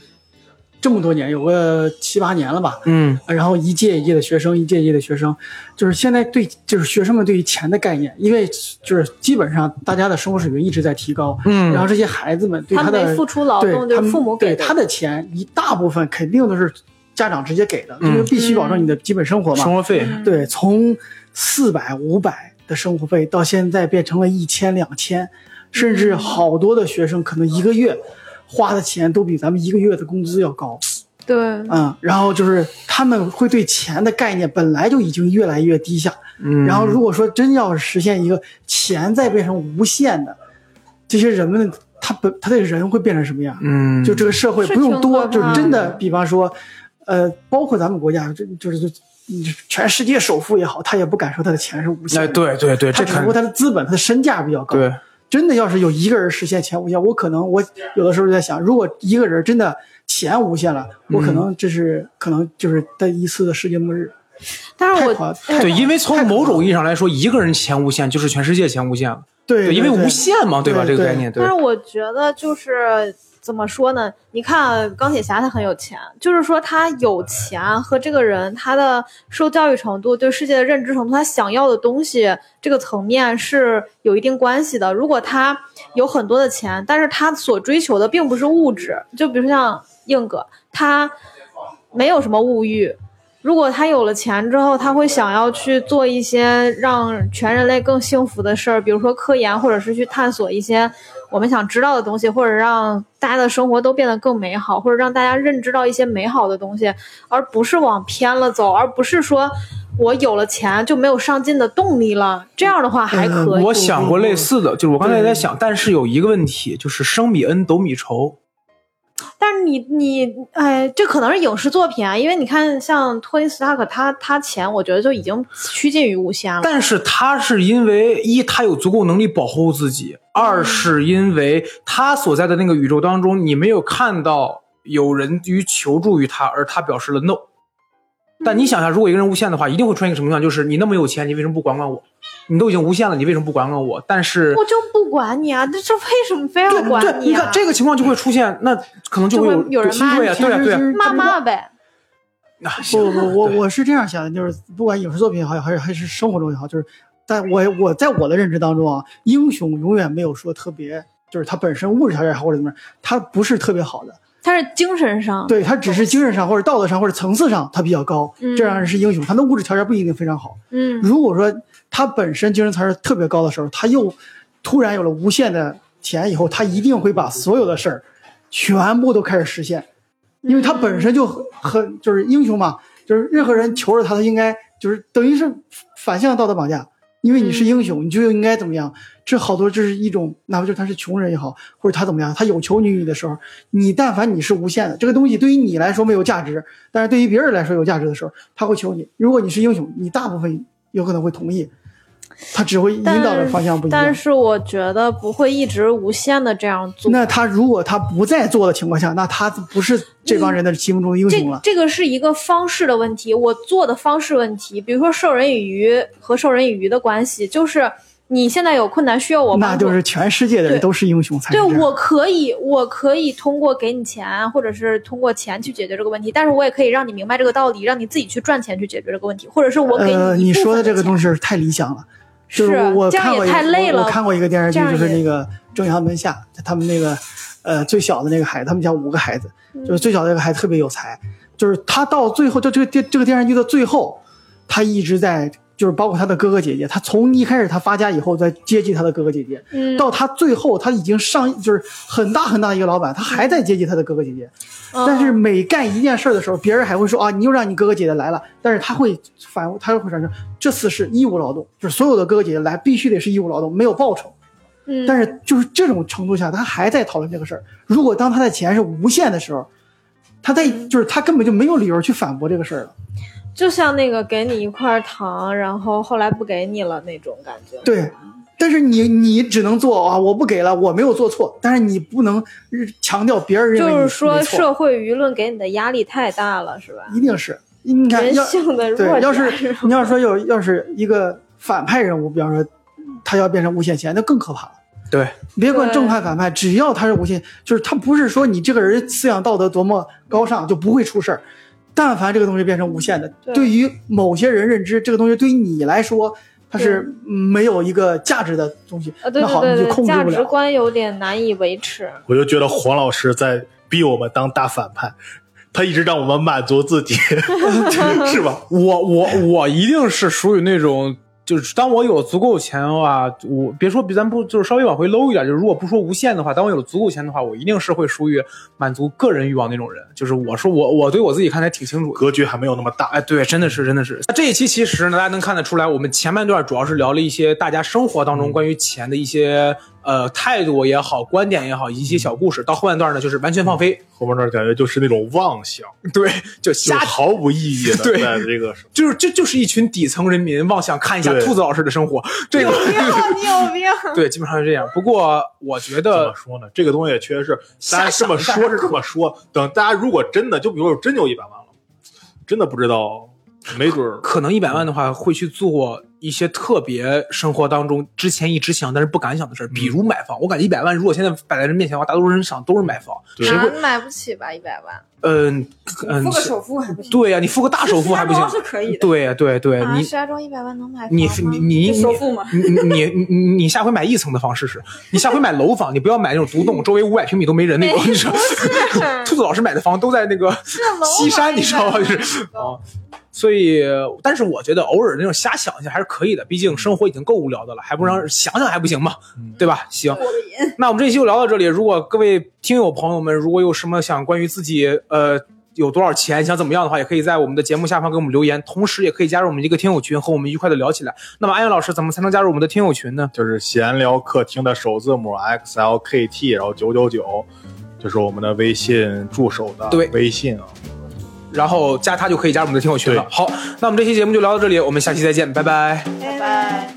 Speaker 5: 这么多年，有个七八年了吧，
Speaker 2: 嗯，
Speaker 5: 然后一届一届的学生，一届一届的学生，就是现在对，就是学生们对于钱的概念，因为就是基本上大家的生活水平一直在提高，
Speaker 2: 嗯
Speaker 5: 然后这些孩子们对
Speaker 3: 他
Speaker 5: 他
Speaker 3: 们没
Speaker 5: 的
Speaker 3: 付出劳
Speaker 5: 对
Speaker 3: 动，
Speaker 5: 他
Speaker 3: 就是
Speaker 5: 们
Speaker 3: 父母给
Speaker 5: 对
Speaker 3: 的
Speaker 5: 他的钱一大部分肯定都是家长直接给的，
Speaker 2: 嗯
Speaker 5: 因为必须保证你的基本生活嘛。
Speaker 2: 生活费，
Speaker 5: 对，从四百、五百的生活费到现在变成了一千、两千，甚至好多的学生可能一个月花的钱都比咱们一个月的工资要高。
Speaker 3: 对，
Speaker 5: 嗯，然后就是他们会对钱的概念本来就已经越来越低下，
Speaker 2: 嗯
Speaker 5: 然后如果说真要实现一个钱再变成无限的，这些人们他本他的人会变成什么样？
Speaker 2: 嗯，
Speaker 5: 就这个社会
Speaker 3: 是
Speaker 5: 不用
Speaker 3: 挺
Speaker 5: 多，
Speaker 3: 可
Speaker 5: 就
Speaker 3: 怕
Speaker 5: 真的，比方说，呃，包括咱们国家，这就是就全世界首富也好，他也不敢说他的钱是无限
Speaker 2: 哎，
Speaker 5: 的，
Speaker 2: 对对对，
Speaker 5: 他
Speaker 2: 这
Speaker 5: 只不
Speaker 2: 肯
Speaker 5: 过他的资本、他的身价比较高。
Speaker 2: 对，
Speaker 5: 真的要是有一个人实现钱无限，我可能我有的时候就在想，如果一个人真的钱无限了，
Speaker 2: 嗯
Speaker 5: 我可能这是、可能就是在一次的世界末日，
Speaker 3: 但是
Speaker 5: 太
Speaker 3: 我
Speaker 5: 夸太
Speaker 2: 对，
Speaker 5: 夸
Speaker 2: 因为从
Speaker 5: 太
Speaker 2: 某种意义上来说，一个人钱无限就是全世界钱无限了，
Speaker 5: 对
Speaker 2: 因为
Speaker 5: 对
Speaker 2: 无限嘛，吧？
Speaker 5: 对
Speaker 2: 这个
Speaker 5: 对
Speaker 2: 概念，对
Speaker 3: 但是，我觉得就是怎么说呢？你看钢铁侠他很有钱，就是说他有钱和这个人他的受教育程度、对世界的认知程度、他想要的东西这个层面是有一定关系的。如果他有很多的钱，但是他所追求的并不是物质，就比如像硬哥，他没有什么物欲。如果他有了钱之后，他会想要去做一些让全人类更幸福的事儿，比如说科研，或者是去探索一些我们想知道的东西，或者让大家的生活都变得更美好，或者让大家认知到一些美好的东西，而不是往偏了走，而不是说我有了钱就没有上进的动力了。这样的话还可以。
Speaker 2: 我想过类似的，就是我刚才也在想，但是有一个问题，就是生米恩，斗米仇，
Speaker 3: 但是你你哎，这可能是影视作品啊，因为你看像托尼·斯塔克，他他钱我觉得就已经趋近于无限了。
Speaker 2: 但是他是因为一，他有足够能力保护自己；二是因为他所在的那个宇宙当中，你没有看到有人于求助于他，而他表示了 no。但你想想，如果一个人无限的话，一定会出现一个什么情况？就是你那么有钱，你为什么不管管我？你都已经无限了，你为什么不管管我？但是
Speaker 3: 我就不管你啊，这这为什么非要管
Speaker 2: 对，
Speaker 3: 你
Speaker 2: 你
Speaker 3: 啊
Speaker 2: 看？这个情况就会出现，那可能就
Speaker 3: 就
Speaker 2: 会
Speaker 3: 会
Speaker 2: 有
Speaker 3: 有人骂
Speaker 2: 对呀，啊
Speaker 5: 你
Speaker 2: 对呀，
Speaker 5: 其实
Speaker 2: 对呀啊
Speaker 5: 是。
Speaker 3: 骂骂呗，
Speaker 2: 那
Speaker 5: 不不，我
Speaker 2: 对
Speaker 5: 我是这样想的，就是不管影视作品也好，还是还是生活中也好，就是在我我在我的认知当中啊，英雄永远没有说特别，就是他本身物质条件好或者怎么样，他不是特别好的，
Speaker 3: 他是精神上。
Speaker 5: 对他只是精神上或者道德上或者层次上他比较高，这样是英雄，他的物质条件不一定非常好。
Speaker 3: 嗯，
Speaker 5: 如果说他本身精神层次特别高的时候，他又突然有了无限的钱以后，他一定会把所有的事儿全部都开始实现，因为他本身就很很就是英雄嘛，就是任何人求着他，他应该就是等于是反向道德绑架。因为你是英雄，你就应该怎么样？这好多就是一种，哪怕就是他是穷人也好，或者他怎么样，他有求于你的时候，你但凡你是无限的，这个东西对于你来说没有价值，但是对于别人来说有价值的时候，他会求你。如果你是英雄，你大部分有可能会同意，他只会引导的方向不一样。
Speaker 3: 但是我觉得不会一直无限的这样做。
Speaker 5: 那他如果他不在做的情况下，那他不是这帮人的心目中的英
Speaker 3: 这
Speaker 5: 雄了。
Speaker 3: 这个是一个方式的问题，我做的方式问题，比如说授人以鱼和授人以渔的关系，就是你现在有困难需要我帮
Speaker 5: 那
Speaker 3: 助，
Speaker 5: 就是全世界的人
Speaker 3: 对
Speaker 5: 都是英雄才是
Speaker 3: 对
Speaker 5: 这样
Speaker 3: 我可以，我可以通过给你钱，或者是通过钱去解决这个问题，但是我也可以让你明白这个道理，让你自己去赚钱去解决这个问题，或者是我给
Speaker 5: 呃，
Speaker 3: 一
Speaker 5: 你
Speaker 3: 部
Speaker 5: 说的
Speaker 3: 分的
Speaker 5: 这个
Speaker 3: 钱
Speaker 5: 东西是太理想了。就是我我
Speaker 3: 这样
Speaker 5: 看过
Speaker 3: 也
Speaker 5: 一个
Speaker 3: 太累
Speaker 5: 我
Speaker 3: 了
Speaker 5: 我看过一个电视剧
Speaker 3: 这，样
Speaker 5: 就是
Speaker 3: 也
Speaker 5: 那个《正阳门下》，他们那个呃最小的那个孩子，他们家五个孩子，就是最小的那个孩子特别有才，就是他到最后，就这个电这个电视剧的最后，他一直在。就是包括他的哥哥姐姐，他从一开始他发家以后，在接济他的哥哥姐姐，
Speaker 3: 嗯
Speaker 5: 到他最后他已经上就是很大很大的一个老板，他还在接济他的哥哥姐姐，
Speaker 3: 嗯
Speaker 5: 但是每干一件事儿的时候，别人还会说啊，你又让你哥哥姐姐来了。但是他会反，他又会反正这次是义务劳动，就是所有的哥哥姐姐来必须得是义务劳动，没有报酬。
Speaker 3: 嗯
Speaker 5: 但是就是这种程度下，他还在讨论这个事儿。如果当他的钱是无限的时候，他在
Speaker 3: 嗯
Speaker 5: 就是他根本就没有理由去反驳这个事儿了。
Speaker 3: 就像那个给你一块糖，然后后来不给你了那种感觉。
Speaker 5: 对，但是你你只能做啊，我不给了，我没有做错。但是你不能强调别人认为你
Speaker 3: 就是
Speaker 5: 没
Speaker 3: 说
Speaker 5: 错
Speaker 3: 社会舆论给你的压力太大了，是吧？
Speaker 5: 一定是你看
Speaker 3: 人
Speaker 5: 要
Speaker 3: 性的弱
Speaker 5: 对，
Speaker 3: 点。
Speaker 5: 要是你要说有要是一个反派人物，比方说他要变成无限贤，那更可怕了。
Speaker 2: 对，
Speaker 5: 别管
Speaker 3: 对
Speaker 5: 正派反派，只要他是无限，就是他不是说你这个人思想道德多么高尚就不会出事儿。但凡这个东西变成无限的，
Speaker 3: 对
Speaker 5: 对于某些人认知，这个东西对于你来说，它是没有一个价值的东西。
Speaker 3: 啊，对
Speaker 5: 那
Speaker 3: 对
Speaker 5: 好，你
Speaker 3: 对
Speaker 5: 就控
Speaker 3: 对，
Speaker 5: 制
Speaker 3: 价
Speaker 5: 不
Speaker 3: 值
Speaker 5: 了。
Speaker 3: 观有点难以维持。
Speaker 1: 我就觉得黄老师在逼我们当大反派，他一直让我们满足自己， *laughs* 是吧？
Speaker 2: 我我我一定是属于那种，就是当我有足够钱的话，我别说比咱不就是稍微往回搂一点，就是如果不说无限的话，当我有足够钱的话，我一定是会属于满足个人欲望那种人。就是我说我我对我自己看得还挺清楚的。
Speaker 1: 格局还没有那么大。
Speaker 2: 哎，对，真的是，真的是。那这一期其实呢，大家能看得出来，我们前半段主要是聊了一些大家生活当中关于钱的一些、呃态度也好、观点也好，以及一些小故事。到后半段呢，就是完全放飞，
Speaker 1: 后面那感觉就是那种妄想，
Speaker 2: 嗯对， *laughs*
Speaker 1: 就
Speaker 2: 就
Speaker 1: 是
Speaker 2: 瞎
Speaker 1: 毫无意义的，
Speaker 2: *laughs* 对
Speaker 1: 在这个时候
Speaker 2: 就是这就是一群底层人民妄想看一下
Speaker 1: 对
Speaker 2: 兔子老师的生活，这个
Speaker 3: *laughs* 你有病！
Speaker 2: 对，基本上是这样。不过我觉
Speaker 1: 怎么
Speaker 2: 得，
Speaker 1: 说呢？这个东西确实是，大家这么
Speaker 2: 瞎想
Speaker 1: 说是这么说，等大家如果真的，就比如说真有一百万了，真的不知道，没准儿
Speaker 2: 可能一百万的话会去做一些特别生活当中之前一直想但是不敢想的事儿，比如买房。我感觉一百万如果现在摆在人面前的话，大多数人想都是买房。
Speaker 1: 对
Speaker 2: 谁会？
Speaker 3: 啊买不起吧？一百万，
Speaker 2: 嗯嗯
Speaker 4: 付，个首付还不行，
Speaker 2: 对呀、你付个大首付还不行
Speaker 4: 石家？庄是可以的，
Speaker 2: 对呀、对对，
Speaker 3: 啊，
Speaker 2: 哎你
Speaker 3: 石家庄一百万能买房
Speaker 2: 你
Speaker 3: 吗
Speaker 2: 你你
Speaker 4: 就首付嘛。
Speaker 2: 你你你你你下回买一层的房试试，你下回买楼房，你不要买那种独栋，周围五百平米都没人那种。你知道， *laughs* 兔子老师买的房都在那个
Speaker 3: 啊楼
Speaker 2: 西山，
Speaker 3: 房
Speaker 2: 你知道吧？
Speaker 3: 一
Speaker 2: 就
Speaker 3: 百
Speaker 2: 是啊，所以，但是我觉得偶尔那种瞎想一下还是可以的，毕竟生活已经够无聊的了，还不让想想还不行吗？对吧？行，那我们这期就聊到这里。如果各位听友朋友们，如果有什么想关于自己呃有多少钱，想怎么样的话，也可以在我们的节目下方给我们留言，同时也可以加入我们一个听友群，和我们愉快的聊起来。那么，安阳老师怎么才能加入我们的听友群呢？
Speaker 1: 就是闲聊客厅的首字母 XLKT，然后九九九，就是我们的微信助手的
Speaker 2: 对
Speaker 1: 微信啊。
Speaker 2: 然后加他就可以加入我们的听友群了。
Speaker 1: 对
Speaker 2: 好，那我们这期节目就聊到这里，我们下期再见，拜拜。
Speaker 3: *laughs* 拜拜。